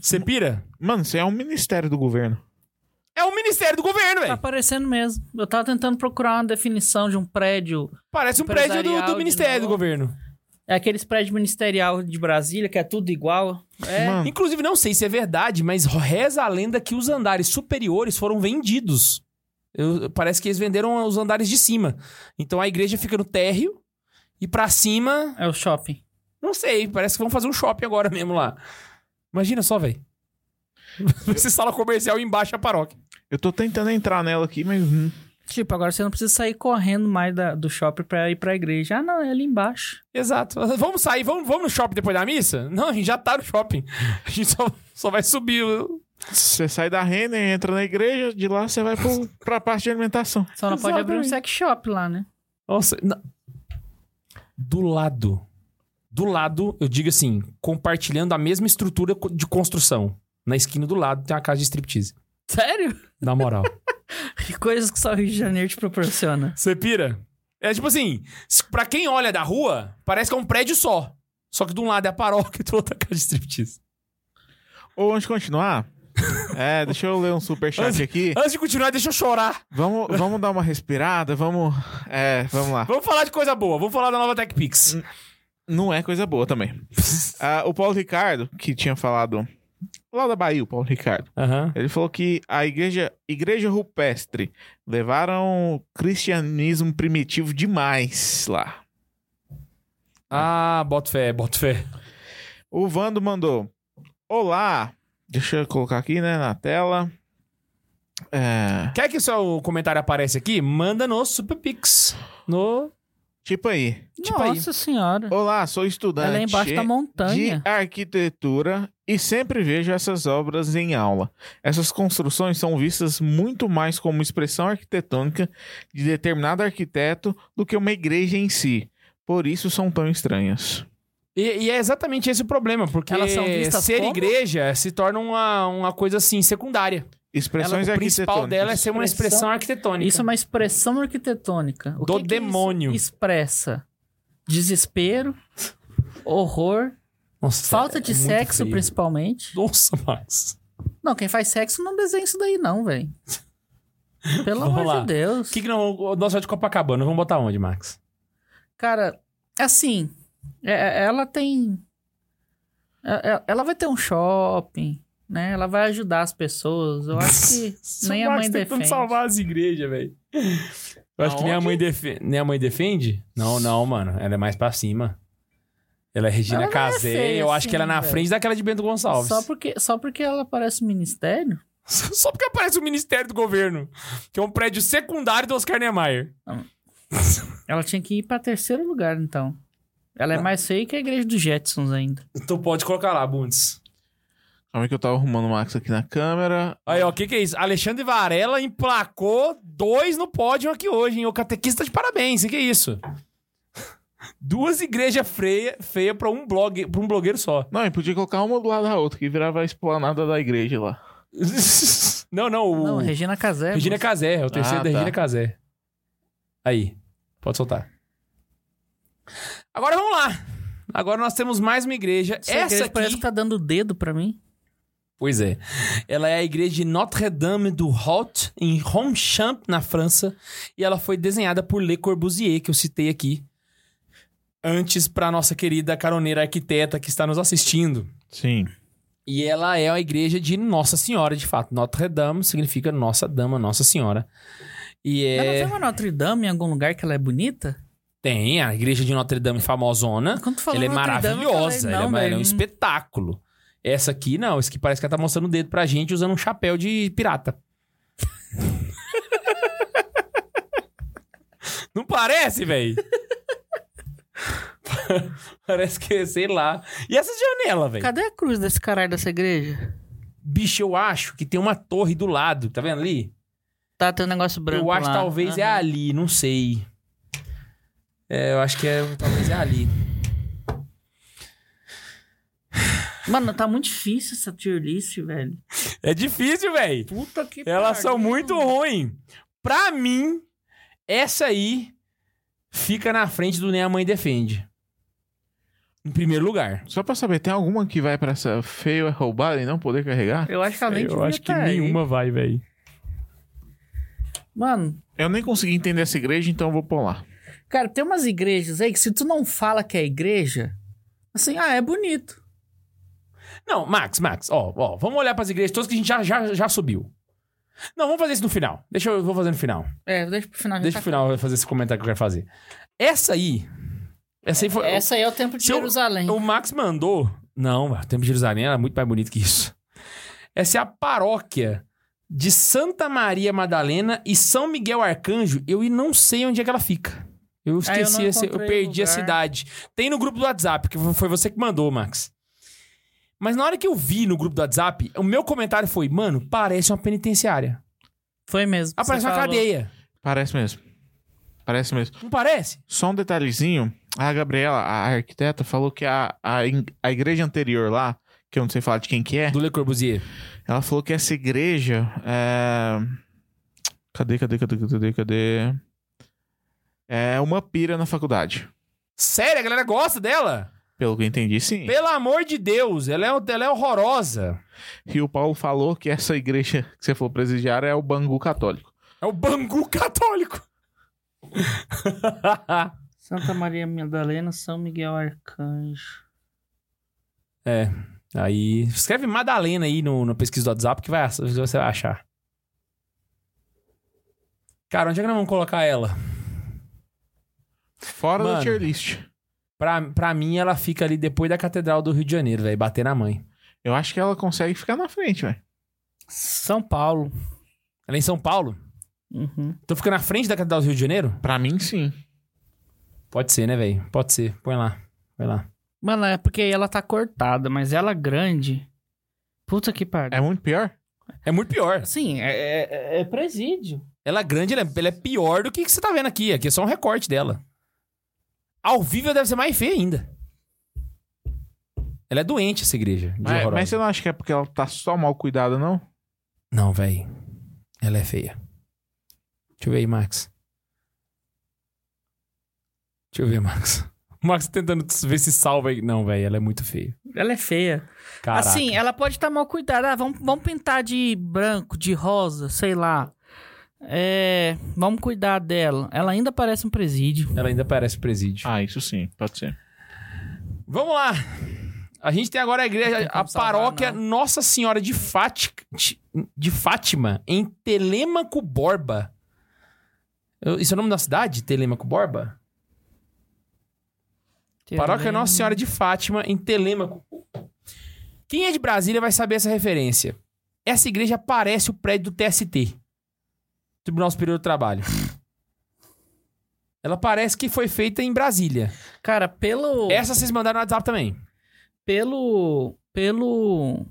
Speaker 1: Você pira?
Speaker 3: Mano, isso é um ministério do governo.
Speaker 1: É o Ministério do Governo,
Speaker 2: Tá
Speaker 1: velho.
Speaker 2: aparecendo mesmo. Eu tava tentando procurar uma definição de um prédio.
Speaker 1: Parece um prédio do- do,
Speaker 2: Empresarial de
Speaker 1: Ministério do
Speaker 2: novo.
Speaker 1: Governo.
Speaker 2: É aqueles prédios ministerial de Brasília, que é tudo igual. É.
Speaker 3: Mano,
Speaker 1: Inclusive, não sei se é verdade, mas reza a lenda que os andares superiores foram vendidos. Eu- parece que eles venderam os andares de cima. Então a igreja fica no térreo e pra cima,
Speaker 2: É o shopping.
Speaker 1: não sei, parece que vão fazer um shopping agora mesmo lá. Imagina só, velho. Essa sala comercial e embaixo é a paróquia.
Speaker 3: eu tô tentando entrar nela aqui, mas. hum,
Speaker 2: Tipo, agora você não precisa sair correndo mais da- do shopping pra ir pra igreja. Ah, não, é ali embaixo.
Speaker 1: Exato. Vamos sair, vamos, vamos no shopping depois da missa? Não, a gente já tá no shopping. A gente só, só vai subir. o-
Speaker 3: Você sai da Renner, entra na igreja, de lá você vai pro, pra parte de alimentação.
Speaker 2: Só não pode abrir um
Speaker 1: Exatamente.
Speaker 2: sex shop lá, né?
Speaker 1: Nossa. não. Do lado. Do lado, eu digo assim, compartilhando a mesma estrutura co- de construção. Na esquina do lado tem uma casa de striptease.
Speaker 2: Sério?
Speaker 1: Na moral.
Speaker 2: Que coisas que só o Rio de Janeiro te proporciona.
Speaker 1: Você pira? É tipo assim, s- pra quem olha da rua, parece que é um prédio só. Só que de um lado é a paróquia e do outro é a casa de striptease.
Speaker 3: Ou antes de continuar, é, deixa eu ler um superchat aqui.
Speaker 1: Antes de continuar, deixa eu chorar.
Speaker 3: Vamos, vamos dar uma respirada, vamos. É, vamos lá.
Speaker 1: Vamos falar de coisa boa. Vamos falar da nova TechPix.
Speaker 3: Não é coisa boa também. Ah, o Paulo Ricardo, que tinha falado. Lá da Bahia, o Paulo Ricardo.
Speaker 1: Aham.
Speaker 3: Ele falou que a igreja, igreja rupestre levaram o cristianismo primitivo demais lá.
Speaker 1: Ah, boto fé, boto fé.
Speaker 3: O Vando mandou. Olá. Deixa eu colocar aqui, né, na tela. É,
Speaker 1: Quer que seu comentário aparece aqui? Manda no Superpix. No.
Speaker 3: tipo aí.
Speaker 1: Tipo aí.
Speaker 2: Nossa senhora.
Speaker 3: Olá, sou estudante
Speaker 2: Ela é embaixo da
Speaker 3: de
Speaker 2: montanha.
Speaker 3: arquitetura e sempre vejo essas obras em aula. Essas construções são vistas muito mais como expressão arquitetônica de determinado arquiteto do que uma igreja em si. Por isso são tão estranhas.
Speaker 1: E, e é exatamente esse o problema, porque
Speaker 2: Elas são vistas
Speaker 1: ser
Speaker 2: como?
Speaker 1: igreja se torna uma, uma coisa assim, secundária. Ela-
Speaker 3: Expressões
Speaker 1: o principal
Speaker 3: arquitetônicas.
Speaker 1: dela é ser uma expressão arquitetônica.
Speaker 2: Isso é uma expressão arquitetônica. O
Speaker 1: Do
Speaker 2: que que isso
Speaker 1: demônio.
Speaker 2: expressa desespero, horror,
Speaker 1: Nossa,
Speaker 2: falta
Speaker 1: é
Speaker 2: de
Speaker 1: muito
Speaker 2: sexo,
Speaker 1: feio.
Speaker 2: principalmente.
Speaker 1: Nossa, Max.
Speaker 2: Não, quem faz sexo não desenha isso daí, não, velho. Pelo
Speaker 1: Vamos
Speaker 2: amor
Speaker 1: lá.
Speaker 2: de Deus.
Speaker 1: O que, que não. o Nosso é de Copacabana, vamos botar onde, Max?
Speaker 2: Cara, assim, é- é- ela tem. é- é- Ela vai ter um shopping, né? Ela vai ajudar as pessoas. Eu acho que nem
Speaker 1: O
Speaker 2: a
Speaker 1: Max
Speaker 2: mãe
Speaker 1: tentando
Speaker 2: defende.
Speaker 1: salvar as igrejas, velho. Eu acho que nem a,
Speaker 3: Aonde?
Speaker 1: mãe defe... nem a mãe defende? Não, não, mano. Ela é mais pra cima. Ela é Regina
Speaker 2: Ela não é
Speaker 1: Casé.
Speaker 2: feia
Speaker 1: eu acho que ela é
Speaker 2: assim,
Speaker 1: na
Speaker 2: velho.
Speaker 1: frente daquela de Bento Gonçalves.
Speaker 2: Só porque, só porque ela parece um ministério?
Speaker 1: Só porque aparece o Ministério do Governo, que é um prédio secundário do Oscar Niemeyer.
Speaker 2: Ela tinha que ir pra terceiro lugar, então. Ela
Speaker 1: Ah.
Speaker 2: é mais feia que a igreja dos Jetsons ainda.
Speaker 1: Tu pode colocar lá, Bundes.
Speaker 3: Calma aí que eu tava arrumando o Max aqui na câmera.
Speaker 1: Aí, ó, o que, que é isso? Alexandre Varela emplacou dois no pódio aqui hoje, hein? O catequista de parabéns, o que é isso? Duas igrejas feia, feia pra um blog, pra um blogueiro só.
Speaker 3: Não, e podia colocar uma do lado da outra, que virava a esplanada da igreja lá.
Speaker 1: Não, não, o
Speaker 2: Não, é Regina Casé.
Speaker 1: Regina
Speaker 2: moço.
Speaker 1: Casé, é o terceiro
Speaker 3: Ah,
Speaker 1: da
Speaker 3: tá.
Speaker 1: Regina Casé. Aí, pode soltar. Agora vamos lá. Agora nós temos mais uma igreja.
Speaker 2: Essa,
Speaker 1: Essa
Speaker 2: igreja
Speaker 1: aqui...
Speaker 2: parece que tá dando o dedo pra mim.
Speaker 1: Pois é. Ela é a igreja de Notre-Dame du Haut, em Ronchamp, na França. E ela foi desenhada por Le Corbusier, que eu citei aqui. Antes, para nossa querida caroneira arquiteta que está nos assistindo.
Speaker 3: Sim.
Speaker 1: E ela é a igreja de Nossa Senhora, de fato. Notre-Dame significa Nossa Dama, Nossa Senhora. E
Speaker 2: Ela não
Speaker 1: é.
Speaker 2: tem uma Notre Dame em algum lugar que ela é bonita?
Speaker 1: Tem a igreja de Notre-Dame famosona.
Speaker 2: Quando tu falou
Speaker 1: Ela é
Speaker 2: Notre Dame, eu
Speaker 1: maravilhosa,
Speaker 2: falei,
Speaker 1: ela, é
Speaker 2: não,
Speaker 1: uma- ela é um
Speaker 2: velho, hum,
Speaker 1: espetáculo. Essa aqui não, esse que parece que ela tá mostrando o dedo pra gente usando um chapéu de pirata. não parece, velho? parece que, sei lá. E essa janela, velho?
Speaker 2: Cadê a cruz desse caralho dessa igreja?
Speaker 1: Bicho, eu acho que tem uma torre do lado, tá vendo ali?
Speaker 2: Tá, tem um negócio branco
Speaker 1: eu acho que
Speaker 2: lá.
Speaker 1: talvez é
Speaker 2: Aham.
Speaker 1: ali, não sei. É, eu acho que é, talvez é ali.
Speaker 2: Mano, tá muito difícil essa tier list, velho.
Speaker 1: É difícil, velho.
Speaker 2: Puta que
Speaker 1: Elas
Speaker 2: pariu.
Speaker 1: são muito ruins. Pra mim, essa aí fica na frente do Nem a Mãe Defende. Em primeiro lugar.
Speaker 3: Só pra saber, tem alguma que vai pra essa feio é roubada e não poder carregar?
Speaker 2: Eu acho que ela nem
Speaker 1: Eu
Speaker 2: devia
Speaker 1: acho que
Speaker 2: tá aí.
Speaker 1: nenhuma vai, velho.
Speaker 2: Mano,
Speaker 3: Eu nem consegui entender essa igreja, então eu vou pôr lá.
Speaker 2: cara, tem umas igrejas aí que se tu não fala que é igreja, assim, ah, é bonito.
Speaker 1: Não, Max, Max, ó, ó, vamos olhar pras igrejas todas que a gente já, já, já subiu. Não, vamos fazer isso no final. Deixa eu, eu vou fazer no final.
Speaker 2: É, deixa pro final. já
Speaker 1: Deixa no
Speaker 2: tá-
Speaker 1: final eu fazer esse comentário que eu quero fazer. Essa aí. Essa aí foi.
Speaker 2: Essa aí é o Templo de
Speaker 1: Se eu-
Speaker 2: Jerusalém.
Speaker 1: O Max mandou. Não, o Templo de Jerusalém era muito mais bonito que isso. Essa é a paróquia de Santa Maria Madalena e São Miguel Arcanjo, eu e não sei onde é que ela fica. Eu
Speaker 2: Ah, eu
Speaker 1: esqueci,
Speaker 2: não
Speaker 1: essa- eu,
Speaker 2: encontrei o
Speaker 1: perdi a
Speaker 2: lugar.
Speaker 1: cidade. Tem no grupo do WhatsApp, que foi você que mandou, Max. Mas na hora que eu vi no grupo do WhatsApp, o meu comentário foi: mano, parece uma penitenciária.
Speaker 2: Foi mesmo.
Speaker 1: Ah, parece
Speaker 2: Você
Speaker 1: uma
Speaker 2: falou.
Speaker 1: cadeia.
Speaker 3: Parece mesmo. Parece mesmo.
Speaker 1: Não parece?
Speaker 3: Só um detalhezinho. A Gabriela, a arquiteta, falou que a, a, in- a igreja anterior lá, que eu não sei falar de quem que é,
Speaker 1: Do Le Corbusier.
Speaker 3: ela falou que essa igreja é... Cadê, cadê, cadê, cadê, cadê? É uma pira na faculdade.
Speaker 1: Sério, a galera gosta dela?
Speaker 3: Pelo que eu entendi, sim.
Speaker 1: Pelo amor de Deus, ela é, ela é horrorosa.
Speaker 3: E o Paulo falou que essa igreja que você falou presidiária é o Bangu Católico.
Speaker 1: É o Bangu católico.
Speaker 2: Santa Maria Madalena, São Miguel Arcanjo.
Speaker 1: Aí, escreve Madalena aí no, na pesquisa do WhatsApp que vai, você vai achar. Cara, onde é que nós vamos colocar ela?
Speaker 3: Fora
Speaker 1: Mano.
Speaker 3: da tier list.
Speaker 1: Pra, pra mim, ela fica ali depois da Catedral do Rio de Janeiro, velho, bater na mãe.
Speaker 3: Eu acho que ela consegue ficar na frente, velho.
Speaker 2: São Paulo.
Speaker 1: Ela é em São Paulo?
Speaker 2: Uhum.
Speaker 1: Então fica na frente da Catedral do Rio de Janeiro?
Speaker 3: Pra mim, sim.
Speaker 1: Pode ser, né, velho? Pode ser. Põe lá. Põe lá.
Speaker 2: Mano, é porque ela tá cortada, mas ela grande. Puta que pariu.
Speaker 3: É muito pior?
Speaker 1: É muito pior.
Speaker 2: Sim, é, é- é presídio.
Speaker 1: Ela é grande, ela é, ela é pior do que que você tá vendo aqui. Aqui é só um recorte dela. Ao vivo ela deve ser mais feia ainda. Ela é doente, essa igreja. de
Speaker 3: Mas,
Speaker 1: horrorosa.
Speaker 3: mas você não acha que é porque ela tá só mal cuidada, não?
Speaker 1: Não, véi. Ela é feia. Deixa eu ver aí, Max. Deixa eu ver, Max. O Max tentando ver se salva aí. Não, véi, ela é muito feia.
Speaker 2: Ela é feia.
Speaker 1: Caraca.
Speaker 2: Assim, ela pode estar mal cuidada. Ah, vamos, vamos pintar de branco, de rosa, sei lá. É, vamos cuidar dela. Ela ainda parece um presídio.
Speaker 1: Ela ainda parece presídio.
Speaker 3: Ah, isso sim, pode ser.
Speaker 1: Vamos lá. A gente tem agora a
Speaker 2: Não
Speaker 1: igreja,
Speaker 2: tem como
Speaker 1: a
Speaker 2: salvar, né?
Speaker 1: paróquia
Speaker 2: não.
Speaker 1: Nossa Senhora de, Fati- de Fátima, em Telêmaco Borba. Eu- Isso é o nome da cidade? Telêmaco Borba? Paróquia Nossa Senhora de Fátima, em Telêmaco. Quem é de Brasília vai saber essa referência. Essa igreja parece o prédio do TST. Tribunal Superior do Trabalho. Ela parece que foi feita em Brasília.
Speaker 2: Cara, pelo.
Speaker 1: Essa vocês mandaram no WhatsApp também.
Speaker 2: Pelo. Pelo.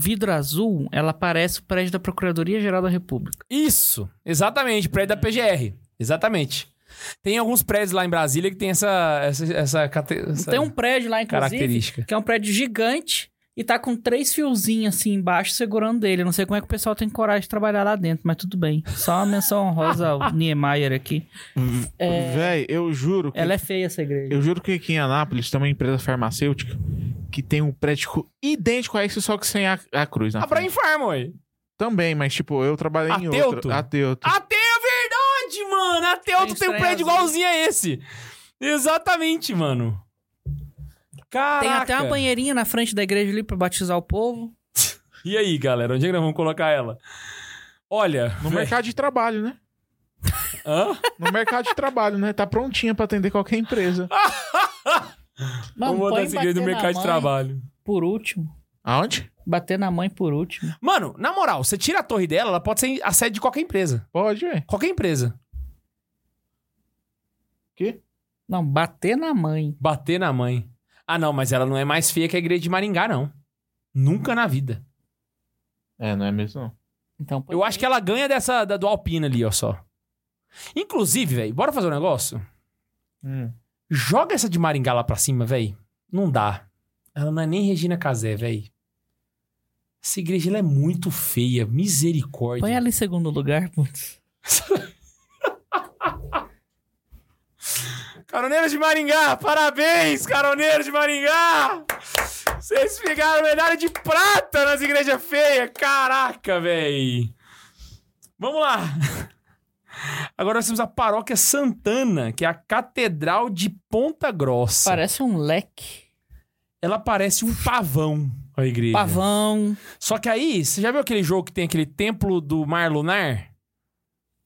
Speaker 2: Vidro azul, ela parece o prédio da Procuradoria Geral da República.
Speaker 1: Isso, exatamente, prédio da PGR. Exatamente. Tem alguns prédios lá em Brasília que tem essa essa, essa, cate- essa
Speaker 2: Tem um prédio lá, inclusive,
Speaker 1: característica.
Speaker 2: que é um prédio gigante e tá com três fiozinhos assim embaixo segurando ele. Eu não sei como é que o pessoal tem coragem de trabalhar lá dentro, mas tudo bem. Só uma menção honrosa ao Niemeyer aqui.
Speaker 3: Véi, eu juro que.
Speaker 2: Ela é feia essa igreja.
Speaker 3: Eu juro que aqui em Anápolis tem uma empresa farmacêutica que tem um prédio idêntico a esse, só que sem a, a cruz. Na
Speaker 1: Ah, pra
Speaker 3: frente.
Speaker 1: infarmo, oi.
Speaker 3: Também, mas tipo, eu trabalhei em
Speaker 1: Ateuto?
Speaker 3: outro. Ateuto.
Speaker 1: Até é verdade, mano. Até outro tem um
Speaker 2: estranho
Speaker 1: prédio
Speaker 2: azul.
Speaker 1: igualzinho a esse. Exatamente, mano. Caraca.
Speaker 2: Tem até uma banheirinha na frente da igreja ali pra batizar o povo.
Speaker 1: E aí, galera? Onde é que nós vamos colocar ela? Olha.
Speaker 3: No
Speaker 1: véi.
Speaker 3: mercado de trabalho, né?
Speaker 1: Hã?
Speaker 3: No mercado de trabalho, né? Tá prontinha pra atender qualquer empresa.
Speaker 1: Vamos botar esse grande no mercado de trabalho.
Speaker 2: Por último.
Speaker 3: Aonde?
Speaker 2: Bater na mãe por último.
Speaker 1: Mano, na moral, você tira a torre dela, ela pode ser a sede de qualquer empresa.
Speaker 3: Pode, ué.
Speaker 1: Qualquer empresa.
Speaker 2: Não, bater na mãe.
Speaker 1: Bater na mãe. Ah, não, mas ela não é mais feia que a igreja de Maringá, não. Nunca na vida.
Speaker 3: É, não é mesmo, não.
Speaker 2: Então,
Speaker 1: Eu acho que ela ganha dessa da- do Alpina ali, ó só. Inclusive, velho, bora fazer um negócio?
Speaker 3: Hum.
Speaker 1: Joga essa de Maringá lá pra cima, véi. Não dá. Ela não é nem Regina Casé, véi. Essa igreja ela é muito feia. Misericórdia.
Speaker 2: Põe ela em segundo lugar, putz.
Speaker 1: Caroneiros de Maringá, parabéns, caroneiros de Maringá! Vocês pegaram medalha de prata nas igrejas feias. Caraca, véi. Vamos lá. Agora nós temos a paróquia Santana, que é a Catedral de Ponta Grossa.
Speaker 2: Parece um leque.
Speaker 1: Ela parece um pavão, a igreja.
Speaker 2: Pavão.
Speaker 1: Só que aí, você já viu aquele jogo que tem aquele templo do mar lunar?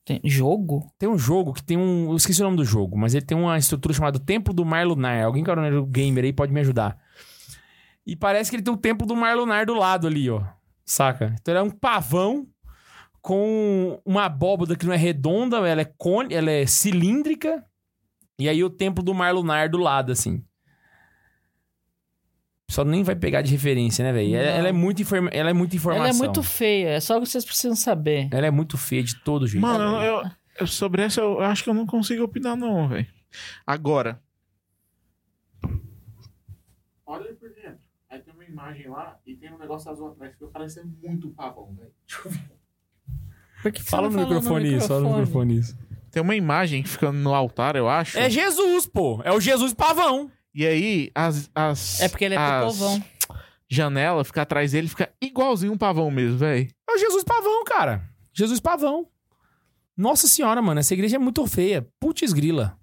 Speaker 2: Tem- Jogo?
Speaker 1: Tem um jogo que tem um. Eu esqueci o nome do jogo, mas ele tem uma estrutura chamada Templo do Mar Lunar. Alguém que era um gamer aí pode me ajudar. E parece que ele tem o Templo do Mar Lunar do lado ali, ó. Saca? Então ele é um pavão com uma abóboda que não é redonda, ela é, cone, ela é cilíndrica. E aí o templo do Mar Lunar do lado, assim. Só nem vai pegar de referência, né, velho? Ela,
Speaker 4: Não.
Speaker 1: ela é muito informa- ela é muita informação.
Speaker 4: Ela é muito feia, é só o que vocês precisam saber.
Speaker 1: Ela é muito feia de todo jeito.
Speaker 3: Mano,
Speaker 1: velho.
Speaker 3: eu, eu- sobre essa eu acho que eu não consigo opinar, não, velho. Agora. Olha por dentro. Aí tem uma imagem lá e tem um negócio azul atrás que parece muito pavão, velho.
Speaker 4: Por que que
Speaker 1: Fala
Speaker 4: você
Speaker 1: no
Speaker 4: não falou
Speaker 1: microfone isso, fala no microfone isso.
Speaker 3: Tem uma imagem ficando no altar, eu acho.
Speaker 1: É Jesus, pô. É o Jesus pavão.
Speaker 3: E aí as. as
Speaker 4: É porque ele é
Speaker 1: Ah,
Speaker 3: as
Speaker 4: povão.
Speaker 3: Janela fica atrás dele, fica igualzinho um pavão mesmo, velho.
Speaker 1: É o Jesus pavão, cara. Jesus pavão. Nossa senhora, mano. Essa igreja é muito feia. Putz grila.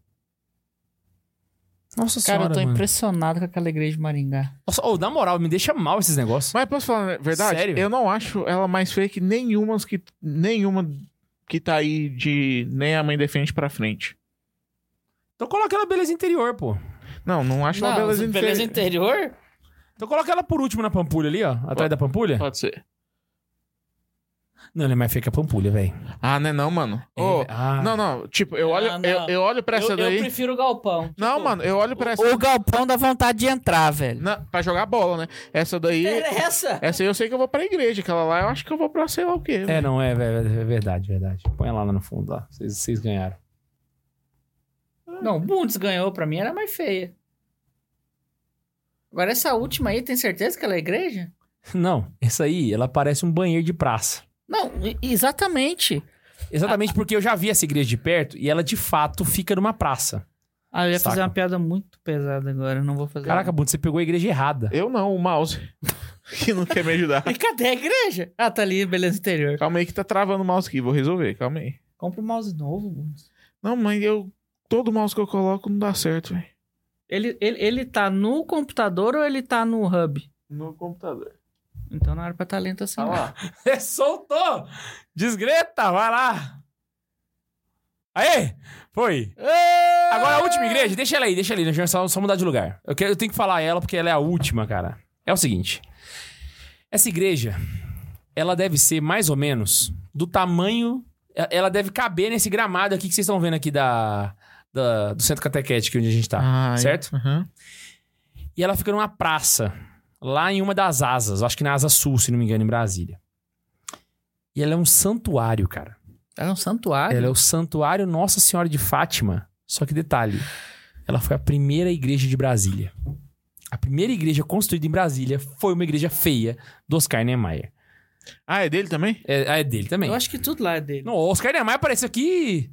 Speaker 1: Nossa
Speaker 4: Cara, eu
Speaker 1: senhora,
Speaker 4: tô
Speaker 1: mano.
Speaker 4: impressionado com aquela igreja de Maringá.
Speaker 1: Nossa, ô, na moral, me deixa mal esses negócios.
Speaker 3: Mas posso falar a verdade?
Speaker 1: Sério?
Speaker 3: Eu não acho ela mais feia que nenhuma que, nenhuma que tá aí de nem a mãe defende pra frente.
Speaker 1: Então coloca ela beleza interior, pô.
Speaker 3: Não, não acho
Speaker 4: Não,
Speaker 3: ela beleza,
Speaker 4: beleza
Speaker 3: inteira.
Speaker 4: interior?
Speaker 1: Então coloca ela por último na Pampulha ali, ó. Atrás da Pampulha.
Speaker 3: Pode ser.
Speaker 1: Não, ela é mais feia que a Pampulha, velho.
Speaker 3: Ah, não é não, mano. Ô,
Speaker 1: ah.
Speaker 3: Não, não. Tipo, eu
Speaker 4: Ah,
Speaker 3: olho,
Speaker 4: não.
Speaker 3: Eu, eu olho pra essa
Speaker 4: eu,
Speaker 3: daí.
Speaker 4: eu prefiro o galpão.
Speaker 3: Não,
Speaker 4: Tipo,
Speaker 3: mano, eu olho pra essa.
Speaker 4: O galpão dá vontade de entrar, velho.
Speaker 3: Na, pra jogar bola, né? Essa daí.
Speaker 4: É, Interessa!
Speaker 3: Essa aí eu sei que eu vou pra igreja. Aquela lá eu acho que eu vou pra sei lá o quê. né?
Speaker 1: É, não, é, velho. É verdade, verdade. Põe ela lá no fundo, ó. Vocês- Vocês ganharam.
Speaker 4: Não, o Bundes ganhou pra mim, era mais feia. Agora, essa última aí, tem certeza que ela é igreja?
Speaker 1: Não, essa aí, ela parece um banheiro de praça.
Speaker 4: Não, e- exatamente.
Speaker 1: Exatamente porque eu já vi essa igreja de perto e ela de fato fica numa praça.
Speaker 2: Ah, eu ia
Speaker 1: Saca.
Speaker 2: fazer uma piada muito pesada agora, eu não vou fazer.
Speaker 1: Caraca, Bundo, você pegou a igreja errada.
Speaker 3: Eu não, o mouse. que não quer me ajudar.
Speaker 4: E cadê a igreja? Ah, tá ali, beleza interior.
Speaker 3: Calma aí que tá travando o mouse aqui. Vou resolver, calma aí.
Speaker 4: Compra um mouse novo, Bundes.
Speaker 3: Não, mas eu. Todo mouse que eu coloco não dá certo, velho.
Speaker 2: Ele, ele, ele tá no computador ou ele tá no hub?
Speaker 3: No computador.
Speaker 4: Então não era pra talento assim.
Speaker 3: Tá
Speaker 4: não.
Speaker 3: lá.
Speaker 1: Você É, soltou! Desgreta, vai lá! Aê! Foi!
Speaker 4: Ah!
Speaker 1: Agora a última igreja, deixa ela aí, deixa ela aí, nós vamos só, só mudar de lugar. Eu, quero- eu tenho que falar ela porque ela é a última, cara. É o seguinte: essa igreja, ela deve ser mais ou menos do tamanho. e- Ela deve caber nesse gramado aqui que vocês estão vendo aqui da, da- do centro catequético onde a gente tá.
Speaker 3: Ah,
Speaker 1: certo?
Speaker 3: Aham.
Speaker 1: E ela fica numa praça, lá em uma das asas, acho que na Asa Sul, se não me engano, em Brasília. E ela é um santuário, cara.
Speaker 4: Era um santuário.
Speaker 1: Ela é o Santuário Nossa Senhora de Fátima. Só que detalhe, ela foi a primeira igreja de Brasília. A primeira igreja construída em Brasília foi uma igreja feia do Oscar Niemeyer.
Speaker 3: Ah, é dele também?
Speaker 1: É, é dele também.
Speaker 2: Eu acho que tudo lá é dele.
Speaker 1: Não, o Oscar Niemeyer aparece aqui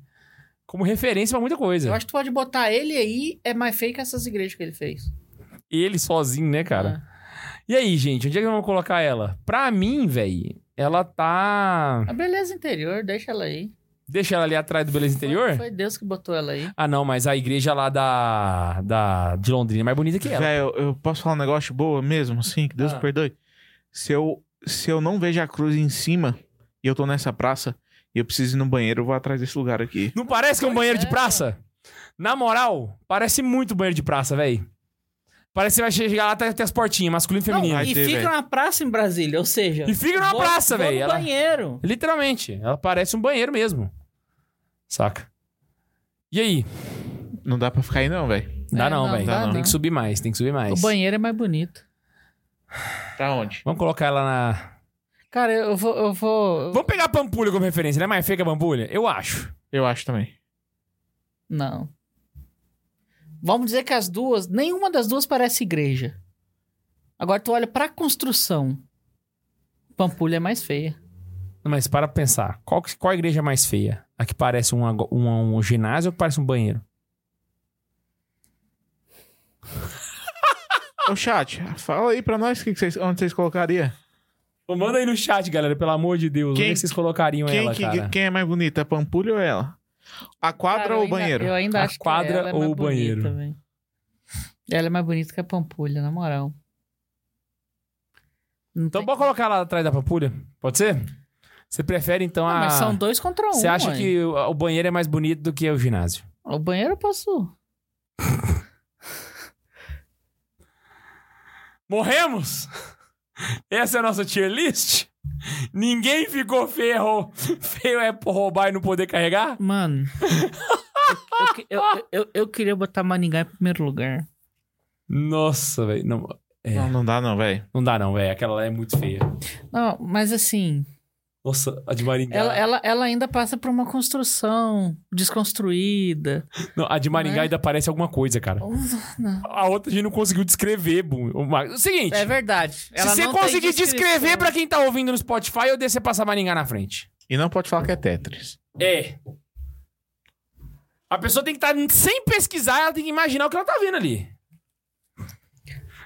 Speaker 1: como referência pra muita coisa.
Speaker 4: Eu acho que tu pode botar ele aí, é mais feio que essas igrejas que ele fez. Ah.
Speaker 1: Ele sozinho, né,
Speaker 4: É.
Speaker 1: cara? E aí, gente, onde é que vamos colocar ela? Pra mim, velho, ela tá...
Speaker 4: A Ah, beleza interior, deixa ela aí.
Speaker 1: Deixa ela ali atrás do Beleza Interior?
Speaker 4: Foi, foi Deus que botou ela aí.
Speaker 1: Ah, não, mas a igreja lá da, da... de Londrina é mais bonita que ela.
Speaker 3: Velho, eu, eu posso falar um negócio boa mesmo, assim, que Deus
Speaker 1: Ah.
Speaker 3: me perdoe. Se eu, se eu não vejo a cruz em cima e eu tô nessa praça e eu preciso ir no banheiro, eu vou atrás desse lugar aqui.
Speaker 1: Não parece que é um
Speaker 4: Pois
Speaker 1: banheiro
Speaker 4: é,
Speaker 1: de praça? Na moral, parece muito banheiro de praça, velho. Parece que você vai chegar lá até ter as portinhas, masculino e
Speaker 2: Não,
Speaker 1: feminino.
Speaker 3: Vai
Speaker 2: e
Speaker 3: ter,
Speaker 2: fica
Speaker 3: velho.
Speaker 2: na praça em Brasília, ou seja.
Speaker 1: E fica numa
Speaker 2: vou-
Speaker 1: praça,
Speaker 2: vou
Speaker 1: velho,
Speaker 2: no
Speaker 1: ela-
Speaker 2: banheiro.
Speaker 1: Literalmente, ela parece um banheiro mesmo. Saca? E aí?
Speaker 3: Não dá pra ficar aí, não, velho.
Speaker 1: Dá
Speaker 4: É,
Speaker 1: não,
Speaker 4: não,
Speaker 1: velho.
Speaker 4: dá
Speaker 1: Tem
Speaker 4: não.
Speaker 1: que subir mais, tem que subir mais.
Speaker 4: O banheiro é mais bonito.
Speaker 3: Pra Tá onde?
Speaker 1: Vamos colocar ela na.
Speaker 4: Cara, eu vou. Eu vou...
Speaker 1: Vamos pegar a Pampulha como referência, né? Mais feia que a Pampulha? Eu acho.
Speaker 3: Eu acho também.
Speaker 4: Não. Vamos dizer que as duas, nenhuma das duas parece igreja. Agora tu olha pra construção. Pampulha é mais feia.
Speaker 1: Mas para pensar, qual, que- qual a igreja é mais feia? A que parece um, ago- um, um ginásio ou que parece um banheiro?
Speaker 3: Ô, chat, fala aí pra nós que que vocês, onde vocês colocariam.
Speaker 1: Ô, Manda aí no chat, galera, pelo amor de Deus.
Speaker 3: Quem-
Speaker 1: Onde é que vocês colocariam
Speaker 3: Quem,
Speaker 1: ela,
Speaker 3: que-
Speaker 1: cara?
Speaker 3: quem é mais bonita, a Pampulha ou ela? A quadra
Speaker 4: Cara, eu
Speaker 3: ou o
Speaker 4: ainda-
Speaker 3: banheiro?
Speaker 4: Eu ainda
Speaker 1: A
Speaker 4: acho que
Speaker 1: quadra
Speaker 4: ela é
Speaker 1: ou
Speaker 4: mais
Speaker 1: o banheiro?
Speaker 4: bonita, velho. Ela é mais bonita que a Pampulha, na moral. Não
Speaker 1: Então
Speaker 4: tem-
Speaker 1: bora colocar lá atrás da papulha? Pode ser? Você prefere então
Speaker 4: Ah,
Speaker 1: a.
Speaker 4: mas são dois contra um.
Speaker 1: Você acha
Speaker 4: mãe.
Speaker 1: que o o banheiro é mais bonito do que o ginásio?
Speaker 4: O banheiro eu posso.
Speaker 1: Morremos? Essa é a nossa tier list? Ninguém ficou ferro. Feio é roubar e não poder carregar?
Speaker 4: Mano. eu que- Eu, eu, eu, eu queria botar Maringá em primeiro lugar.
Speaker 1: Nossa, velho. Não, É.
Speaker 3: Não, não dá não, velho.
Speaker 1: não dá não, velho. Aquela lá é muito feia.
Speaker 4: Não, mas assim,
Speaker 1: Nossa, a de Maringá.
Speaker 4: ela, ela, ela ainda passa por uma construção desconstruída.
Speaker 1: Não, a de Maringá
Speaker 4: Né?
Speaker 1: ainda parece alguma coisa, cara. A outra a gente não conseguiu descrever, Bum. O Mar- o seguinte,
Speaker 4: É verdade.
Speaker 1: se você conseguir descrever pra quem tá ouvindo no Spotify, eu descer passar Maringá na frente.
Speaker 3: E não pode falar que é Tetris.
Speaker 1: É. A pessoa tem que estar sem pesquisar, ela tem que imaginar o que ela tá vendo ali.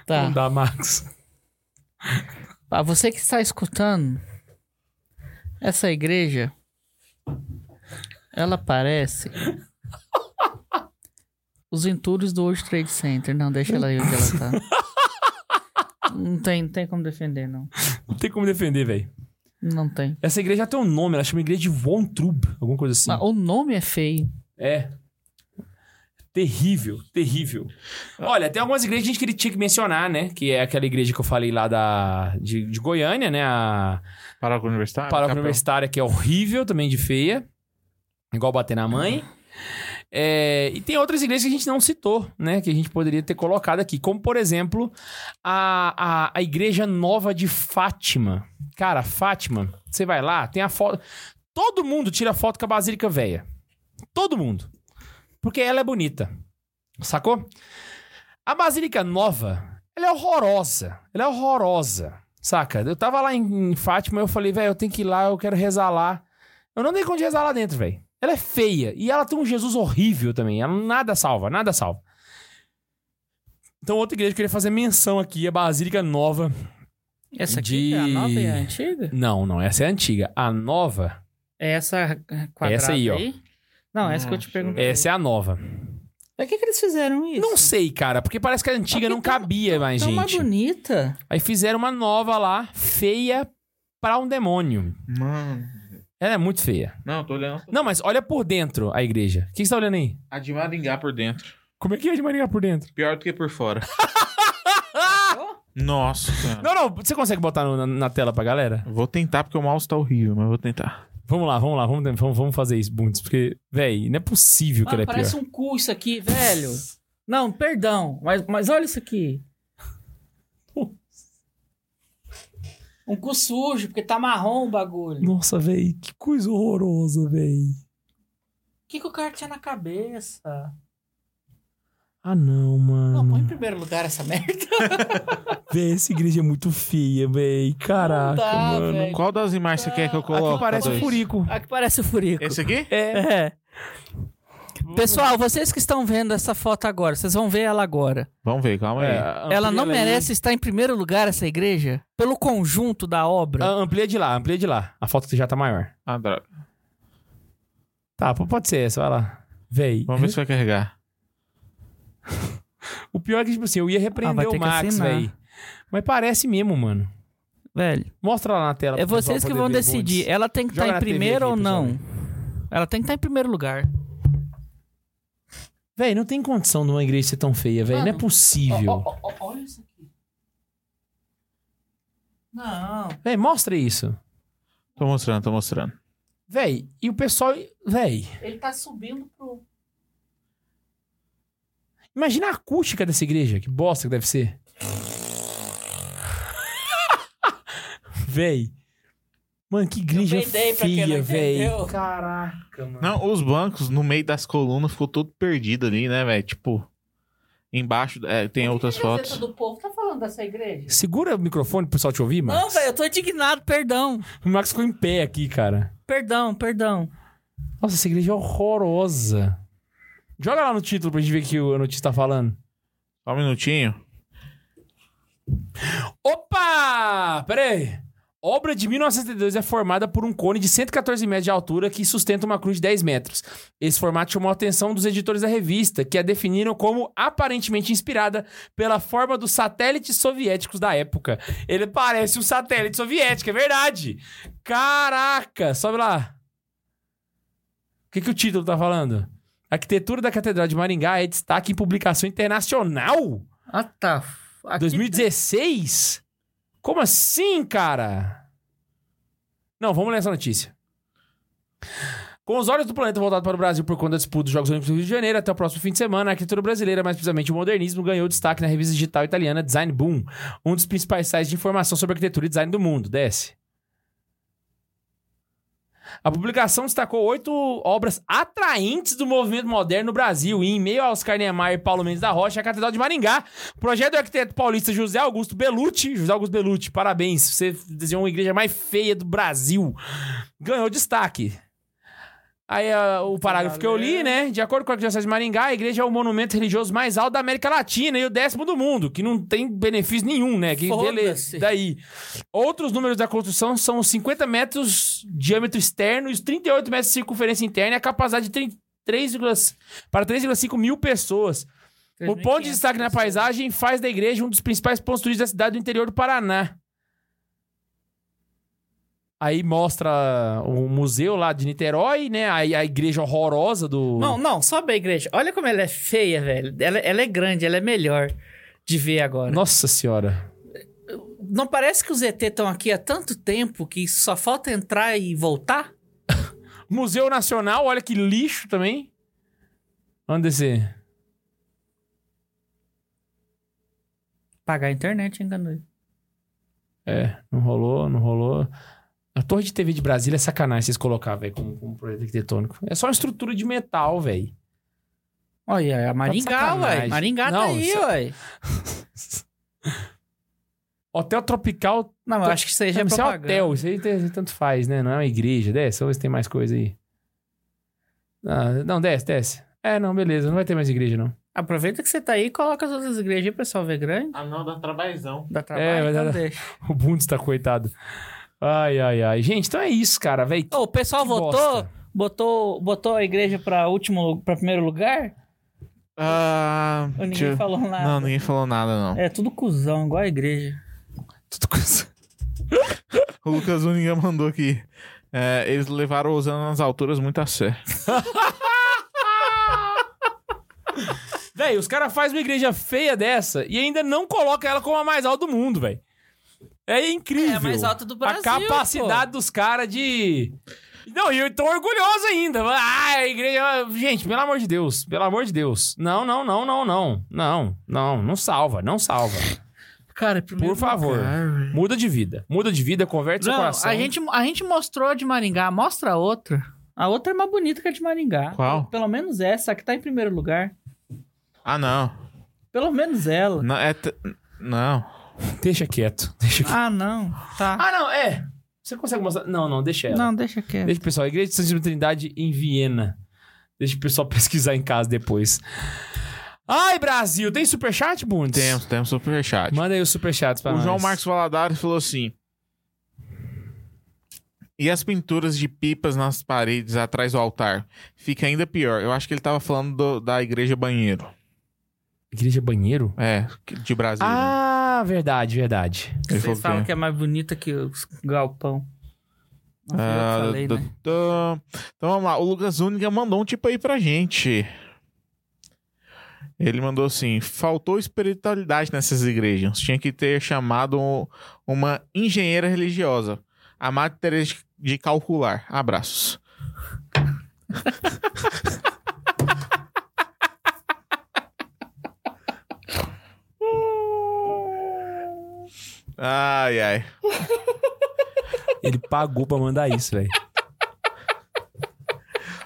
Speaker 1: Não
Speaker 4: Tá.
Speaker 1: dá, Max.
Speaker 4: Pra você que está escutando, essa igreja, ela parece os entulhos do World Trade Center. Não, deixa ela aí onde ela tá. Não tem, não tem como defender, não.
Speaker 1: Não tem como defender, velho.
Speaker 4: Não tem.
Speaker 1: Essa igreja tem um nome, ela chama igreja de Von Trub, alguma coisa assim.
Speaker 4: Mas o nome é feio.
Speaker 1: É. Terrível, terrível. Olha, tem algumas igrejas que a gente queria- tinha que mencionar, né? Que é aquela igreja que eu falei lá da, de, de Goiânia, né? A
Speaker 3: Paróquia Universitária?
Speaker 1: Paróquia
Speaker 3: Capel.
Speaker 1: Universitária, que é horrível também de feia. Igual bater na mãe. É, e tem outras igrejas que a gente não citou, né? Que a gente poderia ter colocado aqui. Como, por exemplo, a, a, a Igreja Nova de Fátima. Cara, Fátima, você vai lá, tem a foto... Todo mundo tira foto com a Basílica Velha. Todo mundo. Porque ela é bonita. Sacou? A Basílica Nova, ela é horrorosa. Ela é horrorosa. Saca? Eu tava lá em, em Fátima eu falei, velho, eu tenho que ir lá, eu quero rezar lá. Eu não dei conta de rezar lá dentro, velho. Ela é feia. E ela tem um Jesus horrível também. Ela nada salva, nada salva. Então, outra igreja que eu queria fazer menção aqui, a Basílica Nova.
Speaker 4: Essa aqui
Speaker 1: De-
Speaker 4: é a nova e a antiga?
Speaker 1: Não, não, essa é antiga. A nova,
Speaker 4: É essa quadrada
Speaker 1: Essa aí,
Speaker 4: aí,
Speaker 1: ó.
Speaker 4: Não, essa que eu te
Speaker 3: Nossa,
Speaker 4: perguntei.
Speaker 1: essa é a nova.
Speaker 4: Pra que, que eles fizeram isso?
Speaker 1: Não sei, cara, porque parece que a antiga
Speaker 4: Porque
Speaker 1: não
Speaker 4: tá-
Speaker 1: cabia mais,
Speaker 4: Tão mais
Speaker 1: gente.
Speaker 4: bonita.
Speaker 1: Aí fizeram uma nova lá, feia pra um demônio.
Speaker 3: Mano.
Speaker 1: Ela é muito feia.
Speaker 3: Não, tô olhando
Speaker 1: Não, mas olha por dentro a igreja. O que você tá olhando aí?
Speaker 3: a de Maringá por dentro.
Speaker 1: Como é que é de Maringá por dentro?
Speaker 3: Pior do que por fora.
Speaker 1: Ah,
Speaker 3: Nossa, cara.
Speaker 1: Não, não, você consegue botar no- na, na tela pra galera?
Speaker 3: Vou tentar porque o mouse tá horrível, mas vou tentar.
Speaker 1: Vamos lá, vamos lá, vamos, vamos, vamos fazer isso, Bundes, porque, véi, não é possível que
Speaker 4: Mano,
Speaker 1: ela é pior.
Speaker 4: parece um cu isso aqui, velho. Não, perdão, mas, mas olha isso aqui. Um cu sujo, porque tá marrom o bagulho. O
Speaker 1: Nossa, véi, que coisa horrorosa, véi.
Speaker 4: que, que o cara tinha na cabeça?
Speaker 1: Ah, não, mano.
Speaker 4: Não, põe em primeiro lugar essa merda.
Speaker 1: Véi, essa igreja é muito feia, véi. Caraca,
Speaker 4: Não dá,
Speaker 1: Tá, mano.
Speaker 4: velho.
Speaker 3: Qual das imagens você quer que eu
Speaker 1: Aqui
Speaker 3: coloque?
Speaker 1: parece um
Speaker 3: Dois.
Speaker 1: furico.
Speaker 2: Aqui parece o Furico.
Speaker 3: Esse aqui?
Speaker 1: É.
Speaker 2: É. Pessoal, vocês que estão vendo essa foto agora, vocês vão ver ela agora.
Speaker 3: Vamos ver, calma aí.
Speaker 1: É,
Speaker 2: ela
Speaker 1: amplia
Speaker 2: não
Speaker 1: ali.
Speaker 2: merece estar em primeiro lugar, essa igreja, pelo conjunto da obra.
Speaker 1: Ah, amplia de lá, amplia de lá. A foto já tá maior.
Speaker 3: Ah, droga.
Speaker 1: Tá, p- pode ser essa, vai lá. Véi.
Speaker 3: Vamos ver se vai carregar.
Speaker 1: O pior é que, tipo assim, eu ia
Speaker 2: Ah, vai
Speaker 1: repreender
Speaker 2: ter
Speaker 1: o
Speaker 2: que
Speaker 1: Max,
Speaker 2: assinar.
Speaker 1: véi. Mas parece mesmo, mano.
Speaker 2: Velho,
Speaker 1: Mostra lá na tela.
Speaker 2: é
Speaker 1: pro pessoal
Speaker 2: vocês que
Speaker 1: poder
Speaker 2: vão
Speaker 1: ver, Bundes.
Speaker 2: decidir. Ela tem que
Speaker 1: Joga
Speaker 2: estar
Speaker 1: na
Speaker 2: em
Speaker 1: TV
Speaker 2: primeiro
Speaker 1: aqui,
Speaker 2: ou
Speaker 1: pessoal,
Speaker 2: não. Ela tem que estar em primeiro lugar.
Speaker 1: Véi, não tem condição de uma igreja ser tão feia, véi. Não é
Speaker 4: Mano,
Speaker 1: possível.
Speaker 4: Ó, ó, ó, ó, olha isso aqui. Não.
Speaker 1: Véi, mostra isso.
Speaker 3: Tô mostrando, tô mostrando.
Speaker 1: Véi, e o pessoal. Véi,
Speaker 4: Ele tá subindo pro.
Speaker 1: imagina a acústica dessa igreja. Que bosta que deve ser. véi. Mano, que igreja
Speaker 4: Eu peidei pra quem não
Speaker 1: feia, véi.
Speaker 4: entendeu.
Speaker 1: Caraca, mano.
Speaker 3: Não, os bancos no meio das colunas ficou tudo perdido ali, né, velho? Tipo, embaixo é, tem outras
Speaker 4: A Gazeta
Speaker 3: fotos.
Speaker 4: do povo tá falando dessa igreja?
Speaker 1: Segura o microfone pro pessoal te ouvir, Max.
Speaker 2: Não, velho, eu tô indignado, perdão.
Speaker 1: O Max ficou em pé aqui, cara.
Speaker 2: Perdão, perdão.
Speaker 1: Nossa, essa igreja é horrorosa. Joga lá no título pra gente ver o que o notícia tá falando.
Speaker 3: Só um minutinho.
Speaker 1: Opa! Pera aí. Obra de 1972 é formada por um cone de 114 metros de altura que sustenta uma cruz de 10 metros. Esse formato chamou a atenção dos editores da revista, que a definiram como aparentemente inspirada pela forma dos satélites soviéticos da época. Ele parece um satélite soviético, é verdade! Caraca! Sobe lá. O que, que o título tá falando? A arquitetura da Catedral de Maringá é destaque em publicação internacional?
Speaker 4: Ah, tá. Aqui
Speaker 1: 2016? Como assim, cara? Não, vamos ler essa notícia. Com os olhos do planeta voltado para o Brasil por conta da disputa dos Jogos Olímpicos do Rio de Janeiro até o próximo fim de semana, a arquitetura brasileira, mais precisamente o modernismo, ganhou destaque na revista digital italiana Design Boom, um dos principais sites de informação sobre arquitetura e design do mundo. Desce. A publicação destacou oito obras atraentes do movimento moderno no Brasil. E em meio a Oscar Niemeyer e Paulo Mendes da Rocha, a Catedral de Maringá, projeto do arquiteto paulista José Augusto Belucci. José Augusto Belucci, parabéns. Você desenhou uma igreja mais feia do Brasil. Ganhou destaque. Aí ah, o parágrafo que eu li, né? De acordo com a Arquidiocese de Maringá, a igreja é o monumento religioso mais alto da América Latina e o décimo do mundo, que não tem benefício nenhum, né? Que
Speaker 5: Foda-se.
Speaker 1: beleza. Daí. Outros números da construção são os 50 metros de diâmetro externo e os 38 metros de circunferência interna e a capacidade de 3, para 3,5 mil pessoas. O ponto de destaque na paisagem faz da igreja um dos principais pontos turísticos da cidade do interior do Paraná. Aí mostra o museu lá de Niterói, né? Aí a igreja horrorosa do.
Speaker 2: Não, não, sobe a igreja. Olha como ela é feia, velho. Ela, ela é grande, ela é melhor de ver agora. Não,
Speaker 1: Nossa senhora.
Speaker 2: parece que os ET estão aqui há tanto tempo que só falta entrar e voltar?
Speaker 1: Museu Nacional, olha que lixo também. Vamos descer.
Speaker 2: Pagar a internet, enganou.
Speaker 1: É, não rolou, não rolou. A torre de TV de Brasília é sacanagem vocês colocar, velho, como, como projeto arquitetônico. É só uma estrutura de metal, velho.
Speaker 2: Olha, a Maringá,
Speaker 1: sacanagem.
Speaker 2: ué. Maringá
Speaker 1: Não,
Speaker 2: tá aí,
Speaker 1: isso-
Speaker 2: ué.
Speaker 1: Hotel Tropical
Speaker 2: Não, eu acho que isso aí já é
Speaker 1: Não, isso é
Speaker 2: propaganda.
Speaker 1: hotel, isso aí tem- tanto faz, né? Não é uma igreja. Desce, vamos ver se tem mais coisa aí. Ah, não, desce, desce. É, não, beleza, não vai ter mais igreja, não.
Speaker 2: Aproveita que você tá aí e coloca as outras igrejas aí, pessoal, ver grande.
Speaker 3: Ah, não, dá trabalhão.
Speaker 2: Dá trabalho,
Speaker 1: É, mas
Speaker 2: então
Speaker 1: ela-
Speaker 2: deixa.
Speaker 1: O Bundes tá coitado. Ai, ai, ai. Gente, então é isso, cara, velho.
Speaker 2: Ô, o pessoal
Speaker 1: Que
Speaker 2: votou,
Speaker 1: bosta.
Speaker 2: botou, botou a igreja pra último, para primeiro lugar?
Speaker 3: Ah,
Speaker 2: Ou ninguém
Speaker 3: deixa eu-
Speaker 2: falou nada?
Speaker 3: Não, ninguém falou nada, não.
Speaker 2: É tudo cuzão, igual a igreja.
Speaker 1: Tudo coisa.
Speaker 3: O Lucas Uniga mandou aqui. É, eles levaram os anos nas alturas muito a sério.
Speaker 1: Véi, os caras fazem uma igreja feia dessa e ainda não colocam ela como a mais alta do mundo, velho. É incrível.
Speaker 5: É a mais alta do
Speaker 1: A
Speaker 5: Brasil,
Speaker 1: capacidade dos caras de. Não, e eu tô orgulhoso ainda. Ah, a igreja. Gente, pelo amor de Deus. Pelo amor de Deus. Não, não, não, não, não. Não, não. Não salva, não salva.
Speaker 2: Cara,
Speaker 1: Por favor. Muda de vida. Muda de vida, converte seu
Speaker 2: Não,
Speaker 1: coração.
Speaker 2: a gente, a gente mostrou a de Maringá, mostra a outra. A outra é mais bonita que a de Maringá.
Speaker 3: Qual?
Speaker 2: Pelo menos essa, a que tá em primeiro lugar.
Speaker 3: Ah, não.
Speaker 2: Pelo menos ela.
Speaker 3: Não, é. t- Não.
Speaker 1: Deixa quieto. Deixa quieto.
Speaker 2: Ah, não. Tá.
Speaker 1: Ah, não, é. Você consegue mostrar? Não, não, deixa ela.
Speaker 2: não, deixa quieto.
Speaker 1: Deixa o pessoal. Igreja de Santíssima Trindade em Viena. Deixa o pessoal pesquisar em casa depois. Ai, Brasil, tem é um superchat, Bundes?
Speaker 3: Temos, temos superchat.
Speaker 1: Manda aí os superchats pra
Speaker 3: O
Speaker 1: nós.
Speaker 3: João Marcos Valadares falou assim. E as pinturas de pipas nas paredes atrás do altar? Fica ainda pior. Eu acho que ele tava falando do- da igreja banheiro.
Speaker 1: Igreja banheiro?
Speaker 3: É, de Brasília.
Speaker 1: Ah, verdade, verdade.
Speaker 3: Ele falou
Speaker 2: Vocês
Speaker 3: que
Speaker 2: falam
Speaker 3: tem.
Speaker 2: que é mais bonita que os galpão. Não fui eu que
Speaker 3: Ah,
Speaker 2: falei,
Speaker 3: do-
Speaker 2: né?
Speaker 3: do- Então vamos lá. O Lucas Uniga mandou um tipo aí pra gente. Ele mandou assim: faltou espiritualidade nessas igrejas. Tinha que ter chamado um- uma engenheira religiosa. A Madre Teresa de calcular. Abraços. Ai, ai.
Speaker 1: Ele pagou pra mandar isso, velho.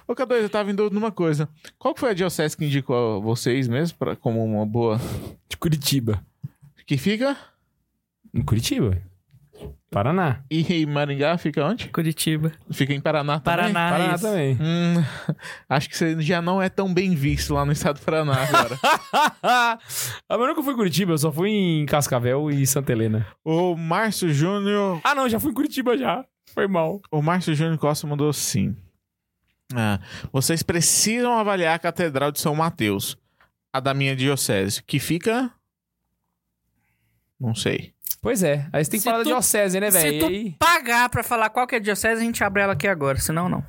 Speaker 3: Ô, K2, eu tava em dúvida numa coisa. Qual que foi a diocese que indicou vocês mesmo pra, como uma boa?
Speaker 1: De Curitiba.
Speaker 3: Que fica?
Speaker 1: Em Curitiba? Paraná.
Speaker 3: E Maringá fica onde?
Speaker 2: Curitiba.
Speaker 3: Fica em Paraná também?
Speaker 2: Paraná.
Speaker 1: Paraná
Speaker 2: isso.
Speaker 1: também.
Speaker 3: Hum, acho que você já não é tão bem visto lá no estado do Paraná agora.
Speaker 1: ah, mas eu nunca fui em Curitiba, eu só fui em Cascavel e Santa Helena.
Speaker 3: o Márcio Júnior...
Speaker 1: Ah, não, já fui em Curitiba já. Foi mal.
Speaker 3: O Márcio Júnior Costa mandou sim. Ah, vocês precisam avaliar a Catedral de São Mateus, a da minha diocese, que fica... Não sei.
Speaker 1: Pois é, aí você tem que
Speaker 2: Se
Speaker 1: falar
Speaker 2: tu-
Speaker 1: da diocese, né,
Speaker 2: Se
Speaker 1: velho?
Speaker 2: tu
Speaker 1: Aí...
Speaker 2: pagar pra falar qual que é a diocese, a gente abre ela aqui agora, senão não.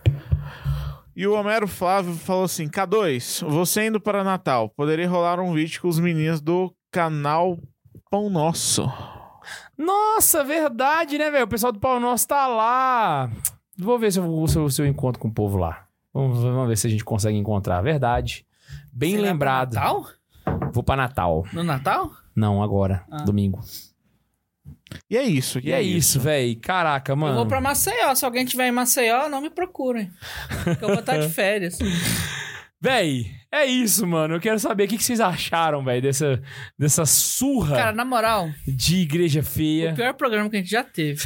Speaker 3: E o Homero Flávio falou assim: K2, você indo para Natal, poderia rolar um vídeo com os meninos do canal Pão Nosso.
Speaker 1: Nossa, verdade, né, velho? O pessoal do Pau Nosso tá lá. Vou ver se eu, se eu, se eu encontro com o povo lá. Vamos, vamos ver se a gente consegue encontrar. Verdade. Bem
Speaker 2: Será
Speaker 1: lembrado.
Speaker 2: No Natal?
Speaker 1: Vou pra Natal.
Speaker 2: No Natal?
Speaker 1: Não, agora.
Speaker 2: Ah.
Speaker 1: Domingo.
Speaker 3: E é isso.
Speaker 1: E é isso, velho. Caraca, mano.
Speaker 2: Eu vou pra Maceió. Se alguém tiver em Maceió, não me procurem. Porque eu vou estar de férias.
Speaker 1: Véi, é isso, mano. Eu quero saber o que, que vocês acharam, velho, dessa, dessa surra
Speaker 2: Cara, na moral,
Speaker 1: de igreja
Speaker 2: o
Speaker 1: feia.
Speaker 2: pior programa que a gente já teve.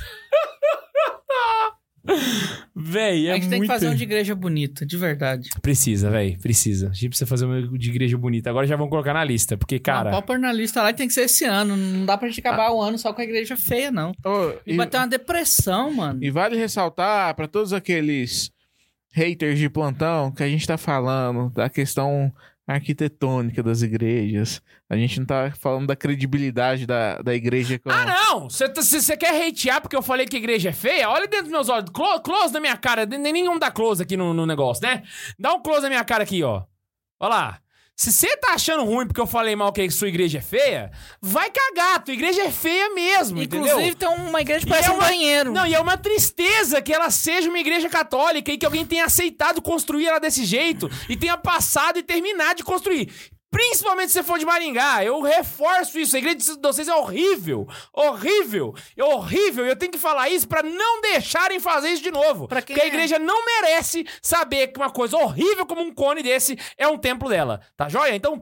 Speaker 1: Véi, é
Speaker 2: a gente
Speaker 1: muito...
Speaker 2: tem que fazer um de igreja bonita, de verdade.
Speaker 1: Precisa, véi, precisa. A gente precisa fazer uma de igreja bonita. Agora já vão colocar na lista, porque, cara... Ah.
Speaker 2: Não, pode pôr na lista lá e tem que ser esse ano. Não dá pra gente acabar o ano só com a igreja feia, não.
Speaker 3: Ô,
Speaker 2: E...
Speaker 3: e,
Speaker 2: Vai ter uma depressão, mano.
Speaker 3: e vale ressaltar pra todos aqueles haters de plantão que a gente tá falando da questão arquitetônica das igrejas. A gente não tá falando da credibilidade da, da igreja com...
Speaker 1: Ah, não! Você tá- você- você quer hatear porque eu falei que a igreja é feia? Olha dentro dos meus olhos. Clo- Close, na minha cara. Nem nenhum dá close aqui no, no negócio, né? Dá um close na minha cara aqui, ó. Olha lá. Se você tá achando ruim porque eu falei mal que a sua igreja é feia, vai cagar. Tua igreja é feia mesmo, entendeu?
Speaker 2: Inclusive, tem uma igreja que
Speaker 1: E
Speaker 2: parece
Speaker 1: é
Speaker 2: um
Speaker 1: uma-
Speaker 2: banheiro.
Speaker 1: Não, e é uma tristeza que ela seja uma igreja católica e que alguém tenha aceitado construir ela desse jeito e tenha passado e terminado de construir. Principalmente se você for de Maringá, eu reforço isso. A igreja de vocês é horrível. Horrível. É horrível. E eu tenho que falar isso pra não deixarem fazer isso de novo.
Speaker 2: Pra quem
Speaker 1: Porque a
Speaker 2: é?
Speaker 1: igreja não merece saber que uma coisa horrível como um cone desse é um templo dela. Tá joia? Então,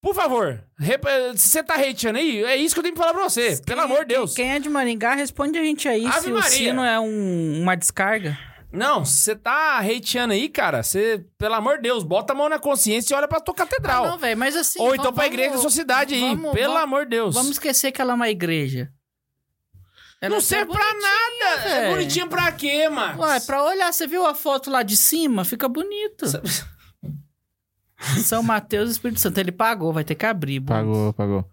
Speaker 1: por favor, rep- se você tá hateando aí, é isso que eu tenho que falar pra você. Pelo amor de Deus.
Speaker 6: Quem é de Maringá, responde a gente aí
Speaker 1: Ave
Speaker 6: se o
Speaker 1: Maria.
Speaker 6: sino é um- uma descarga.
Speaker 1: Não, você tá hateando aí, cara. Você, pelo amor de Deus, bota a mão na consciência e olha pra tua catedral.
Speaker 2: Ah, não, velho, mas assim.
Speaker 1: Ou
Speaker 2: va-
Speaker 1: então pra
Speaker 2: vamos-
Speaker 1: igreja da sua cidade aí.
Speaker 2: vamos-
Speaker 1: pelo
Speaker 2: vamos-
Speaker 1: amor de Deus.
Speaker 2: Vamos esquecer que ela é uma igreja. Ela
Speaker 1: não
Speaker 2: é
Speaker 1: serve
Speaker 2: até
Speaker 1: pra
Speaker 2: bonitinha,
Speaker 1: nada. É
Speaker 2: velho.
Speaker 1: bonitinho pra quê, Marcos?
Speaker 2: Ué, pra olhar, você viu a foto lá de cima? Fica bonito. São Mateus e Espírito Santo. Ele pagou, vai ter que abrir. bom.
Speaker 3: Pagou, pagou.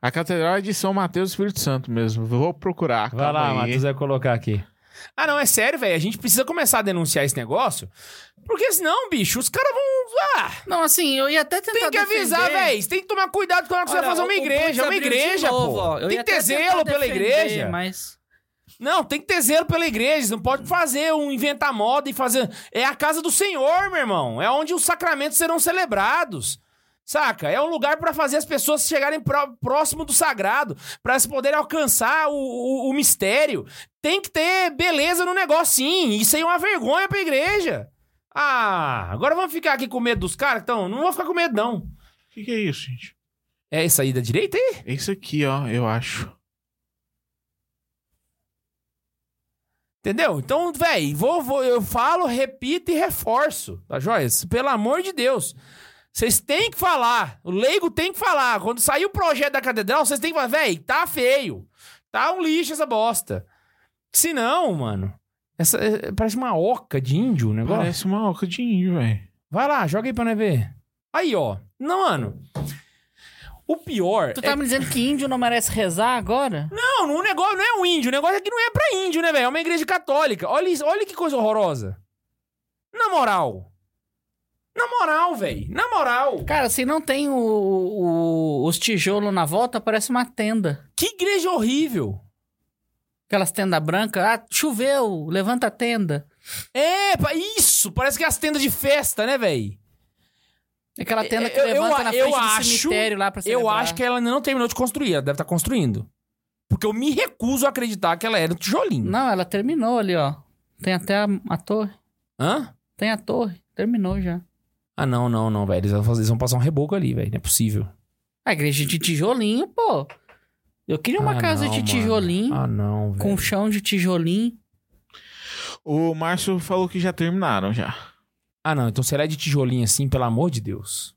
Speaker 3: A catedral é de São Mateus do Espírito Santo mesmo. Vou procurar.
Speaker 1: Vai
Speaker 3: calma
Speaker 1: lá,
Speaker 3: aí.
Speaker 1: Matheus, vai colocar aqui. Ah, não, é sério, velho. A gente precisa começar a denunciar esse negócio. Porque senão, bicho, os caras vão. Ah,
Speaker 2: Não, assim, eu ia até tentar.
Speaker 1: tem que avisar,
Speaker 2: defender.
Speaker 1: velho. Tem que tomar cuidado quando você
Speaker 2: Olha,
Speaker 1: vai fazer uma
Speaker 2: o- o Putz
Speaker 1: igreja. É uma
Speaker 2: abriu de
Speaker 1: igreja,
Speaker 2: novo, ó.
Speaker 1: pô.
Speaker 2: Eu
Speaker 1: Tem
Speaker 2: ia
Speaker 1: que ter
Speaker 2: até
Speaker 1: zelo
Speaker 2: tentar defender,
Speaker 1: pela igreja.
Speaker 2: Mas
Speaker 1: Não, tem que ter zelo pela igreja. Não pode fazer um inventar moda e fazer. É a casa do Senhor, meu irmão. É onde os sacramentos serão celebrados. Saca? É um lugar pra fazer as pessoas chegarem pró- próximo do sagrado, pra se poderem alcançar o, o- o mistério. Tem que ter beleza no negócio, sim. Isso aí é uma vergonha pra igreja. Ah, agora vamos ficar aqui com medo dos caras? Então, não vou ficar com medo, não.
Speaker 3: O que, que é isso, gente?
Speaker 1: É isso aí da direita aí?
Speaker 3: É isso aqui, ó, eu acho.
Speaker 1: Entendeu? Então, véi, vou, vou- eu falo, repito e reforço, tá joia? Pelo amor de Deus. Vocês têm que falar. O leigo tem que falar. Quando sair o projeto da catedral, vocês têm que falar, véi, tá feio. Tá um lixo essa bosta. Se não, mano. Essa, é- parece uma oca de índio o negócio.
Speaker 3: Parece uma oca de índio, velho.
Speaker 1: Vai lá, joga aí pra nós ver. Aí, ó. Não, mano. O pior.
Speaker 2: tu
Speaker 1: é
Speaker 2: tá me dizendo que índio não merece rezar agora?
Speaker 1: Não, o negócio não é um índio. O negócio aqui não é pra índio, né, velho? É uma igreja católica. Olha isso, olha que coisa horrorosa. Na moral. Na moral, velho. Na moral.
Speaker 2: Cara, se não tem o, o- os tijolos na volta, parece uma tenda.
Speaker 1: Que igreja horrível.
Speaker 2: Aquelas tendas brancas. Ah, choveu, levanta a tenda.
Speaker 1: É, pa- isso. Parece que é as tendas de festa, né, velho?
Speaker 2: Aquela tenda que
Speaker 1: Eu- eu-
Speaker 2: levanta na
Speaker 1: eu
Speaker 2: frente do
Speaker 1: acho-
Speaker 2: cemitério lá pra
Speaker 1: Eu
Speaker 2: celebrar.
Speaker 1: acho que ela ainda não terminou de construir. Ela deve estar construindo. Porque eu me recuso a acreditar que ela era um tijolinho.
Speaker 2: Não, ela terminou ali, ó. Tem até a, a torre.
Speaker 1: Hã?
Speaker 2: Tem a torre. Terminou já.
Speaker 1: Ah, não, não, não, velho. Eles vão fazer- eles vão passar um reboco ali, velho. Não é possível.
Speaker 2: A igreja de tijolinho, pô. Eu queria uma
Speaker 1: Ah,
Speaker 2: casa
Speaker 1: não,
Speaker 2: de
Speaker 1: mano.
Speaker 2: tijolinho,
Speaker 1: Ah, não, velho.
Speaker 2: com chão de tijolinho.
Speaker 3: O Márcio falou que já terminaram já.
Speaker 1: Ah, não. Então se ela é de tijolinho assim, pelo amor de Deus.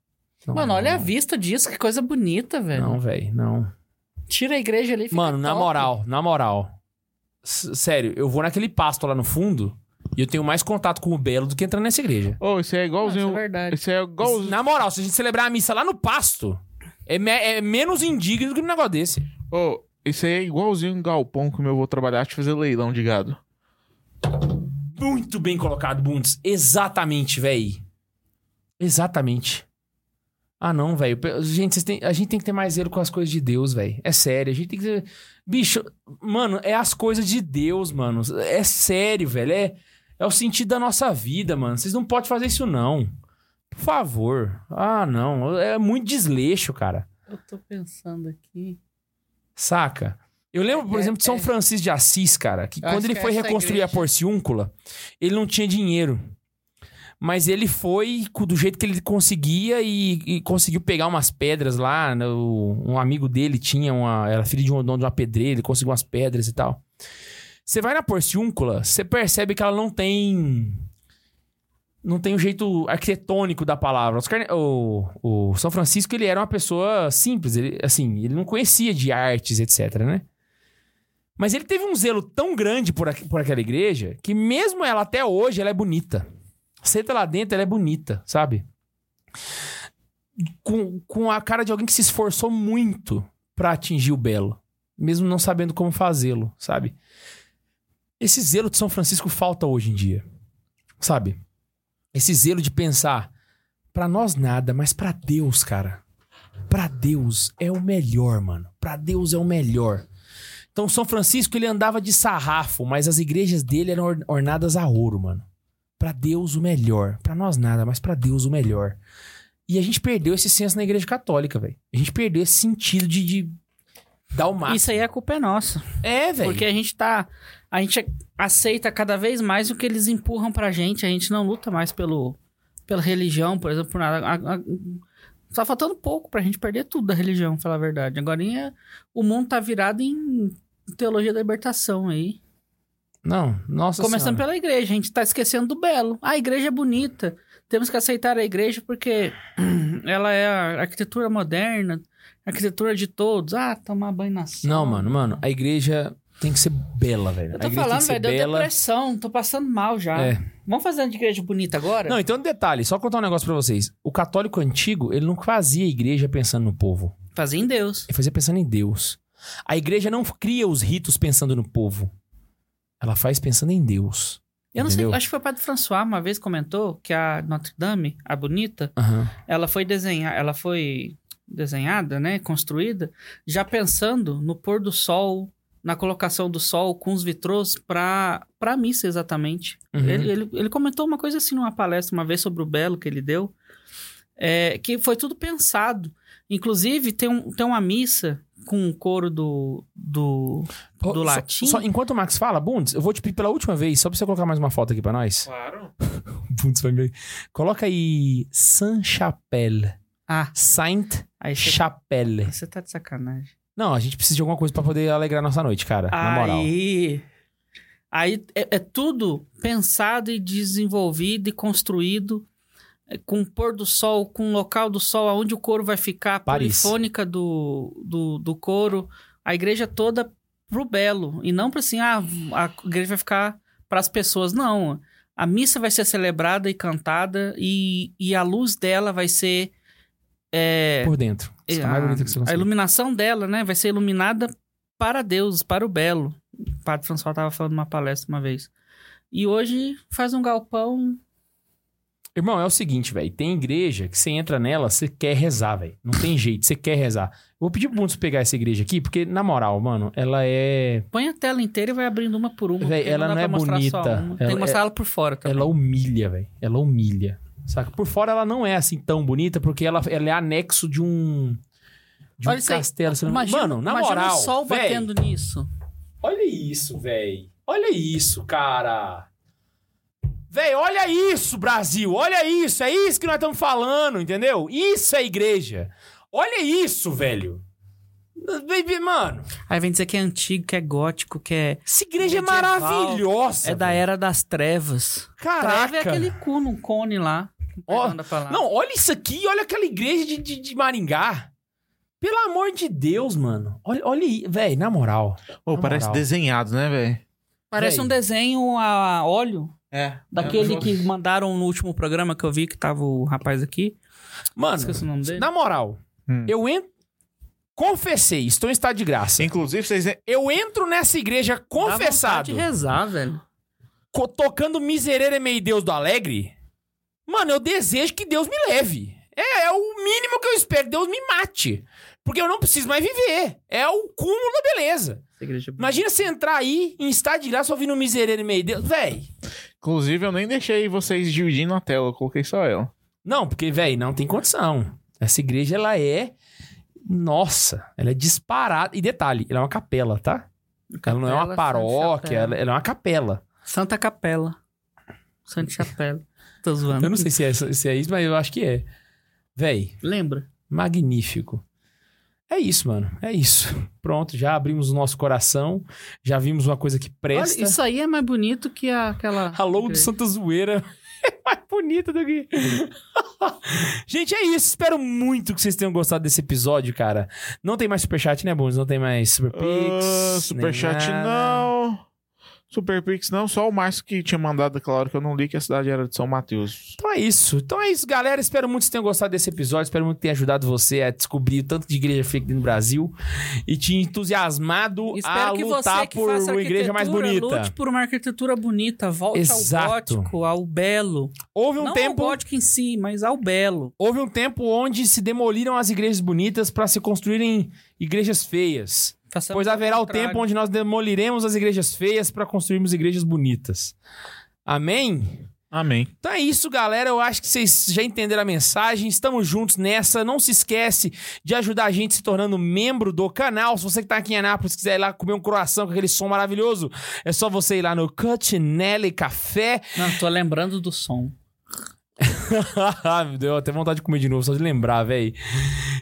Speaker 1: Não,
Speaker 2: Mano, olha a
Speaker 1: não.
Speaker 2: vista disso, que coisa bonita, velho.
Speaker 1: Não, velho, não.
Speaker 2: Tira a igreja ali. É. Fica
Speaker 1: Mano, na
Speaker 2: top.
Speaker 1: moral, na moral. S- Sério, eu vou naquele pasto lá no fundo e eu tenho mais contato com o Belo do que entrando nessa igreja.
Speaker 3: Ô, isso é
Speaker 2: Não, isso é
Speaker 3: igualzinho.
Speaker 2: verdade.
Speaker 3: Isso é igualzinho.
Speaker 1: Na moral, se a gente celebrar a missa lá no pasto, é, me- é menos indigno que um negócio desse.
Speaker 3: Ô, isso aí é igualzinho um galpão que o meu avô trabalhar de fazer leilão de gado.
Speaker 1: Muito bem colocado, Bundes. Exatamente, véi. Exatamente. Ah, não, velho. Pe- Gente, vocês têm- a gente tem que ter mais zelo com as coisas de Deus, velho. É sério. A gente tem que ter... Bicho, mano, é as coisas de Deus, mano. É sério, velho. É, é o sentido da nossa vida, mano. Vocês não podem fazer isso, não. Por favor. Ah, não. É muito desleixo, cara.
Speaker 4: Eu tô pensando aqui.
Speaker 1: Saca? Eu lembro, por
Speaker 4: É,
Speaker 1: exemplo, de São
Speaker 4: é.
Speaker 1: Francisco de Assis, cara, que
Speaker 4: Eu
Speaker 1: quando
Speaker 4: acho
Speaker 1: ele
Speaker 4: que
Speaker 1: foi
Speaker 4: essa
Speaker 1: reconstruir a
Speaker 4: igreja-
Speaker 1: porciúncula, ele não tinha dinheiro. Mas ele foi co- do jeito que ele conseguia e, e conseguiu pegar umas pedras lá. né, o- um amigo dele tinha uma. Era filho de um dono de uma pedreira, ele conseguiu umas pedras e tal. Você vai na porciúncula, você percebe que ela não tem. Não tem o jeito arquitetônico da palavra. Os carne- O, o São Francisco, ele era uma pessoa simples. Ele, assim, ele não conhecia de artes, etc, né? Mas ele teve um zelo tão grande por, aqu- por aquela igreja que mesmo ela até hoje ela é bonita. Você entra lá dentro, ela é bonita, sabe? Com, com a cara de alguém que se esforçou muito pra atingir o belo, mesmo não sabendo como fazê-lo, sabe? Esse zelo de São Francisco falta hoje em dia, sabe? Esse zelo de pensar pra nós nada, mas pra Deus, cara. Pra Deus é o melhor, mano. Pra Deus é o melhor. Então, São Francisco, ele andava de sarrafo, mas as igrejas dele eram or- ornadas a ouro, mano. Pra Deus o melhor. Pra nós nada, mas pra Deus o melhor. E a gente perdeu esse senso na igreja católica, velho. A gente perdeu esse sentido de, de dar o máximo.
Speaker 2: Isso aí a culpa é nossa.
Speaker 1: É, velho.
Speaker 2: Porque a gente tá. A gente aceita cada vez mais o que eles empurram pra gente. A gente não luta mais pelo, pela religião, por exemplo, por nada. A- a- tá faltando pouco pra gente perder tudo da religião, falar a verdade. Agora é, o mundo tá virado em teologia da libertação aí.
Speaker 1: Não, nossa
Speaker 2: Começando
Speaker 1: senhora.
Speaker 2: pela igreja, a gente tá esquecendo do belo. A igreja é bonita. Temos que aceitar a igreja porque ela é a arquitetura moderna, a arquitetura de todos. Ah, tomar banho na sombra.
Speaker 1: Não, mano, mano, a igreja tem que ser bela, velho.
Speaker 2: Eu
Speaker 1: a
Speaker 2: tô
Speaker 1: igreja
Speaker 2: falando,
Speaker 1: tem
Speaker 2: velho,
Speaker 1: que ser
Speaker 2: deu
Speaker 1: bela.
Speaker 2: depressão, tô passando mal já.
Speaker 1: É.
Speaker 2: Vamos fazer uma de igreja bonita agora?
Speaker 1: Não, então um detalhe, só contar um negócio pra vocês. O católico antigo, ele não fazia igreja pensando no povo.
Speaker 2: Fazer em Deus.
Speaker 1: É fazer pensando em Deus. A igreja não cria os ritos pensando no povo. Ela faz pensando em Deus.
Speaker 2: Eu não
Speaker 1: Entendeu?
Speaker 2: sei, acho que foi o Padre François uma vez comentou que a Notre Dame, a bonita,
Speaker 1: Aham.
Speaker 2: ela foi desenhada, ela foi desenhada, né, construída, já pensando no pôr do sol, na colocação do sol com os vitrôs pra, pra missa exatamente.
Speaker 1: Uhum.
Speaker 2: Ele, ele, ele comentou uma coisa assim numa palestra uma vez sobre o Belo que ele deu, é, que foi tudo pensado. Inclusive, tem, um, tem uma missa com o coro do, do
Speaker 1: Ó,
Speaker 2: do
Speaker 1: só-
Speaker 2: latim?
Speaker 1: Só, enquanto o Max fala, Bundes, eu vou te pedir pela última vez, só pra você colocar mais uma foto aqui pra nós.
Speaker 3: Claro.
Speaker 1: Bundes vai me... Coloca aí Saint-Chapelle.
Speaker 2: Ah,
Speaker 1: Saint-Chapelle.
Speaker 2: aí você, você tá de sacanagem.
Speaker 1: Não, a gente precisa de alguma coisa pra poder alegrar nossa noite, cara. Na moral.
Speaker 2: Aí, aí é, é tudo pensado e desenvolvido e construído é, com o pôr do sol, com o local do sol, aonde o couro vai ficar, a
Speaker 1: Paris.
Speaker 2: polifônica do, do, do couro, a igreja toda pro belo. E não pra assim, ah, a igreja vai ficar pras pessoas. Não, a missa vai ser celebrada e cantada e, e a luz dela vai ser... é,
Speaker 1: Por dentro. Isso tá mais bonito que você
Speaker 2: a
Speaker 1: consegue.
Speaker 2: iluminação dela, né, vai ser iluminada para Deus, para o belo. O Padre François estava falando numa palestra uma vez. E hoje faz um galpão.
Speaker 1: Irmão, é o seguinte, velho. Tem igreja que você entra nela, você quer rezar, velho. Não tem jeito, você quer rezar. Eu vou pedir pro Bundes pegar essa igreja aqui, porque, na moral, mano, ela é.
Speaker 2: Põe a tela inteira e vai abrindo uma por uma.
Speaker 1: Véi,
Speaker 2: porque
Speaker 1: ela
Speaker 2: dá
Speaker 1: não é
Speaker 2: pra mostrar só
Speaker 1: bonita.
Speaker 2: uma. Tem
Speaker 1: Ela é-
Speaker 2: que mostrar ela por fora também.
Speaker 1: Ela humilha, velho. Ela humilha. Saca? Por fora ela não é assim tão bonita, porque ela, ela é anexo de um. De um
Speaker 2: Olha isso aí.
Speaker 1: castelo. se não-
Speaker 2: Imagina-
Speaker 1: mano, na
Speaker 2: imagina
Speaker 1: moral.
Speaker 2: o sol
Speaker 1: véi,
Speaker 2: batendo nisso.
Speaker 1: Olha isso, velho. Olha isso, cara. Véi, olha isso, Brasil. Olha isso. É isso que nós estamos falando, entendeu? Isso é igreja. Olha isso, velho. Baby, mano,
Speaker 2: Aí vem dizer que é antigo, que é gótico, que é,
Speaker 1: essa igreja
Speaker 2: Medieval.
Speaker 1: é maravilhosa.
Speaker 2: é da
Speaker 1: velho.
Speaker 2: era das trevas. Treva
Speaker 1: Caraca.
Speaker 2: é aquele cu num cone lá.
Speaker 1: Ó,
Speaker 2: perdão da palavra.
Speaker 1: Não, olha isso aqui, olha aquela igreja de, de, de Maringá. Pelo amor de Deus, mano. Olha, olha aí, velho, na moral.
Speaker 3: Pô,
Speaker 1: Na
Speaker 3: parece
Speaker 1: moral.
Speaker 3: desenhado, né, velho?
Speaker 2: Parece
Speaker 1: véi.
Speaker 2: um desenho a óleo.
Speaker 3: É.
Speaker 2: Daquele que mandaram no último programa que eu vi que tava o rapaz aqui.
Speaker 1: Mano,
Speaker 2: Ah, Esqueci o nome dele.
Speaker 1: na moral,
Speaker 3: Hum.
Speaker 1: eu en... confessei, estou em estado de graça.
Speaker 3: Inclusive, vocês.
Speaker 1: Eu entro nessa igreja confessado,
Speaker 2: de rezar, velho.
Speaker 1: co- tocando Miserere Mei Deus do Alegre. Mano, eu desejo que Deus me leve. É, é o mínimo que eu espero. Deus me mate. Porque eu não preciso mais viver. É o cúmulo da beleza.
Speaker 2: é
Speaker 1: Imagina você entrar aí em estado de graça ouvindo um miserere meio Deus. Véi.
Speaker 3: Inclusive, eu nem deixei vocês dividindo a tela, eu coloquei só ela.
Speaker 1: Não, porque, véi, não tem condição. Essa igreja, ela é. Nossa, ela é disparada. E detalhe, ela é uma capela, tá? ela não é uma paróquia, ela, ela é uma capela.
Speaker 2: Santa Capela. Santa Chapela. Tô zoando.
Speaker 1: Eu não sei se é, isso- se é isso, mas eu acho que é. Véi.
Speaker 2: Lembra?
Speaker 1: Magnífico. É isso, mano. É isso. Pronto, já abrimos o nosso coração, já vimos uma coisa que
Speaker 2: Olha,
Speaker 1: presta.
Speaker 2: isso aí é mais bonito que a- aquela...
Speaker 1: A logo do Santa Zoeira é mais bonita do que. Gente, é isso. Espero muito que vocês tenham gostado desse episódio, cara. Não tem mais superchat, né, Bones? Não tem mais superpix.
Speaker 3: Ah,
Speaker 1: nem
Speaker 3: Superchat
Speaker 1: nada.
Speaker 3: não. Super Pix não, só o Márcio que tinha mandado aquela hora que eu não li que a cidade era de São Mateus.
Speaker 1: Então é isso. Então é isso, galera. Espero muito que vocês tenham gostado desse episódio. Espero muito que tenha ajudado você a descobrir o tanto de igreja fake no Brasil e te entusiasmado a
Speaker 2: Espero que
Speaker 1: lutar
Speaker 2: você que
Speaker 1: por
Speaker 2: faça
Speaker 1: uma igreja mais
Speaker 2: arquitetura,
Speaker 1: bonita.
Speaker 2: Lute por uma arquitetura bonita, volte
Speaker 1: Exato.
Speaker 2: ao gótico, ao belo.
Speaker 1: Houve um
Speaker 2: Não
Speaker 1: tempo,
Speaker 2: ao gótico em si, mas ao belo.
Speaker 1: houve um tempo onde se demoliram as igrejas bonitas para se construírem igrejas feias.
Speaker 2: Façamos
Speaker 1: pois
Speaker 2: ao
Speaker 1: haverá o
Speaker 2: contrário.
Speaker 1: tempo onde nós demoliremos as igrejas feias para construirmos igrejas bonitas. Amém?
Speaker 3: Amém.
Speaker 1: Então é isso, galera. Eu acho que vocês já entenderam a mensagem. Estamos juntos nessa. Não se esquece de ajudar a gente se tornando membro do canal. Se você que tá aqui em Anápolis quiser ir lá comer um croissant com aquele som maravilhoso, é só você ir lá no Cutinelli Café.
Speaker 2: Não, tô lembrando do som.
Speaker 1: Me Deu até vontade de comer de novo, só de lembrar, velho.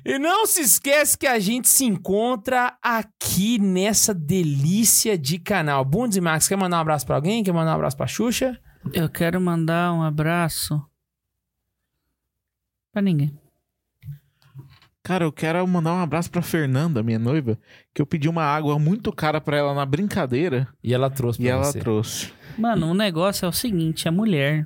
Speaker 1: E não se esquece que a gente se encontra aqui nessa delícia de canal. Bundes e Max, quer mandar um abraço pra alguém? Quer mandar um abraço pra Xuxa?
Speaker 2: Eu quero mandar um abraço pra ninguém.
Speaker 3: Cara, eu quero mandar um abraço pra Fernanda, minha noiva, que eu pedi uma água muito cara pra ela na brincadeira
Speaker 1: E ela trouxe pra
Speaker 3: e ela
Speaker 1: você.
Speaker 3: trouxe.
Speaker 2: Mano, o negócio é o seguinte, é mulher.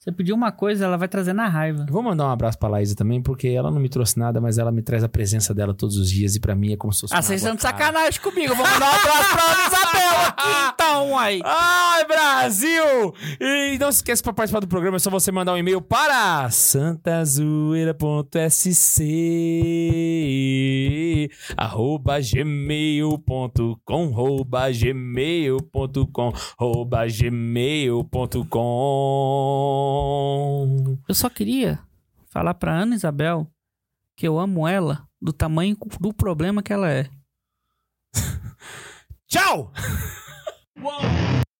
Speaker 2: Você pedir uma coisa, ela vai trazer na raiva.
Speaker 1: Eu Vou mandar um abraço pra Laísa também, porque ela não me trouxe nada, mas ela me traz a presença dela todos os dias e pra mim é como se fosse.
Speaker 2: Ah,
Speaker 1: uma
Speaker 2: vocês
Speaker 1: água
Speaker 2: estão de
Speaker 1: cara.
Speaker 2: sacanagem comigo. Eu Vou mandar um abraço pra Ana Isabel aqui, então, aí.
Speaker 1: Ai, Brasil! E não se esqueça para participar do programa, é só você mandar um e-mail para santazoeira.sc arroba gmail.com arroba gmail.com arroba gmail.com
Speaker 2: Eu só queria falar pra Ana Isabel que eu amo ela do tamanho do problema que ela é.
Speaker 1: Tchau!
Speaker 7: Whoa.